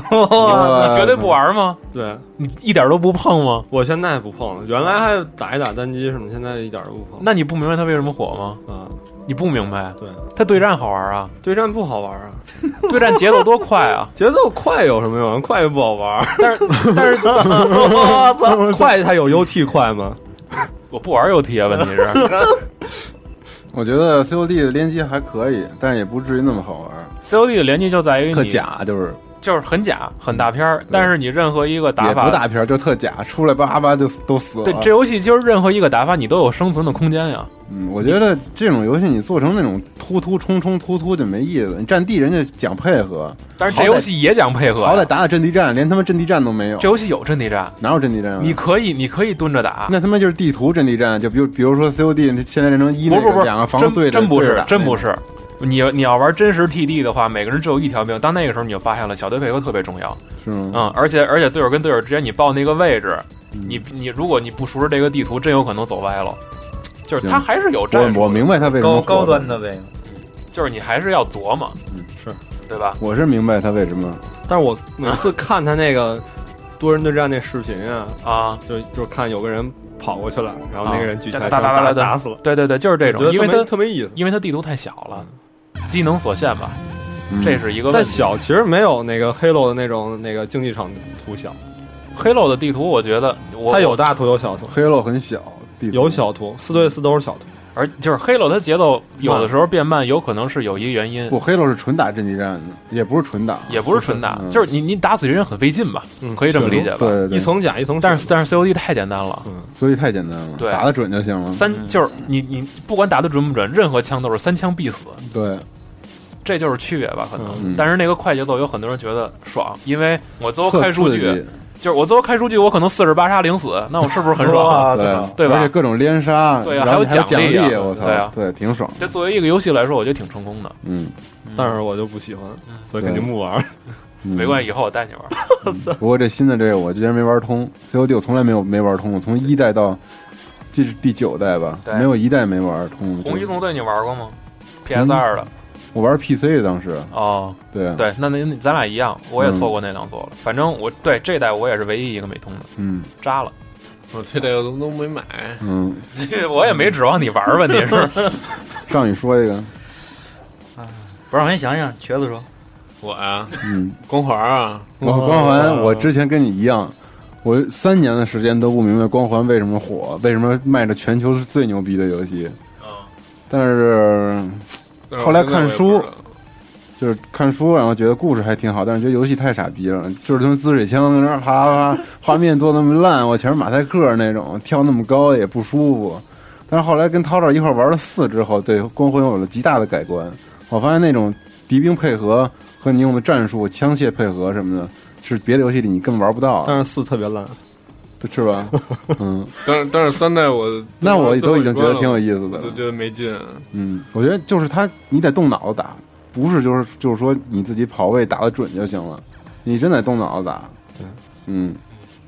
A: 你绝对不。玩吗？
E: 对
A: 你一点都不碰吗？
E: 我现在不碰了，原来还打一打单机什么，现在一点儿都不碰。
A: 那你不明白它为什么火吗？
E: 啊，
A: 你不明白？
E: 对，
A: 它对战好玩啊，
E: 对战不好玩啊，
A: 对战节奏多快
B: <laughs>
A: 啊！
E: 节奏快有什么用？快又不好
D: <laughs>
E: 玩儿，
A: 但是但是，
E: 我操，快它有 UT 快吗？
A: 我不玩游戏啊，问题是，
B: <laughs> 我觉得 COD 的联机还可以，但也不至于那么好玩。
A: COD 的联机就在于
B: 特
A: 你，
B: 假，就是
A: 就是很假，很大片儿。但是你任何一个打
B: 也
A: 法，
B: 不大啊片儿，就特假，出来叭叭就死都死了。
A: 对这游戏就是任何一个打法，你都有生存的空间呀。
B: 嗯，我觉得这种游戏你做成那种突突冲冲突突就没意思。你战地人家讲配合，
A: 但是这游戏也讲配合呀，
B: 好歹打打阵地战，连他妈阵地战都没有
A: 这，游戏有阵地战，
B: 哪有阵地战啊？
A: 你可以你可以蹲着打。
B: 那他妈就是地图阵地战，就比如比如说 COD 那现在战争一
A: 不
B: 那
A: 是不是不是
B: 个两个房子
A: 真
B: 对着
A: 真不
B: 对着
A: 是
B: 打
A: 真不
B: 那
A: 是。你你要玩真实 TD 的话，每个人只有一条命。到那个时候，你就发现了小队配合特别重要。
B: 个是吗？
A: 嗯，而且而且队友跟队友之间，你报那个位置，
B: 嗯
A: 你你如果你不熟悉这个地图，真有可能走歪了。就是
B: 行
A: 它还是有战术
B: 我
A: 的
B: 我明白他为什么火
D: 高
B: 了
D: 高端，的呗，
A: 就是你还是要琢磨，
B: 嗯是，
A: 对吧？
B: 我是明白他为什么。
E: 但是我每次看他那个多人对战那视频啊，
A: 啊，
E: 就就是看有个人跑过去了，然后那个人举起来
A: 啊哒
E: 枪
A: 哒哒
E: 打
A: 哒
E: 打死了，
A: 对对对，就是这种，
E: 我觉得
A: 因为
E: 特没
A: 它
E: 特没意思。
A: 因为它地图太小了，机能所限吧，这
B: 是
A: 是一个问
E: 但
A: 题。
E: 小其实没有那个 Halo 的那种那个竞技场图小，
A: Halo 的地图，我觉得我
E: 它有，大图有小图，
B: 黑漏很小，地图
E: 有小图，四对四都是小图。
A: 而就是 Halo 它节奏有的时候变慢，有可能是有一个原因，
B: 不黑漏是纯打阵地战的，也不是纯打，
A: 也不是纯打，
B: 嗯
A: 就是你你打死人很费劲吧，
E: 嗯
A: 可以这么理解吧？
B: 对对对
E: 一层甲一层，
A: 但是但是 COD 太简单了。
B: 所以太简单了，
A: 对
B: 打得准就行了。
A: 三就是你你不管打的准不准，任何枪都是三枪必死，
B: 对，
A: 这就是区别吧？可能。
B: 嗯
A: 但是那个快节奏有很多人觉得爽，因为我最后
B: 特
A: 开数
B: 刺
A: 据，
B: 激，
A: 就是我最后开数据，我可能四十八杀零
B: <laughs>
A: 死，那我是不是很爽？
D: 哇
B: 啊对
D: 操
A: 对吧
B: 而且各种连杀，
A: 对啊
B: 然后
A: 还有
B: 还有
A: 奖
B: 奖
A: 励啊
B: 我操，
A: 对啊
B: 对，挺爽。
A: 这作为一个游戏来说，我觉得挺成功的。
B: 嗯，
E: 但是我就不喜欢，所以肯定不玩。
A: 没关
B: 系。
A: 系，以后我带你玩。
B: 嗯不过这新的这个我之前没玩通，COD 我从来没有没玩通，我从一代到这是第九代吧，
A: 对
B: 没有一代没玩通。
A: 红
B: 就
A: 衣纵队你玩过吗？PS
B: 嗯
A: 二的
B: 我玩 PC 的当时，
A: 哦，
B: 对，
A: 对，那那那咱俩一样，我也错过那两座了。反正我对这代我也是唯一一个没通的，
B: 嗯
A: 扎
B: <laughs>
A: 了。
F: 我这代都都没买，
B: 嗯。
A: 我也没指望你玩吧，你是？
B: 上你说一个，
D: 不让人想想，瘸子说，
F: 我呀，
B: 嗯，
F: 光环啊，
B: 我光环，嗯我之前跟你一样。我三年的时间都不明白《光环》为什么火，为什么卖着全球是最牛逼的游戏。
A: 嗯
B: 但是
F: 但是
B: 后来
F: 我现在
B: 看
F: 我也
B: 书
F: 不知道
B: 就是看书，然后觉得故事还挺好，但是觉得游戏太傻逼了，就是他妈滋水枪在那儿啪啪啪，画面做那么烂，我全是马赛克那种，跳那么高也不舒服。但是后来跟涛涛一块儿玩了四之后，对《光环》有了极大的改观。我发现那种敌兵配合和你用的战术、枪械配合什么的，是别的游戏里你根本玩不到的。
E: 但是四特别烂，
B: 是吧？嗯，
F: 但是但是三代我
B: 那我都已经觉得挺有
F: 有，
B: 意思的
F: 我
B: 了
F: 就。觉得没劲。
B: 嗯，我觉得就是他，你得动脑子打，不是就是就是说你自己跑位打得准就行了，你真得动脑子打。嗯，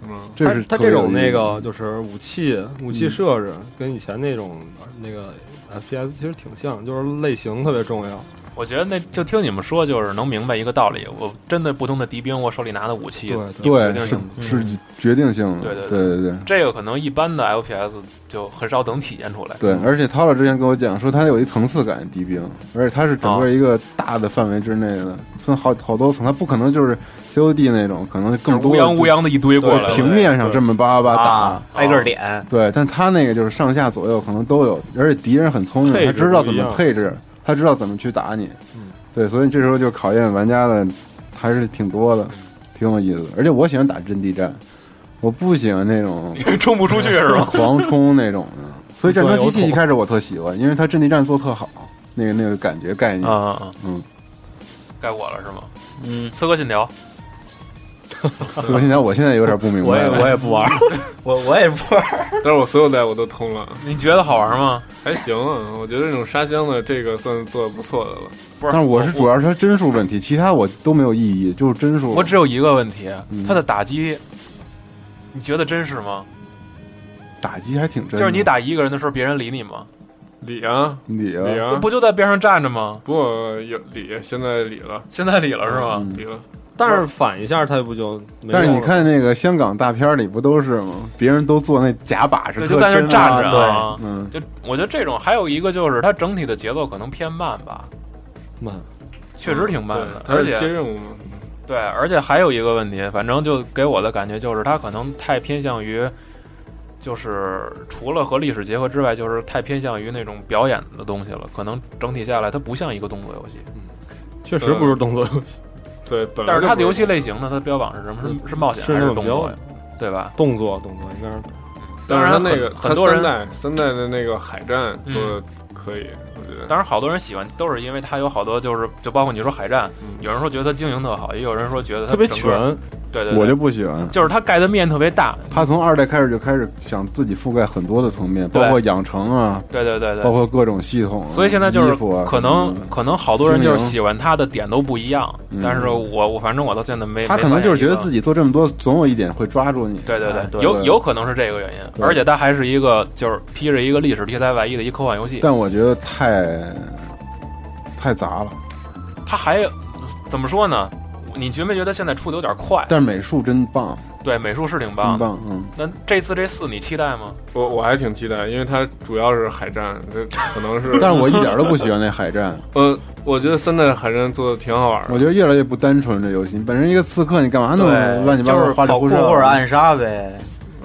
F: 嗯，
B: 这是
E: 它它
B: 特别
E: 这
B: 有
E: 种
B: 意
E: 那
B: 思
E: 个就是武器武器设置跟以前那种那个 FPS 其实挺像，就是类型特别重要。
A: 我觉得那就听你们说，就是能明白一个道理。我真的不同的敌兵，我手里拿的武器，
E: 对
B: 对
A: 决定
B: 是
A: 性的
B: 是决定性的，
A: 对
B: 对
A: 对
B: 对对
A: 这个可能一般的 FPS 就很少能体现出来。
B: 对而且涛老之前跟我讲说，他有一层次感敌兵，而且他是整个
A: 啊
B: 一个大的范围之内的，分好好多层，他不可能就是 COD 那种，可能
A: 就是
B: 更多
A: 乌泱乌
B: 泱
A: 泱的一堆过来，<laughs>
B: 平面上这么叭叭叭打。哦
D: 啊，挨个儿点，
B: 对，但他那个就是上下左右可能都有，而且敌人很聪明，
E: 配置
B: 他知道
E: 不
B: 怎
E: 一
B: 么
E: 样
B: 配置，他知道怎么去打你。对，所以这时候就考验玩家的还是挺多的，挺有意思的。而且我喜欢打阵地战，我不喜欢那
A: <laughs>
B: 种
A: 对冲不出去是吧？
B: 狂冲那种的。所以战争机
E: 自由
B: 器
E: 桶
B: 一开始我特喜欢，因为它阵地战做特好，那个那个感觉概念。
A: 啊啊啊！
B: <laughs> 嗯，
A: 该我了是吗？
D: 嗯，
A: 刺客信条，
B: 所以现在我现在有点不明
E: 我
B: 白
E: 也
B: 了。
E: 我也不玩，
D: <laughs> 我我也不玩，
F: 但是我所有代我都通了，
A: 你觉得好玩吗？
F: 还行啊。我觉得这种沙箱的这个算做的不错的了。
A: 不是，
B: 但是我是主要是它帧数问题，其他我都没有异议，就是帧数。
A: 我只有一个问题
B: 嗯，
A: 它的打击，你觉得真实吗？
B: 打击还挺真的。
A: 就是你打一个人的时候，别人理你吗？
F: 理啊，
B: 你啊
F: 理
A: 这
F: 啊，
A: 不就在边上站着吗？
F: 不过有理，现在理了，
A: 现在理了是吗？
B: 嗯
F: 理了。
E: 但是反一下它不就没
B: 但是
E: 用
B: 你
E: 了
B: 看那个香港大片儿里不都是吗？别人都做那假把式，
A: 对，
B: 特
A: 就在那儿
B: 真
A: 站
B: 啊
A: 着啊。
B: 嗯，
A: 就我觉得这种还有一个就是它整体的节奏可能偏慢吧，
E: 慢，
A: 确实挺慢
F: 嗯对
A: 的，，
F: 他
A: 而
F: 是接
A: 且
F: 任务嘛。
A: 对，而且还有一个问题，反正就给我的感觉就是它可能太偏向于，就是除了和历史结合之外，就是太偏向于那种表演的东西了。可能整体下来它不像一个动作游戏，
E: 确实不是动作游戏，
F: 对，本来
A: 但是
F: 就
A: 它的
F: 不
A: 游戏类型呢，它的标榜是什么？是是冒险
E: 是
A: 还是
E: 那种
A: 动
E: 标
A: 作
E: 准
A: 呀？对吧？
E: 动作动作应该是
F: 但是他
A: 当然
F: 那个
A: 很
F: 他
A: 很多人嗯
F: 三代三代的那个海战做的可以，我觉得。
A: 当然，好多人喜欢都是因为它有好多就是就包括你说海战，有人说觉得它经营特好，也有人说觉得它
E: 特别
A: 整个
E: 全，，
A: 对对对，
B: 我就不喜欢。
A: 就是它盖的面特别大，
B: 他从二代开始就开始想自己覆盖很多的层面，包
A: 对
B: 括养成啊，
A: 对对对
B: 包
A: 对。
B: 括各种系统啊。
A: 所以现在就
B: 衣
A: 是
B: 服啊
A: 可能
B: 什么的
A: 可能好多人就是
B: 经营
A: 喜欢它的点都不一样
B: 嗯，
A: 但是我我反正我到现在没
B: 他可能就是觉得自
A: 己
B: 己做这么多，总有一点会抓住你。
A: 对对
B: 哎
A: 对，有有可能是这个原因，
B: 对
A: 而且它还是一个就是披着一个历史题材外衣的一科幻游戏，
B: 但我觉得太太杂了。
A: 它还怎么说呢？你觉没觉得现在出的有点快？
B: 但是美术真棒，
A: 对，美术是挺
B: 真
A: 棒的。
B: 棒，嗯，。
A: 但这次这四你期待吗？
F: 我我还挺期待，因为它主要是海战，这可能是
B: 但是我一点都不喜欢那海
A: <laughs>
B: 战，
F: 呃，我觉得三代海战做的挺好玩的。
B: 我觉得越来越不单纯。这游戏本身一个刺客，你干嘛那么
D: 对，
B: 乱七八
D: 就
B: 糟、
D: 是
B: 花里
D: 跑
B: 胡
D: 酷
B: 哨的？
D: 或者暗杀呗，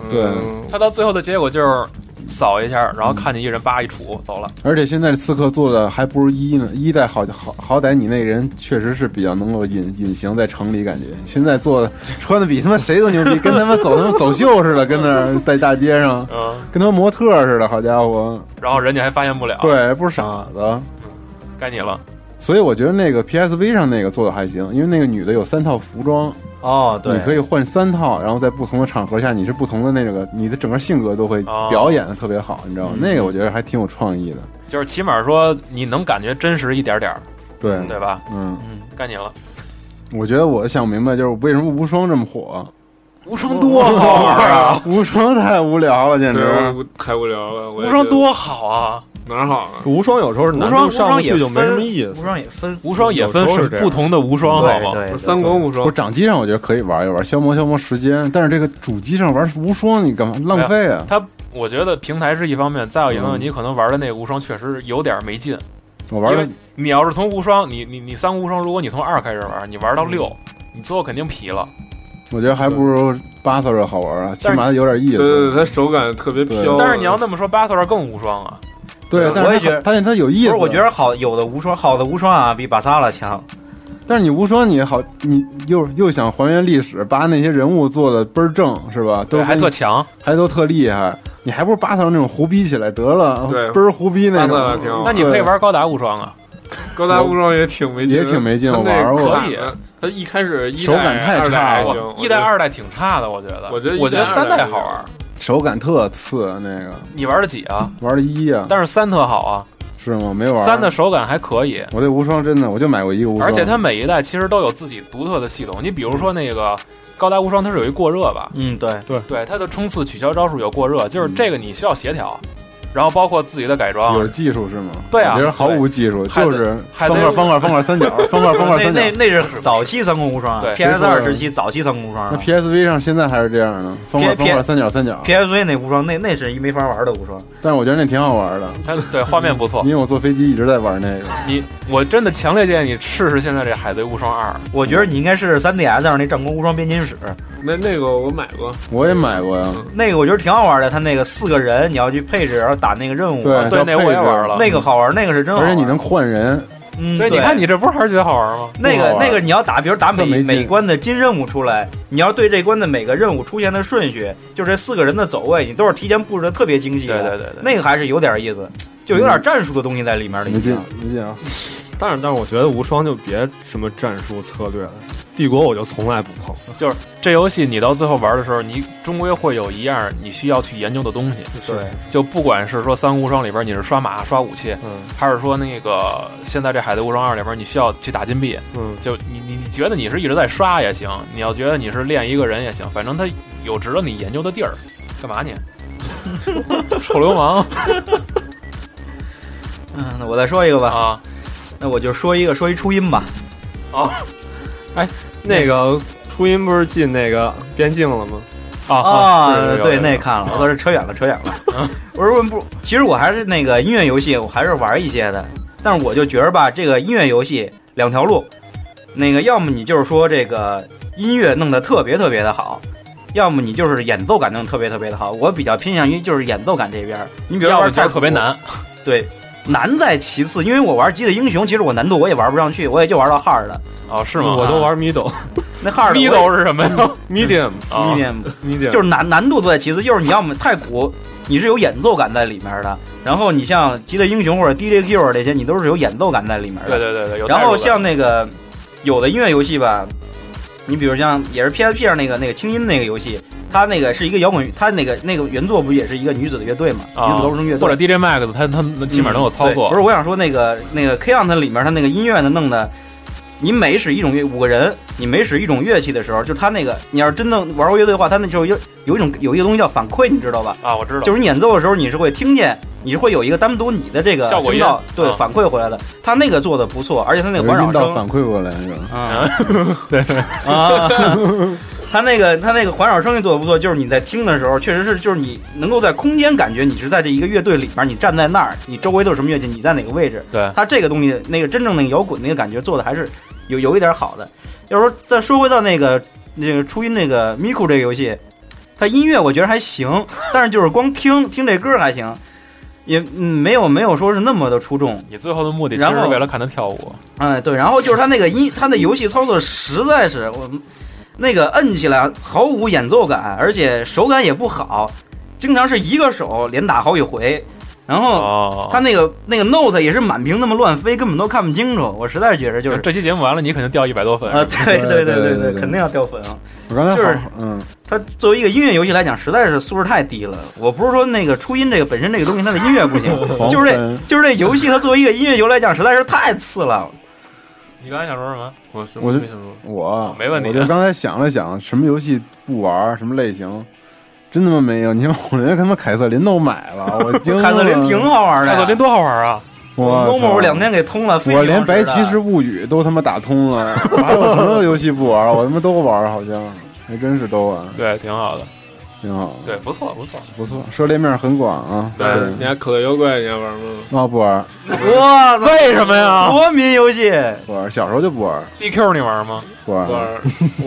F: 嗯
B: 对
A: 它到最后的结果就是扫一下，然后看见一人叭一杵走了。
B: 而且现在刺客做的还不如一呢，一代好好好歹你那人确实是比较能够隐隐形在城里，感觉现在做的穿的比他妈谁都牛逼，跟他妈走他妈走秀似的，跟那儿在大街上
A: 嗯，
B: 跟他妈模特似的，好家伙，
A: 然后人家还发现不了。，
B: 对，不是傻子。
A: 该你了。
B: 所以我觉得那个 PSV 上那个做的还行，因为那个女的有三套服装，
D: 哦，对，
B: 你可以换三套，然后在不同的场合下，你是不同的那个，你的整个性格都会
A: 哦
B: 表演的特别好，你知道吗？那个我觉得还挺有创意的。
A: 就是起码说你能感觉真实一点点儿，
B: 对，
A: 对吧？
B: 嗯，
A: 该你了。
B: 我觉得我想明白就是为什么无双这么火，
A: 无双多好玩啊！
B: 无双太无聊了，简直。
F: 对，无太无聊了。我
A: <laughs> 无
F: 也
A: 双
F: 觉得
A: 多好啊！
F: 哪儿好啊？
E: 无双有时候是
D: 无
E: 难
D: 双
E: 度
D: 无
E: 上
D: 双
E: 不
D: 也
E: 去就没什么
D: 分
E: 意
D: 无
E: 思。
D: 双也分，
A: 无双也分
E: 有时候是这样
A: 不同的无双，好
D: 对
A: 吗？
D: 对，对
F: 三国无
B: 不
F: 双
B: 是，掌机上，我觉得可以玩一玩，消磨消磨时间。但是这个主机上玩无双，你干嘛浪费啊？
A: 它我觉得平台是一方面，再有一方面，
B: 嗯
A: 你可能玩的那个无双确实有点没劲。
B: 我玩了
A: 因为你要是从无双，你你你三国无双，如果你从二开始玩，你玩到六，你最后肯定疲了。
B: 我觉得还不如巴塞尔好玩啊，起
A: 但是
B: 码有点意
F: 对
B: 思。
F: 对对，它手感特别
B: 对
F: 飘。
A: 但是你要那么说，八岁更无双啊！
B: 对
D: 对
B: 但
D: 我
B: 是
D: 也
B: 它
D: 觉得
B: 它它有意思。
D: 不
B: 啊
D: 是，我觉得好有的无双好的无双啊，比巴萨拉强。
B: 但是你无双你好，你又又想还原历史，把那些人物做的倍儿正，是吧？都
A: 对，还
B: 跟
A: 特强。
B: 还都特厉害，你还不如巴塞尔那种胡逼起来得了，
F: 对
B: 倍儿胡逼那
F: 巴塞尔挺好
B: 种。
F: 玩
A: 那你可以玩高达无双啊，
F: 高达无双也挺没劲的，
B: 也挺没劲
F: 它那
B: 我玩过
F: 卡
A: 可以
F: 的，它它一开始一
B: 手
F: 代
B: 感太
F: 二代
B: 差
F: 还
B: 了
F: 行，
A: 一代二代挺差的，我觉得。
F: 我觉得一代
A: 我觉得
F: 二代
A: 三代
F: 就
A: 好玩，
B: 手感特次，那个
A: 你玩得几啊？
B: 玩的一啊，
A: 但是三特好啊，
B: 是吗？没玩
A: 三的，手感还可以，
B: 我对无双真的我就买过一个无双，
A: 而且它每一代其实都有自己独特的系统。你比如说那个高达无双，它是有一过热吧？
D: 嗯，对，
A: 对，它的冲刺取消招数有过热，就是这个你需要协调，然后包括自己的改装
B: 有。技术是吗？
A: 对啊
B: 我觉得毫无技术，
A: 对
B: 就是
A: 海
B: 方
A: 贼
B: 块方块方块三角，方块方块
D: <laughs> 那
B: 三
D: 那
B: 角。
D: 那是早期三国无双
A: 对
D: ，PS
B: 谁说
D: 二
B: 的
D: 时期早期三国无双
B: 那
D: 啊
B: PSV 上现在还是这样的，方块
D: P-
B: 方块三角三角。
D: ，PSV 那无双那那是一没法玩的无双，
B: 但是我觉得那挺好玩的，
A: 它对画面不错
B: 因，为我坐飞机一直在玩那个。
A: 你我真的强烈建议你试试现在这《海贼无双二》。
D: 我觉得你应该是 3DS 上那战国无双编年史，
B: 嗯
F: 那那个我买过，
B: 我也买过呀，
D: 那个我觉得挺好玩的，它那个四个人你要去配置，然后打那个任务，
B: 对
A: 对，
B: 哎要
A: 那我
B: 配
A: 也
B: 置啊
A: 玩了。
D: 那个好玩，那个是真好
B: 而
D: 玩。
B: 且你能换人，
D: 嗯，
A: 对，
D: 对，
A: 你看你这不是还是觉得好玩吗？
D: 那
B: 不好
D: 个
B: 玩
D: 那个你要打，比如打每
B: 特没劲
D: 每关的金任务出来，你要对这关的每个任务出现的顺序，就是这四个人的走位，你都是提前布置的特别精细
A: 对
D: 的。
A: 对对对，
D: 那个还是有点意思，就有点战术的东西在里面了。
B: 没
D: 已
B: 劲
D: 经。
B: 没劲啊！
E: 但是但是我觉得无双就别什么战术策略了，帝国我就从来不碰。
A: 这游戏你到最后玩的时候，你终归会有一样你需要去研究的东西。
D: 对，
A: 就不管是说《三国无双》里边你是刷马刷武器，
E: 嗯
A: 还是说那个现在这《海贼无双二》里边你需要去打金币，
E: 嗯，
A: 就你你你觉得你是一直在刷也行，你要觉得你是练一个人也行，反正它有值得你研究的地儿。干嘛你？
D: <laughs>
A: 臭流氓
D: 嗯，那我再说一个吧，
A: 啊！
D: 那我就说一个，说一初音吧。
E: 那个初音不是进那个边境了吗？
A: 啊是有
D: 对，
A: 有啊
D: 那看了，我说这扯远了，扯远了。
A: <laughs>
D: 我说问不，其实我还是那个音乐游戏，我还是玩一些的，但是我就觉着吧，这个音乐游戏两条路，那个要么你就是说这个音乐弄得特别特别的好。要么你就是演奏感弄得特别特别的好，我比较偏向于就是演奏感这边儿。你比如
A: 要
D: 玩
A: 不就是
D: 太
A: 特别
D: 鼓，
A: 难，
D: 对，难在其次，因为我玩《极的英雄》，其实我难度我也玩不上去，我也就玩到 hard 的。
A: 哦，是吗？
E: 我都玩 middle
D: 那 hard 的我也
A: middle 是什么呀？
E: medium
A: 啊
D: medium
E: medium，
D: 就是难难度都在其次，就是你要么太鼓，你是有演奏感在里面的。然后你像《极乐英雄》或者《DJQ》这些，你都是有演奏感在里面的。
A: 对对对对，有代入感。
D: 然后像那个有的音乐游戏吧，你比如像也是 PSP 上那个那个轻音那个游戏，它那个是一个摇滚，它那个那个原作不也是一个女子的乐队嘛，
A: 啊
D: 女子柔声乐队，
A: 或者 DJ Max，它它能起码能有操
D: 嗯对
A: 作
D: 不。是，我想说那个那个 K on 它里面它那个音乐呢弄的，你每使一种乐五个人，你每使一种乐器的时候，就它那个你要是真正玩过乐队的话，它那就有有一种有一个东西叫反馈，你知道吧？
A: 啊，我知道，
D: 就是你演奏的时候，你是会听见，你是会有一个单独你的这个
A: 效果
D: 声
A: 音
D: 道对
A: 啊
D: 反馈回来的。它那个做的不错，而且它那个环
B: 人
D: 绕
B: 音道
D: 声
B: 反馈过来是吧？
D: 啊，对 <laughs> 啊，它那个它那个环绕声音做的不错，就是你在听的时候，确实是就是你能够在空间感觉你是在这一个乐队里面，你站在那儿，你周围都是什么乐器，你在哪个位置，
A: 对
D: 它这个东西那个真正那个摇滚那个感觉做的还是有有一点好的。要说再说回到那个那个初音那个 Miku 这个游戏，它音乐我觉得还行，但是就是光听听这歌还行。也嗯没有没有说是那么的出众，
A: 你最后的目的其实
D: 然
A: 是
D: 后
A: 为了看他跳舞。
D: 哎，对，然后就是他那个音，他那游戏操作实在是我，嗯那个摁起来毫无演奏感，而且手感也不好，经常是一个手连打好几回，然后
A: 哦，
D: 嗯他那个那个 note 也是满屏那么乱飞，根本都看不清楚。我实在是觉得就
A: 就是
D: 是
A: 这期节目完了，你肯定掉一百多分。
D: 啊，对
B: 对
D: 对
B: 对对
D: 对，
B: 对
D: 肯定要掉粉啊。
B: 我刚才
D: 就是
B: 好，嗯，
D: 它作为一个音乐游戏来讲，实在是素质太低了。我不是说那个初音这个本身这个东西它的音乐不行
B: <laughs> 黄，
D: 就是这
B: 昏
D: 就是这游戏它作为一个音乐游来讲，实在是太次了。
A: 你刚才想说什么？
F: 我什
B: 我
F: 么
B: 就
F: 没想过。
B: 我
A: 没问题
B: 我就刚才想了想，什么游戏不玩，什么类型，真他妈没有。你看，我连他妈凯瑟琳都买了，我惊了。
D: 凯瑟琳挺好玩的呀，
A: 凯瑟琳多好玩啊！
B: 我操
D: 某某两天给通了，非
B: 我
D: 常
B: 连《
D: 值
B: 白
D: 得
B: 骑士物语》都他妈打通了，我还有什么游戏不玩？我他妈都玩，好像还真是都玩，
A: 对，挺好的，
B: 挺好，
A: 对，不错不错。
B: 不错，涉猎面很广啊。
F: 对，你还可乐妖怪，你还玩吗？
B: 那不玩
D: <laughs> 哇，
A: 为什么呀
D: 国民游戏
B: 不玩，小时候就不玩，
A: DQ 你玩吗？
B: 不玩
F: 不，玩。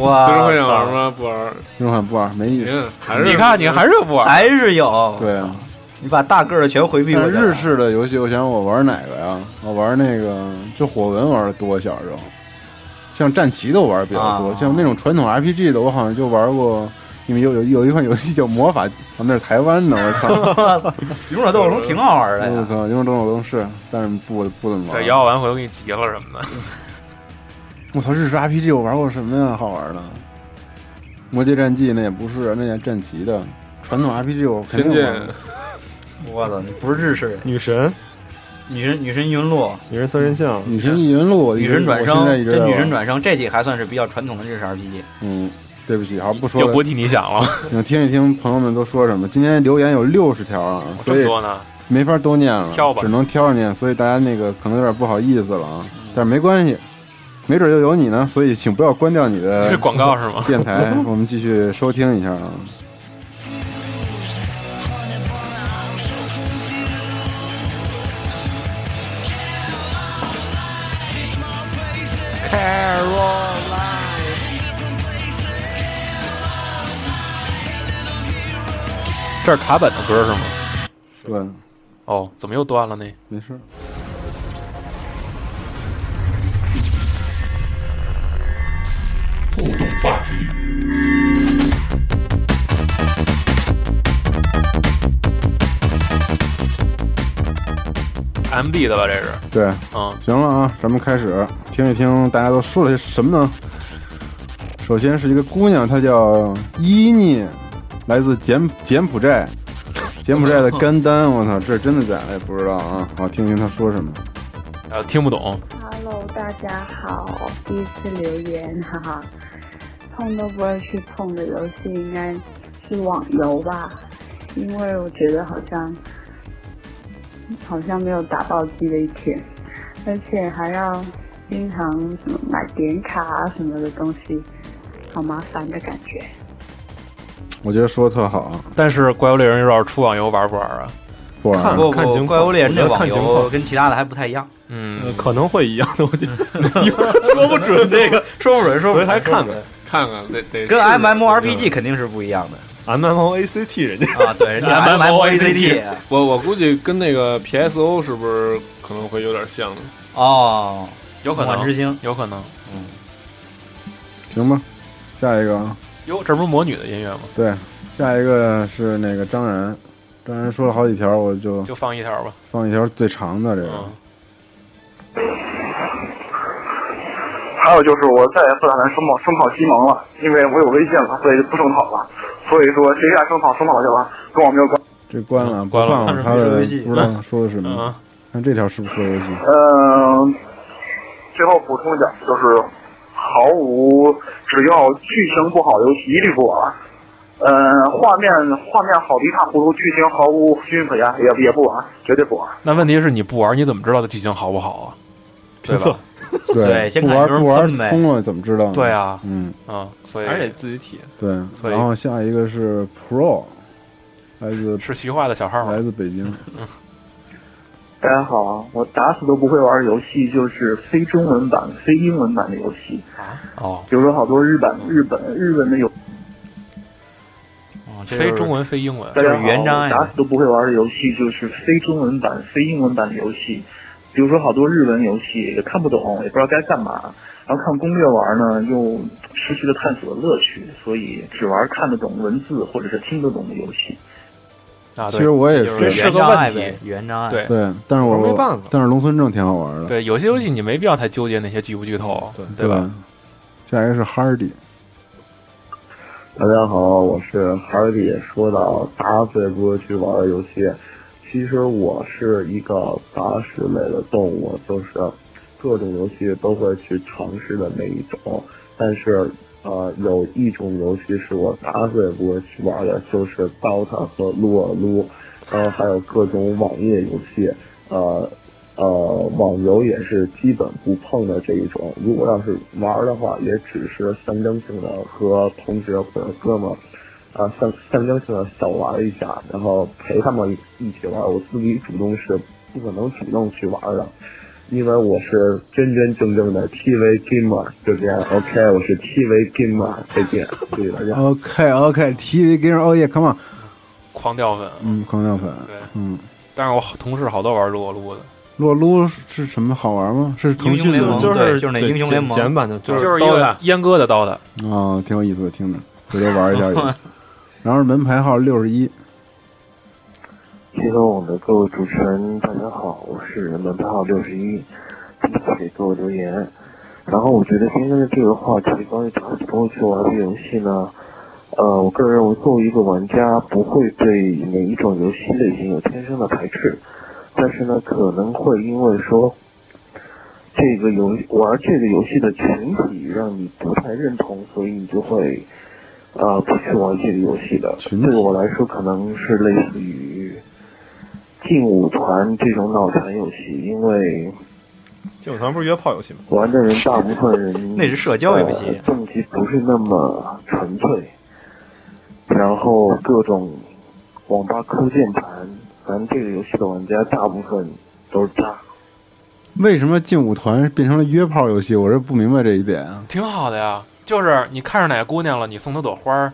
D: 哇，
F: 最终幻想玩？吗？不玩。
B: 那款不玩，没意
F: 你
B: 思。
F: 看，还是
A: 你看你还是不哎玩。
D: 还是有，
B: 对啊，
D: 你把大个儿的全回避
B: 但
D: 过
B: 是
D: 去
B: 日
D: 了。
B: 式的游戏，我想我玩哪个呀？我玩那个就火纹玩的多，小时候，像战棋的我玩得比较多，
D: 啊
B: 像那种传统 RPG 的，我好像就玩过。你们有有有一款游戏叫魔法，啊，那是台湾的，我操！
D: <laughs> 勇者斗恶龙挺好玩的
B: 我
D: 呀，
B: 操，因为这种东是，但是不不怎么玩。
A: 对，摇好完回头给你急了什么的。
B: 我操，日式 RPG 我玩过什么呀？好玩的，《魔界战记》那也不是，那也战旗的。传统 RPG 我肯
F: 仙
B: 定
F: 剑
B: 玩过，
D: 我操，你不是日式人，
E: 女神，
D: 女神女神云落，
E: 女神三人像，
B: 女神异闻录，我一
D: 女
B: 直
D: 神转
B: 我现
D: 生
B: 在一，直在
D: 这
B: 玩
D: 女神，转生这几还算是比较传统的日式 RPG。
B: 嗯，对不起，好不说
A: 就
B: 了
A: 不。替你想了，
B: 你们听一听朋友们都说什么。今天留言有六十条啊，
A: 哦这
B: 所
A: 么
B: 以
A: 多呢。
B: 没法都念了，
A: 挑吧
B: 只能挑着念，所以大家那个可能有点不好意思了啊，但是没关系，没准就有你呢，所以请不要关掉你的
A: 是广告是吗？
B: 电台，我们继续收听一下啊。
A: 这是卡本的歌是吗？
B: 对，
A: 哦，怎么又断了呢？
B: 没事。
G: 互动话题，
A: M D 的吧，这是，
B: 对，
A: 嗯，
B: 行了啊，咱们开始听一听大家都说了些什么呢？首先是一个姑娘，她叫伊妮，来自柬柬埔寨，柬埔寨的甘丹，我操，这是真的假的也不知道啊。好，听听她说什么。
A: 啊，听不懂，
H: Hello，大家好，第一次留言，哈哈，碰都不会去碰的游戏应该是网游吧，因为我觉得好像好像没有打暴击的一天，而且还要经常什么买点卡啊什么的东西，好麻烦的感觉。
B: 我觉得说的特好，啊
A: 但是《怪物猎人》又要出网游玩不玩啊？
B: 不玩了
E: 看
D: 不
E: 看情况
D: 不，怪物猎人这
E: 我觉得
D: 网
E: 看情
D: 游
E: 况
D: 跟其他的还不太一样，
E: 呃
A: 嗯，
E: 可能会一样的，我觉得说不准这个，
D: 说不准，说不
E: 回头
D: 准，
E: 还看
D: 说不准
E: 看
F: 看看得得
D: 跟
F: 试试嗯
D: MMORPG 肯定是不一样的
E: M M O A C T 人家
D: 啊。对，人
A: <laughs>
D: 家
A: MMORPG
D: MMORPG
F: 我我估计跟那个 PSO 是不是可能会有点像呢？
D: 哦，
A: 有可
D: 梦幻之
A: 能，
D: 星
A: 有可能。
B: 行吧，下一个啊，
A: 哟，这不是魔女的音乐吗？
B: 对，下一个是那个张然，张然说了好几条，我就
A: 就放一条吧。
B: 放一条最长的这个。
A: 嗯，
I: 还有就是我再也不打算声讨声讨西蒙了，因为我有微信了，所以就不声讨了。所以说谁敢声讨声讨去了，跟我没有关。
B: 这关了，
A: 关了
B: 不放了，他的
D: 没说游戏
B: 不知道说的什么
A: 嗯。
B: 看这条是不是说游戏？
I: 嗯、最后补充一下，就是毫无只要剧情不好，游戏一律不玩。呃，画面画面好的一塌糊涂，剧情毫无新可言，也也不玩，绝对不玩。
A: 那问题是你不玩，你怎么知道它剧情好不好啊？
E: 评测，
D: 对先
B: 不
D: 看
B: 玩
D: 有人
B: 不玩
D: 喷呗
B: 疯了怎么知道？
A: 对，啊，
B: 嗯，
A: 嗯，所以
E: 还
F: 哎
E: 是得自己体验。
B: 对。
A: 所以
B: 然后下一个是 Pro，来自
A: 是徐化的小号吗
B: 来？自北京，
I: 大家好啊，我打死都不会玩游戏，就是非中文版、非英文版的游戏，
A: 哦，
I: 比如说好多日版、日本、日本的游
D: 哦这就是
A: 非中文非英文
I: 大。家好
D: 就是原章呀啊
I: 我打死都不会玩的游戏就是非中文版、非英文版的游戏，比如说好多日文游戏也看不懂，也不知道该干嘛，然后看攻略玩呢又失去了探索的乐趣，所以只玩看得懂文字或者是听得懂的游戏。
A: 啊，
B: 其
A: 对
B: 实我也
A: 这
D: 就是
B: 是，
A: 个
D: 原障碍
A: 问题
D: 呗，原障碍。
A: 对
B: 对，但是我
E: 没办法
B: 但是农村证挺好玩的，
A: 对，有些游戏你没必要太纠结那些剧不剧透，对
B: 对
A: 吧？？
B: 下一个是 Hardy，
I: 大家好，我是海里。说到打死也不会去玩的游戏，其实我是一个杂食类的动物，就是各种游戏都会去尝试的那一种。但是，呃，有一种游戏是我打死也不会去玩的，就是 DOTA 和撸啊撸，然后还有各种网页游戏，呃。呃，网游也是基本不碰的这一种。如果要是玩的话，也只是象征性的和同学或者哥们儿，啊、象象征性的小玩一下，然后陪他们一起玩。我自己主动是不可能主动去玩的，因为我是真真正正的 TV gamer，就这样。OK，我是 TV gamer，再见，谢谢大家。
B: OK OK TV Game Oh yeah Come on，
A: 狂掉粉，
B: 嗯，狂跳粉，
A: 对。
B: 嗯，
A: 但是我同事好多玩撸啊撸的，
B: 洛撸是什么好玩吗？是腾
D: 英
B: 讯
D: 雄
B: 的
D: 联
B: 吗
D: 盟
E: 就
D: 对
E: 是
D: 就是那
E: 对
D: 英雄
E: 简
D: 联盟
E: 简版的，就
A: 就是一
E: 刀
A: 个
E: 塔
A: 阉割的刀的，
B: 哦，挺有意思的，听着，回头玩一下也。 <laughs> 然后是门牌号六十一，
I: 听到我们的各位主持人，大家好，我是门票六十一，第一次给各位留言。
J: 然后我觉得今天的这个话题关于怎么去玩这游戏呢？呃，我个人认为，作为一个玩家，不会对哪一种游戏类型有天生的排斥，但是呢，可能会因为说这个游玩这个游戏的群体让你不太认同，所以你就会呃不去玩这个游戏的。对我来说，可能是类似于劲舞团这种脑残游戏，因为
E: 劲舞团不是约炮游戏吗？
J: 玩的人大部分人
D: <laughs> 那是社交游戏
J: 呃动机不是那么纯粹，然后各种网吧抠键盘，咱这个游戏的玩家大部分都是渣。
B: 为什么劲舞团变成了约炮游戏？我是不明白这一点啊。
A: 挺好的呀。就是你看上哪个姑娘了，你送她朵花儿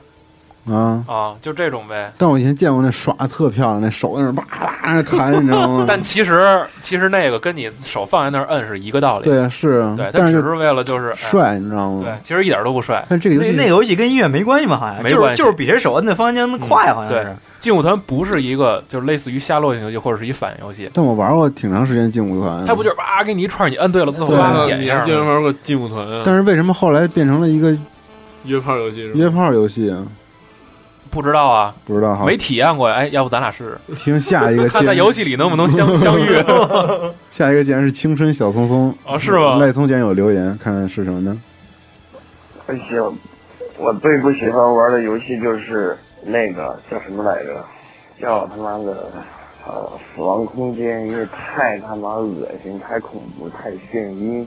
B: 啊！
A: 啊，就这种呗。
B: 但我以前见过那耍的特漂亮，那手在那叭叭那
A: <laughs>
B: 弹，你知道吗？
A: 但其实其实那个跟你手放在那儿摁是一个道理。
B: 对啊，是啊
A: 对，，他
B: 但
A: 只
B: 是
A: 是为了就是哎
B: 帅，嗯你知道
A: 对
B: 吗，？
A: 其实一点都不帅。
B: 但这个游
D: 那
B: 戏
D: 那游戏跟音乐没关系吧？好像
A: 没
D: 就是
A: 关系
D: 就是比谁手摁的方向键快，好像
A: 对
D: 是。，
A: 劲舞团不是一个就是类似于瞎落型游戏或者是一反游戏，
B: 但我玩过挺长时间劲舞团，
A: 它不就是哇给你一串，你摁对了，最后
B: 对
A: 叭
F: 啊
A: 点一
F: 你
A: 下
F: 还竟然
A: 吗。
F: 玩过劲舞团啊？
B: 但是为什么后来变成了一个
F: 约炮游戏是吧？
B: 约炮游戏啊？
A: 不知道啊，
B: 不知道哈，
A: 没体验过。哎，要不咱俩试试，
B: 听
A: <laughs>
B: 下一个
A: 看
B: 竟
A: 在
B: 然
A: 游戏里能不能 <laughs> 相相遇？
B: 下一个竟然是青春小松松
A: 哦是吗
B: 赖松竟然有留言，看看是什么呢？
I: 不行，我最不喜欢玩的游戏就是那个叫什么来着？叫他妈的呃死亡空间，因为太他妈恶心、太恐怖、太眩晕，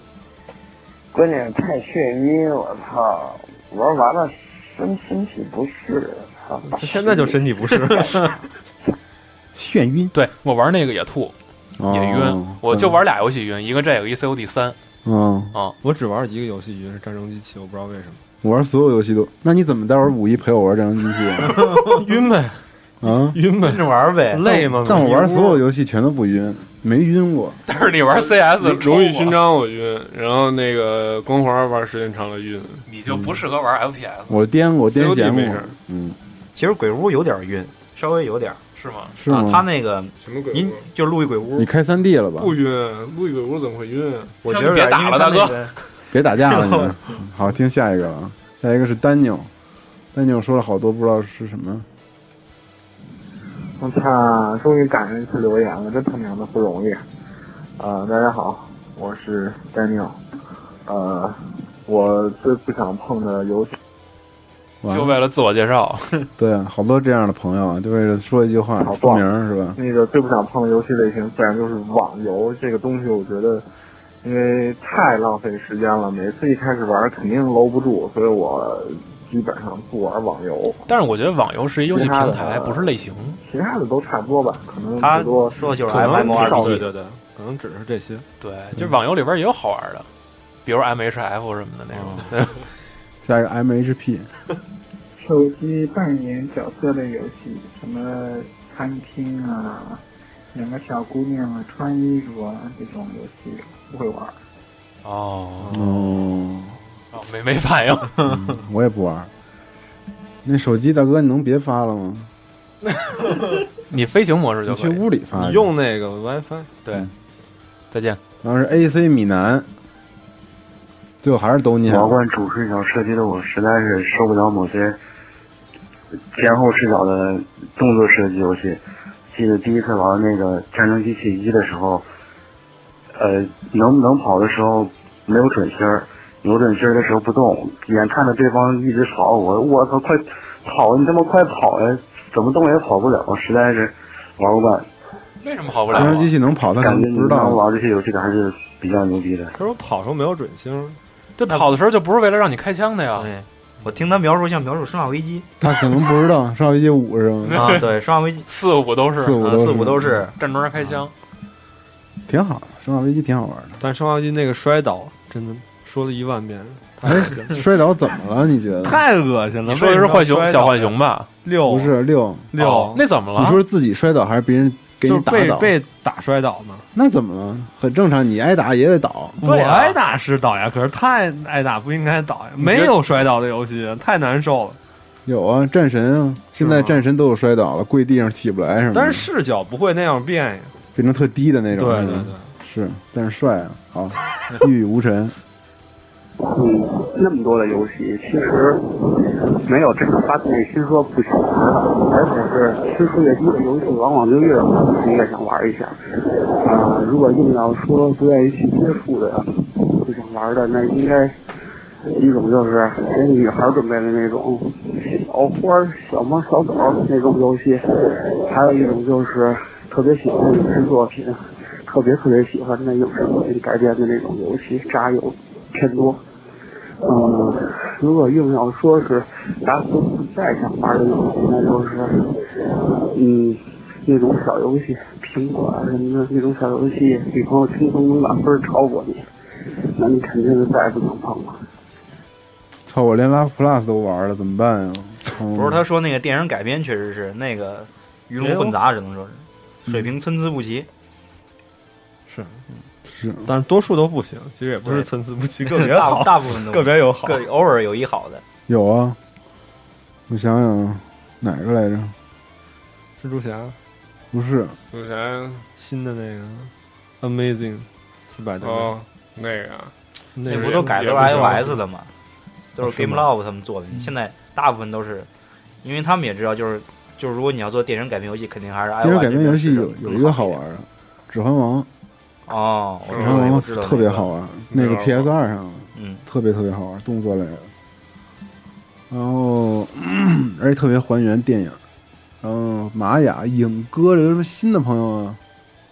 I: 关键是太眩晕，我操！玩完了身身体不适，操！
E: 他现在就身体不适， <laughs>
B: 眩晕
A: 对我玩那个也吐也晕，我就，玩俩游戏晕，一个这个，一 COD 三。 <laughs>
B: 哦嗯，
E: 我只玩一个游戏，也是战争机器，我不知道为什么
B: 我玩所有游戏都，那你怎么待会儿五一陪我玩战争机器啊？
A: <laughs>
E: 晕呗，
B: 啊？
E: 晕呗
D: 跟，着玩呗，
E: 累吗？
B: 但我玩所有
E: 有
B: 游戏全都不晕，没晕过。
A: 但是你玩 CS
F: 荣
A: 抽
F: 荣誉
A: 我 <laughs>
F: 勋章我晕，然后那个光环玩时间长了晕，
A: 你就不适合玩 FPS
B: 我颠过，颠
F: COD
B: 闲过
F: 没事，
B: 嗯，
D: 其实鬼屋有点晕，稍微有点
A: 是吗？
B: 是
D: 啊
B: 吗？。
D: 他那个
F: 什么鬼
D: 您
F: 屋？
D: 就路易鬼屋
B: 你，开三 D 了吧？
F: 不晕，路易鬼屋怎么会晕啊？
D: 我觉
A: 行
D: 得有点
A: 别打
D: 因为
A: 了
D: 他
A: 大
D: 那个
B: 别打架了，你们。好，听下一个了啊，下一个是丹尼尔，丹尼尔说了好多不知道是什么。
J: 我操！终于赶上一次留言了，这他娘的不容易。呃，大家好，我是 Daniel。呃，我最不想碰的游戏，
B: 哇
A: 就为了自我介绍，
B: 对啊，好多这样的朋友啊，就为了说一句话
J: 好
B: 出
J: 棒
B: 名儿是吧？
J: 那个最不想碰的游戏类型，自然就是网游这个东西。我觉得，因为太浪费时间了，每次一开始玩肯定搂不住，所以我基本上不玩网游，
A: 但是我觉得网游是一游戏
J: 其他
A: 平
J: 的
A: 台，不是类型。
J: 其他的都差不多吧，可能
D: 他
J: 最多
D: 说的就是
E: 可能
D: MMORPG，
E: 对对对，可能只是这些。
A: 对，就是网游里边也有好玩的，比如 MHF 什么的
D: 嗯
A: 那种。对
B: 下一个 MHP，
H: 手机扮演角色类游戏，什么餐厅啊，两个小姑娘啊，穿衣服啊这种游戏不会玩儿。
A: 哦，
B: 哦，
A: 哦没没反应。
B: 我也不玩儿。那手机大哥，你能别发了吗？
A: 你飞行模式
B: 你
A: 就
B: 去
A: 可以。
B: 屋里发去
E: 你。用那个 WiFi，
A: 对，再见。
B: 然后是 AC 米南，最后还是都你
I: 毛
B: 好。
I: 冠主视角射击的我实在是受不了某些前后视角的动作射击游戏。记得第一次玩那个《战争机器一》的时候，呃，能能跑的时候没有准心儿，有准心儿的时候不动，眼看着对方一直朝我，我操，快跑！你他妈快跑呀！怎么动也跑不了，实在是玩不惯。
A: 为什么跑不了
B: 战
A: 啊？
B: 争机器能跑，他可
I: 感觉
B: 能
I: 你
B: 不知
I: 能
B: 道。
I: 玩这些游戏的还是比较牛逼的。
E: 可是我跑的时候没有准星，
A: 这跑的时候就不是为了让你开枪的呀。
D: 对，我听他描述像描述《生化危机
B: 他可能不知道，上一届五是吗？》
D: 啊，对，《生化危机
A: 四五都》是
B: 四五
D: 啊
B: 都嗯
D: 四五都是
A: 站桩开枪，
B: 挺好的，《生化危机》挺好玩的。
E: 但《生化危机》那个摔倒真的说了一万遍，太恶心了
B: <laughs> 摔倒怎么了？你觉得？
E: 太恶心了。
A: 你说的是浣熊小浣熊吧？
E: 六
B: 不是六，
E: 六，
A: 哦那怎么
B: 你说
A: 了？
B: 是自己摔倒还是别人给
E: 就是
B: 你打
E: 被
B: 倒？
E: 被打摔倒嘛。
B: 那怎么了？很正常，你挨打也得倒。
E: 我
A: 对啊
E: 挨打是倒呀，可是太挨打不应该倒呀，没有摔倒的游戏太难受了。
B: 有啊，战神啊，现在战神都有摔倒了，跪地上起不来什么的，
E: 但是视角不会那样变呀。
B: 变成特低的那
E: 对
B: 种。
E: 对
B: 是吗
E: 对，
B: 是，但是帅啊，好，一语无尘。
I: 嗯，那么多的游戏，其实没有真的发自内心说不喜欢，而且是支出越低的游戏，往往就越是越想玩一下。啊、如果硬要说不愿意去接触的，不想玩的，那应该一种就是给女孩准备的那种小花儿、小猫、小狗那种游戏，还有一种就是特别喜欢的影视作品，特别特别喜欢的影视作品改编的那种游戏，渣游偏多。嗯，如果硬要说是达斯不再想玩的游戏，那就是嗯那种小游戏，苹果啊什么的那种小游戏，女朋友轻松能把分儿超过你，那你肯定是再也不能碰了。
B: 操，我连 Love Plus 都玩了，怎么办呀？啊嗯
D: 不是他说那个电影改编确实是那个鱼龙混杂，只能说是水平参差不齐。
E: 是，
B: 是，
E: 但是多数都不行，其实也不是参差
D: <laughs>
E: 不齐，个别
D: 大
E: 好，
D: 大部分都
E: 个别有好，
D: 个偶尔有一好的。
B: 有啊，我想想啊，哪个来着？
E: 蜘蛛侠
B: 不是，
F: 有啥？
E: 新的那个 Amazing 四百多，
F: 哦，那个啊，
E: 那
D: 那
E: 个
D: 不都改
E: 也
D: 了
E: 不行
D: iOS 的吗？都是
E: 啊是吗嗯
D: Game Love 他们做的。现在大部分都是，因为他们也知道，就是就是，如果你要做电影改编游戏，肯定还是 iOS
B: 电影改编游戏
D: 这
B: 有
D: 边市场
B: 有一个好玩的，《指环王》，
D: 哦，我
B: 《
D: 知
B: 指
D: 道
B: 环
D: 那个
B: 王
D: 我知》道
B: 特别好玩，那个 PS 二上，
D: 嗯，
B: 特别特别好玩，动作类的，然后 <clears throat> 而且特别还原电影。然后玛雅、影哥，这都是新的朋友啊，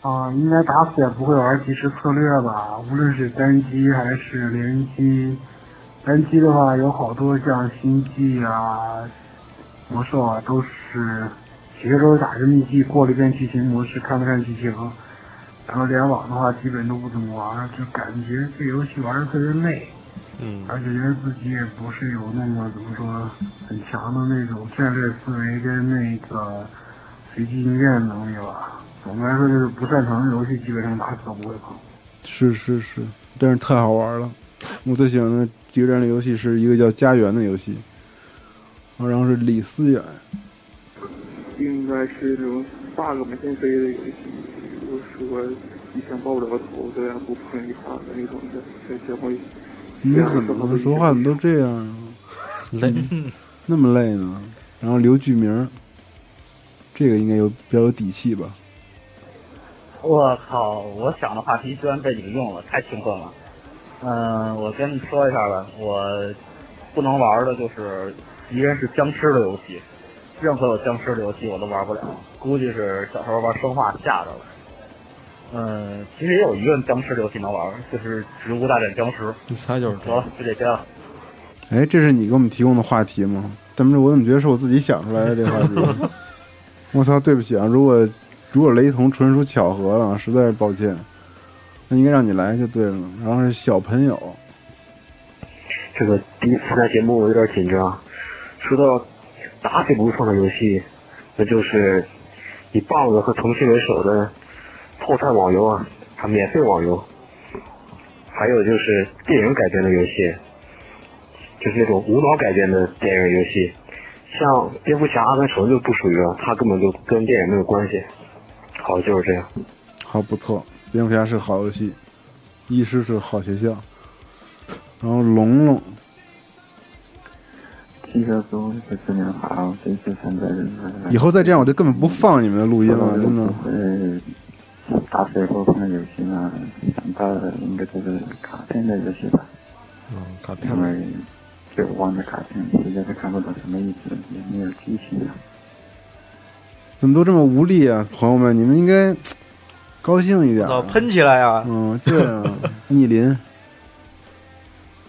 K: 啊、应该打死也不会玩即时策略吧？无论是单机还是联机，单机的话有好多像星际啊、魔兽啊，都是其实都是打着秘籍过了一遍剧情模式，看了看剧情。然后联网的话，基本都不怎么玩，就感觉这游戏玩的特别累，
E: 嗯，
K: 而且觉得自己也不是有那么怎么说很强的那种战略思维跟那个随机应变能力吧。总的来说，就是不擅长的游戏基本上打死都不会碰。
B: 是是是，真是太好玩了。 <laughs> 我最喜欢的几个战略游戏是一个叫《家园》的游戏，然后是李思远，
L: 应该是那种 bug 满天飞的游戏，就是我以前爆不了头，这样不碰一下的那种的，这这会
B: 你怎么说话怎么都这样啊？累，那么累呢？然后刘剧明，这个应该有比较有底气吧？
M: 我靠！我想的话题居然被你们用了，太兴奋了。嗯、我跟你说一下吧，我不能玩的就是一人是僵尸的游戏，任何有僵尸的游戏我都玩不了，估计是小时候玩生化吓着了。嗯、其实也有一个僵尸的游戏能玩，就是《植物大战僵尸》。
E: 你猜就是这
M: 得了，就这些了。
B: 哎，这是你给我们提供的话题吗？怎么，我怎么觉得是我自己想出来的这话题？ <laughs> 我操，对不起啊！如果如果雷同纯属巧合了，实在是抱歉。那应该让你来就对了。然后是小朋友，
N: 这个第一次来节目，我有点紧张。说到打死不会放的游戏，那就是以 BOSS 和腾讯为首的破产网游啊，啊，免费网游，还有就是电影改编的游戏，就是那种无脑改编的电影游戏，像蝙蝠侠、阿甘城就不属于了，它根本就跟电影没有关系。好，就是这样。
B: 好不错，蝙蝠侠是好游戏，医师是好学校。然后龙龙，
O: 汽车公司四年好，这次参加人生
B: 以后再这样我就根本不放你们的录音了，啊真的。
O: 呃，打水后看游戏呢，想到的应该就是卡片的游戏吧。
E: 嗯，卡片
O: 因为就望着卡片，实在是看不懂什么意思，也没有激情啊。
B: 怎么都这么无力啊，朋友们，你们应该嘖高兴一点、
D: 我操喷起来啊！
B: 嗯，对啊， <laughs> 逆鳞，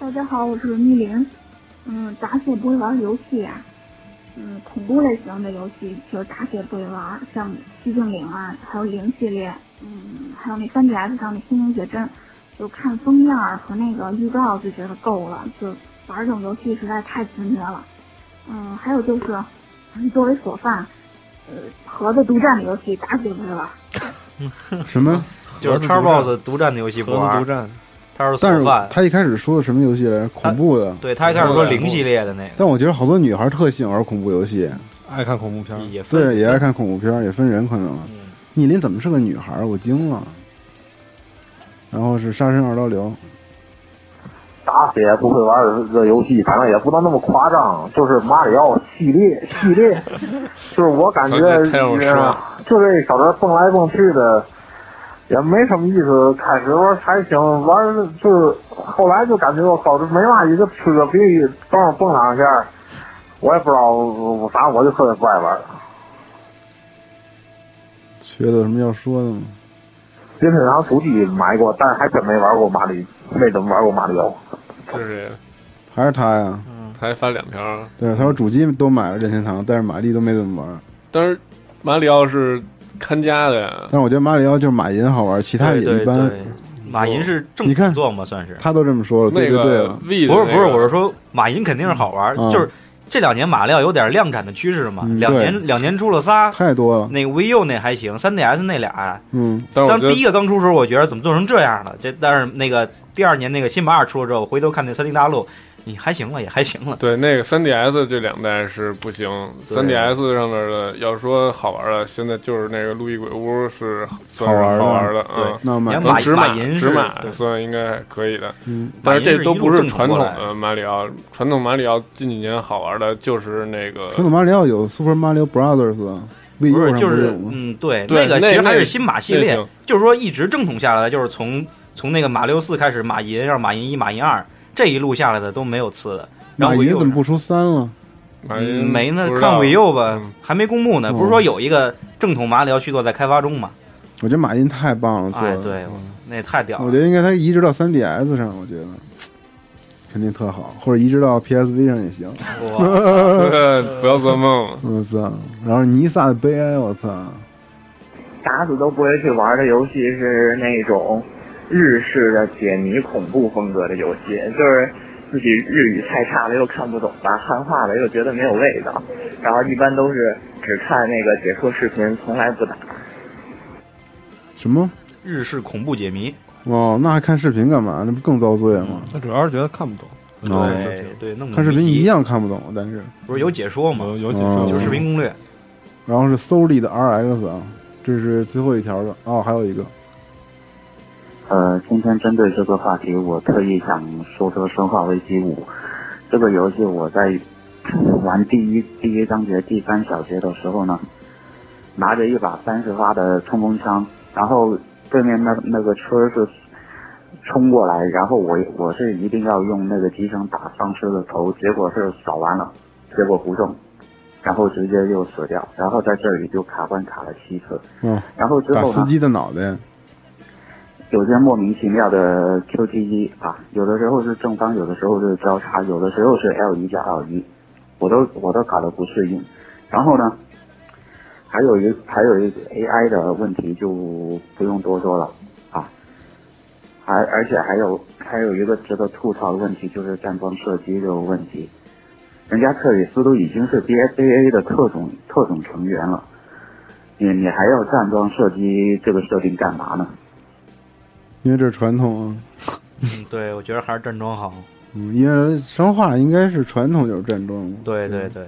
P: 大家好，我是密林。嗯，打死也不会玩游戏啊。嗯，恐怖类型的游戏就是打死也不会玩，像寂静岭啊，还有零系列，嗯，还有那 3DS 上的心灵写真，就看封面儿和那个预告就觉得够了，就玩这种游戏实在太自虐了。嗯，还有就是，嗯作为索饭，呃，盒子独占的游戏打死也不会玩。
B: 什
D: <laughs>
B: 么？
D: 就是 Xbox 独占的游戏不玩，
E: 独占，
D: 他是
B: 但是
D: 索饭，
B: 他一开始说的什么游戏来着？恐怖的。
D: 对他一开始说零系列的那个，
B: 但我觉得好多女孩特喜欢玩恐怖游戏，
E: 爱看恐怖片，
D: 也
B: 嗯对，也爱看恐怖片，也分人可
D: 嗯
B: 能。逆鳞怎么是个女孩？我惊了。然后是杀神二刀流，
A: 打死也不会玩的游戏，反正也不能那么夸张，就是马里奥系列系列，就是我感
F: <laughs>
A: 觉
F: 操这太有诗了
A: 就这小人蹦来蹦去的，也没什么意思。开始玩还行，玩就是后来就感觉我靠，这没嘛意思，吃个鼻涕，蹦蹦两下，我也不知道我反正我就特别不爱玩了。
B: 缺的有什么要说的吗？
A: 任天堂主机买过，但是还真没玩过马里，没怎么玩过马里奥。
F: 就是
B: 还是他呀？
D: 嗯
F: 他还发两条，
B: 对，他说主机都买了任天堂，但是玛丽都没怎么玩。
F: 当时马里奥是看家的呀，
B: 但是我觉得马里奥就是马银好玩，其他也
D: 对
B: 一
D: 对
B: 般。
D: 对，马银是正主作嘛，算是。
B: 他都这么说了，哦对就对了。
D: 不是不是，我是说马银肯定是好玩，
B: 嗯
D: 就是这两年马料有点量产的趋势嘛，
B: 嗯
D: 两
B: 对
D: 年两年出了仨，
B: 太多了。
D: 那个 VU 那还行，3DS 那俩，
B: 嗯，
F: 但
D: 当第一个刚出时候，我觉得怎么做成这样了？这但是那个第二年那个新马二出了之后，回头看那三 D 大陆，你还行了，也还行了。
F: 对，那个 3DS 这两代是不行
D: 对
F: ，3DS 上面的要说好玩的，现在就是那个《路易鬼屋》是算
B: 好玩
F: 是
B: 的
F: 好玩的，
B: 对
F: 嗯，
B: 那我买
F: 嗯
B: 了马
F: 纸马
B: 马银
F: 纸
B: 是
F: 马
B: 对
F: 算应该还可以的，
B: 嗯
F: 但是这都不是
B: 马银是一路
F: 传统
B: 正统
F: 的马里奥，传统马里奥近几年好玩的就是那个
B: 传统马里奥有 Super Mario Brothers 啊，VU
D: 不是
B: 上，
D: 就
B: 有
D: 是
B: 吗？
D: 嗯，对，
F: 对
D: 个
F: 那
D: 其实
F: 那
D: 还是
F: 个
D: 新马系
F: 那
D: 列
F: 行，
D: 就是说一直正统下来的，就是从从那个马六四开始，马银，然后马银一、马银二这一路下来的都没有次的。
B: 马
D: 然后 v
B: 银
D: u
B: 怎么不出三了？
D: 嗯没呢，看 v u 吧，还没公布呢。不是说有一个正统马里奥续作在开发中嘛？
B: 我觉得马银太棒了，做
D: 哎，
B: 的。
D: 对，那也太屌
B: 我
D: 了。
B: 觉得应该它移植到 3DS 上，我觉得肯定特好，或者移植到 PSV 上也行。
F: 呃 <laughs> 不要做
D: 嗯
F: 梦，
B: 我操！然后尼萨的悲哀，我操！
Q: 打死都不会去玩的游戏是那种日式的解谜恐怖风格的游戏，就是自己日语太差了又看不懂吧，汉化了又觉得没有味道，然后一般都是只看那个解说视频，从来不打。
B: 什么？
D: <laughs> 日式恐怖解谜，
B: 哦，那还看视频干嘛？那不更遭罪吗？
E: 他主要是觉得看不懂。
B: 哦
D: 对对，弄
B: 看视频一样看不懂，但是
D: 不是有解说吗？有
B: 有解说
D: 哎哦就是视频攻略。
B: 然后是 Soli 的 RX 啊，这是最后一条的哦，还有一个
I: 呃，今天针对这个话题，我特意想说说《生化危机五》这个游戏。我在玩第一第一章节第三小节的时候呢，拿着一把三十发的冲锋枪，然后对面那那个车是冲过来，然后我我是一定要用那个机枪打丧尸的头，结果是扫完了，结果不中，然后直接就死掉，然后在这里就卡关卡了七次，
B: 嗯，
I: 然后之
B: 打
I: 后呢？
B: 司机的脑袋，
I: 有些莫名其妙的 QTE 啊，有的时候是正方，有的时候是交叉，有的时候是 L 一加 L 一，我都我都搞得不适应。然后呢，还有一还有一个 AI 的问题就不用多说了啊，还而且还有还有一个值得吐槽的问题就是站桩射击这个问题，人家克里斯都已经是 BSAA 的特种特种成员了，你你还要站桩射击这个设定干嘛呢？
B: 因为这是传统啊，
D: 嗯，对，我觉得还是站桩好。
B: 嗯，因为生化应该是传统就是战争嘛，
D: 对对对，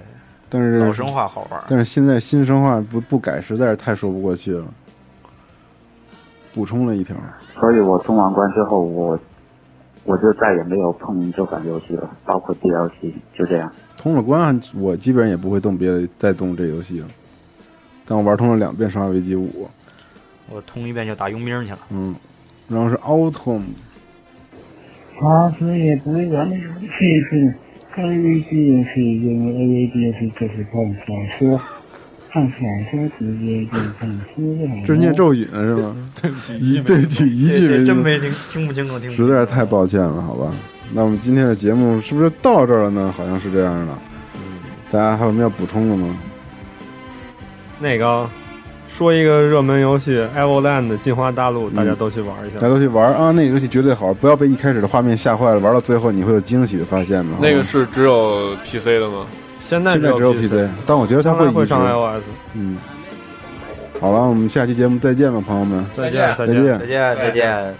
B: 但是
D: 老生化好玩
B: 但是现在新生化不不改实在是太说不过去了。补充了一条，
I: 所以我通完关之后，我我就再也没有碰这款游戏了，包括 DLC，就这样。
B: 通了关，我基本上也不会动别的，再动这游戏了。但我玩通了两遍《生化危机五》，
D: 我通一遍就打佣兵去了。
B: 嗯，然后是 Autumn，
Q: 啊，所以不会玩的游戏是看 A G 是因为 A D 是就是看小说，看小说直接就看书了。
B: 这是念咒语呢是吗？哦 <laughs> 对不起，一
Q: 没
B: 对不起，一句没
D: 真没
B: 听
D: 听听不清楚，听不
B: 实在是太抱歉了，好吧？那我们今天的节目是不是到这儿了呢？好像是这样的。大家还有什么要补充的吗？
E: 那个说一个热门游戏《Evoland 的进化大陆》，大家都去玩一下
B: 大。家都去玩啊！那个游戏绝对好，不要被一开始的画面吓坏了，玩到最后你会有惊喜的发现的。好吧
F: 那个是只有 PC 的吗？
E: 现
B: 现在只有 PC，但我觉得它
E: 将来哦会
B: 移植
E: 上 iOS。
B: 嗯，好了，我们下期节目再见吧，朋友们，
E: 再见
B: 再
E: 再见
D: 再见再见。
R: Thank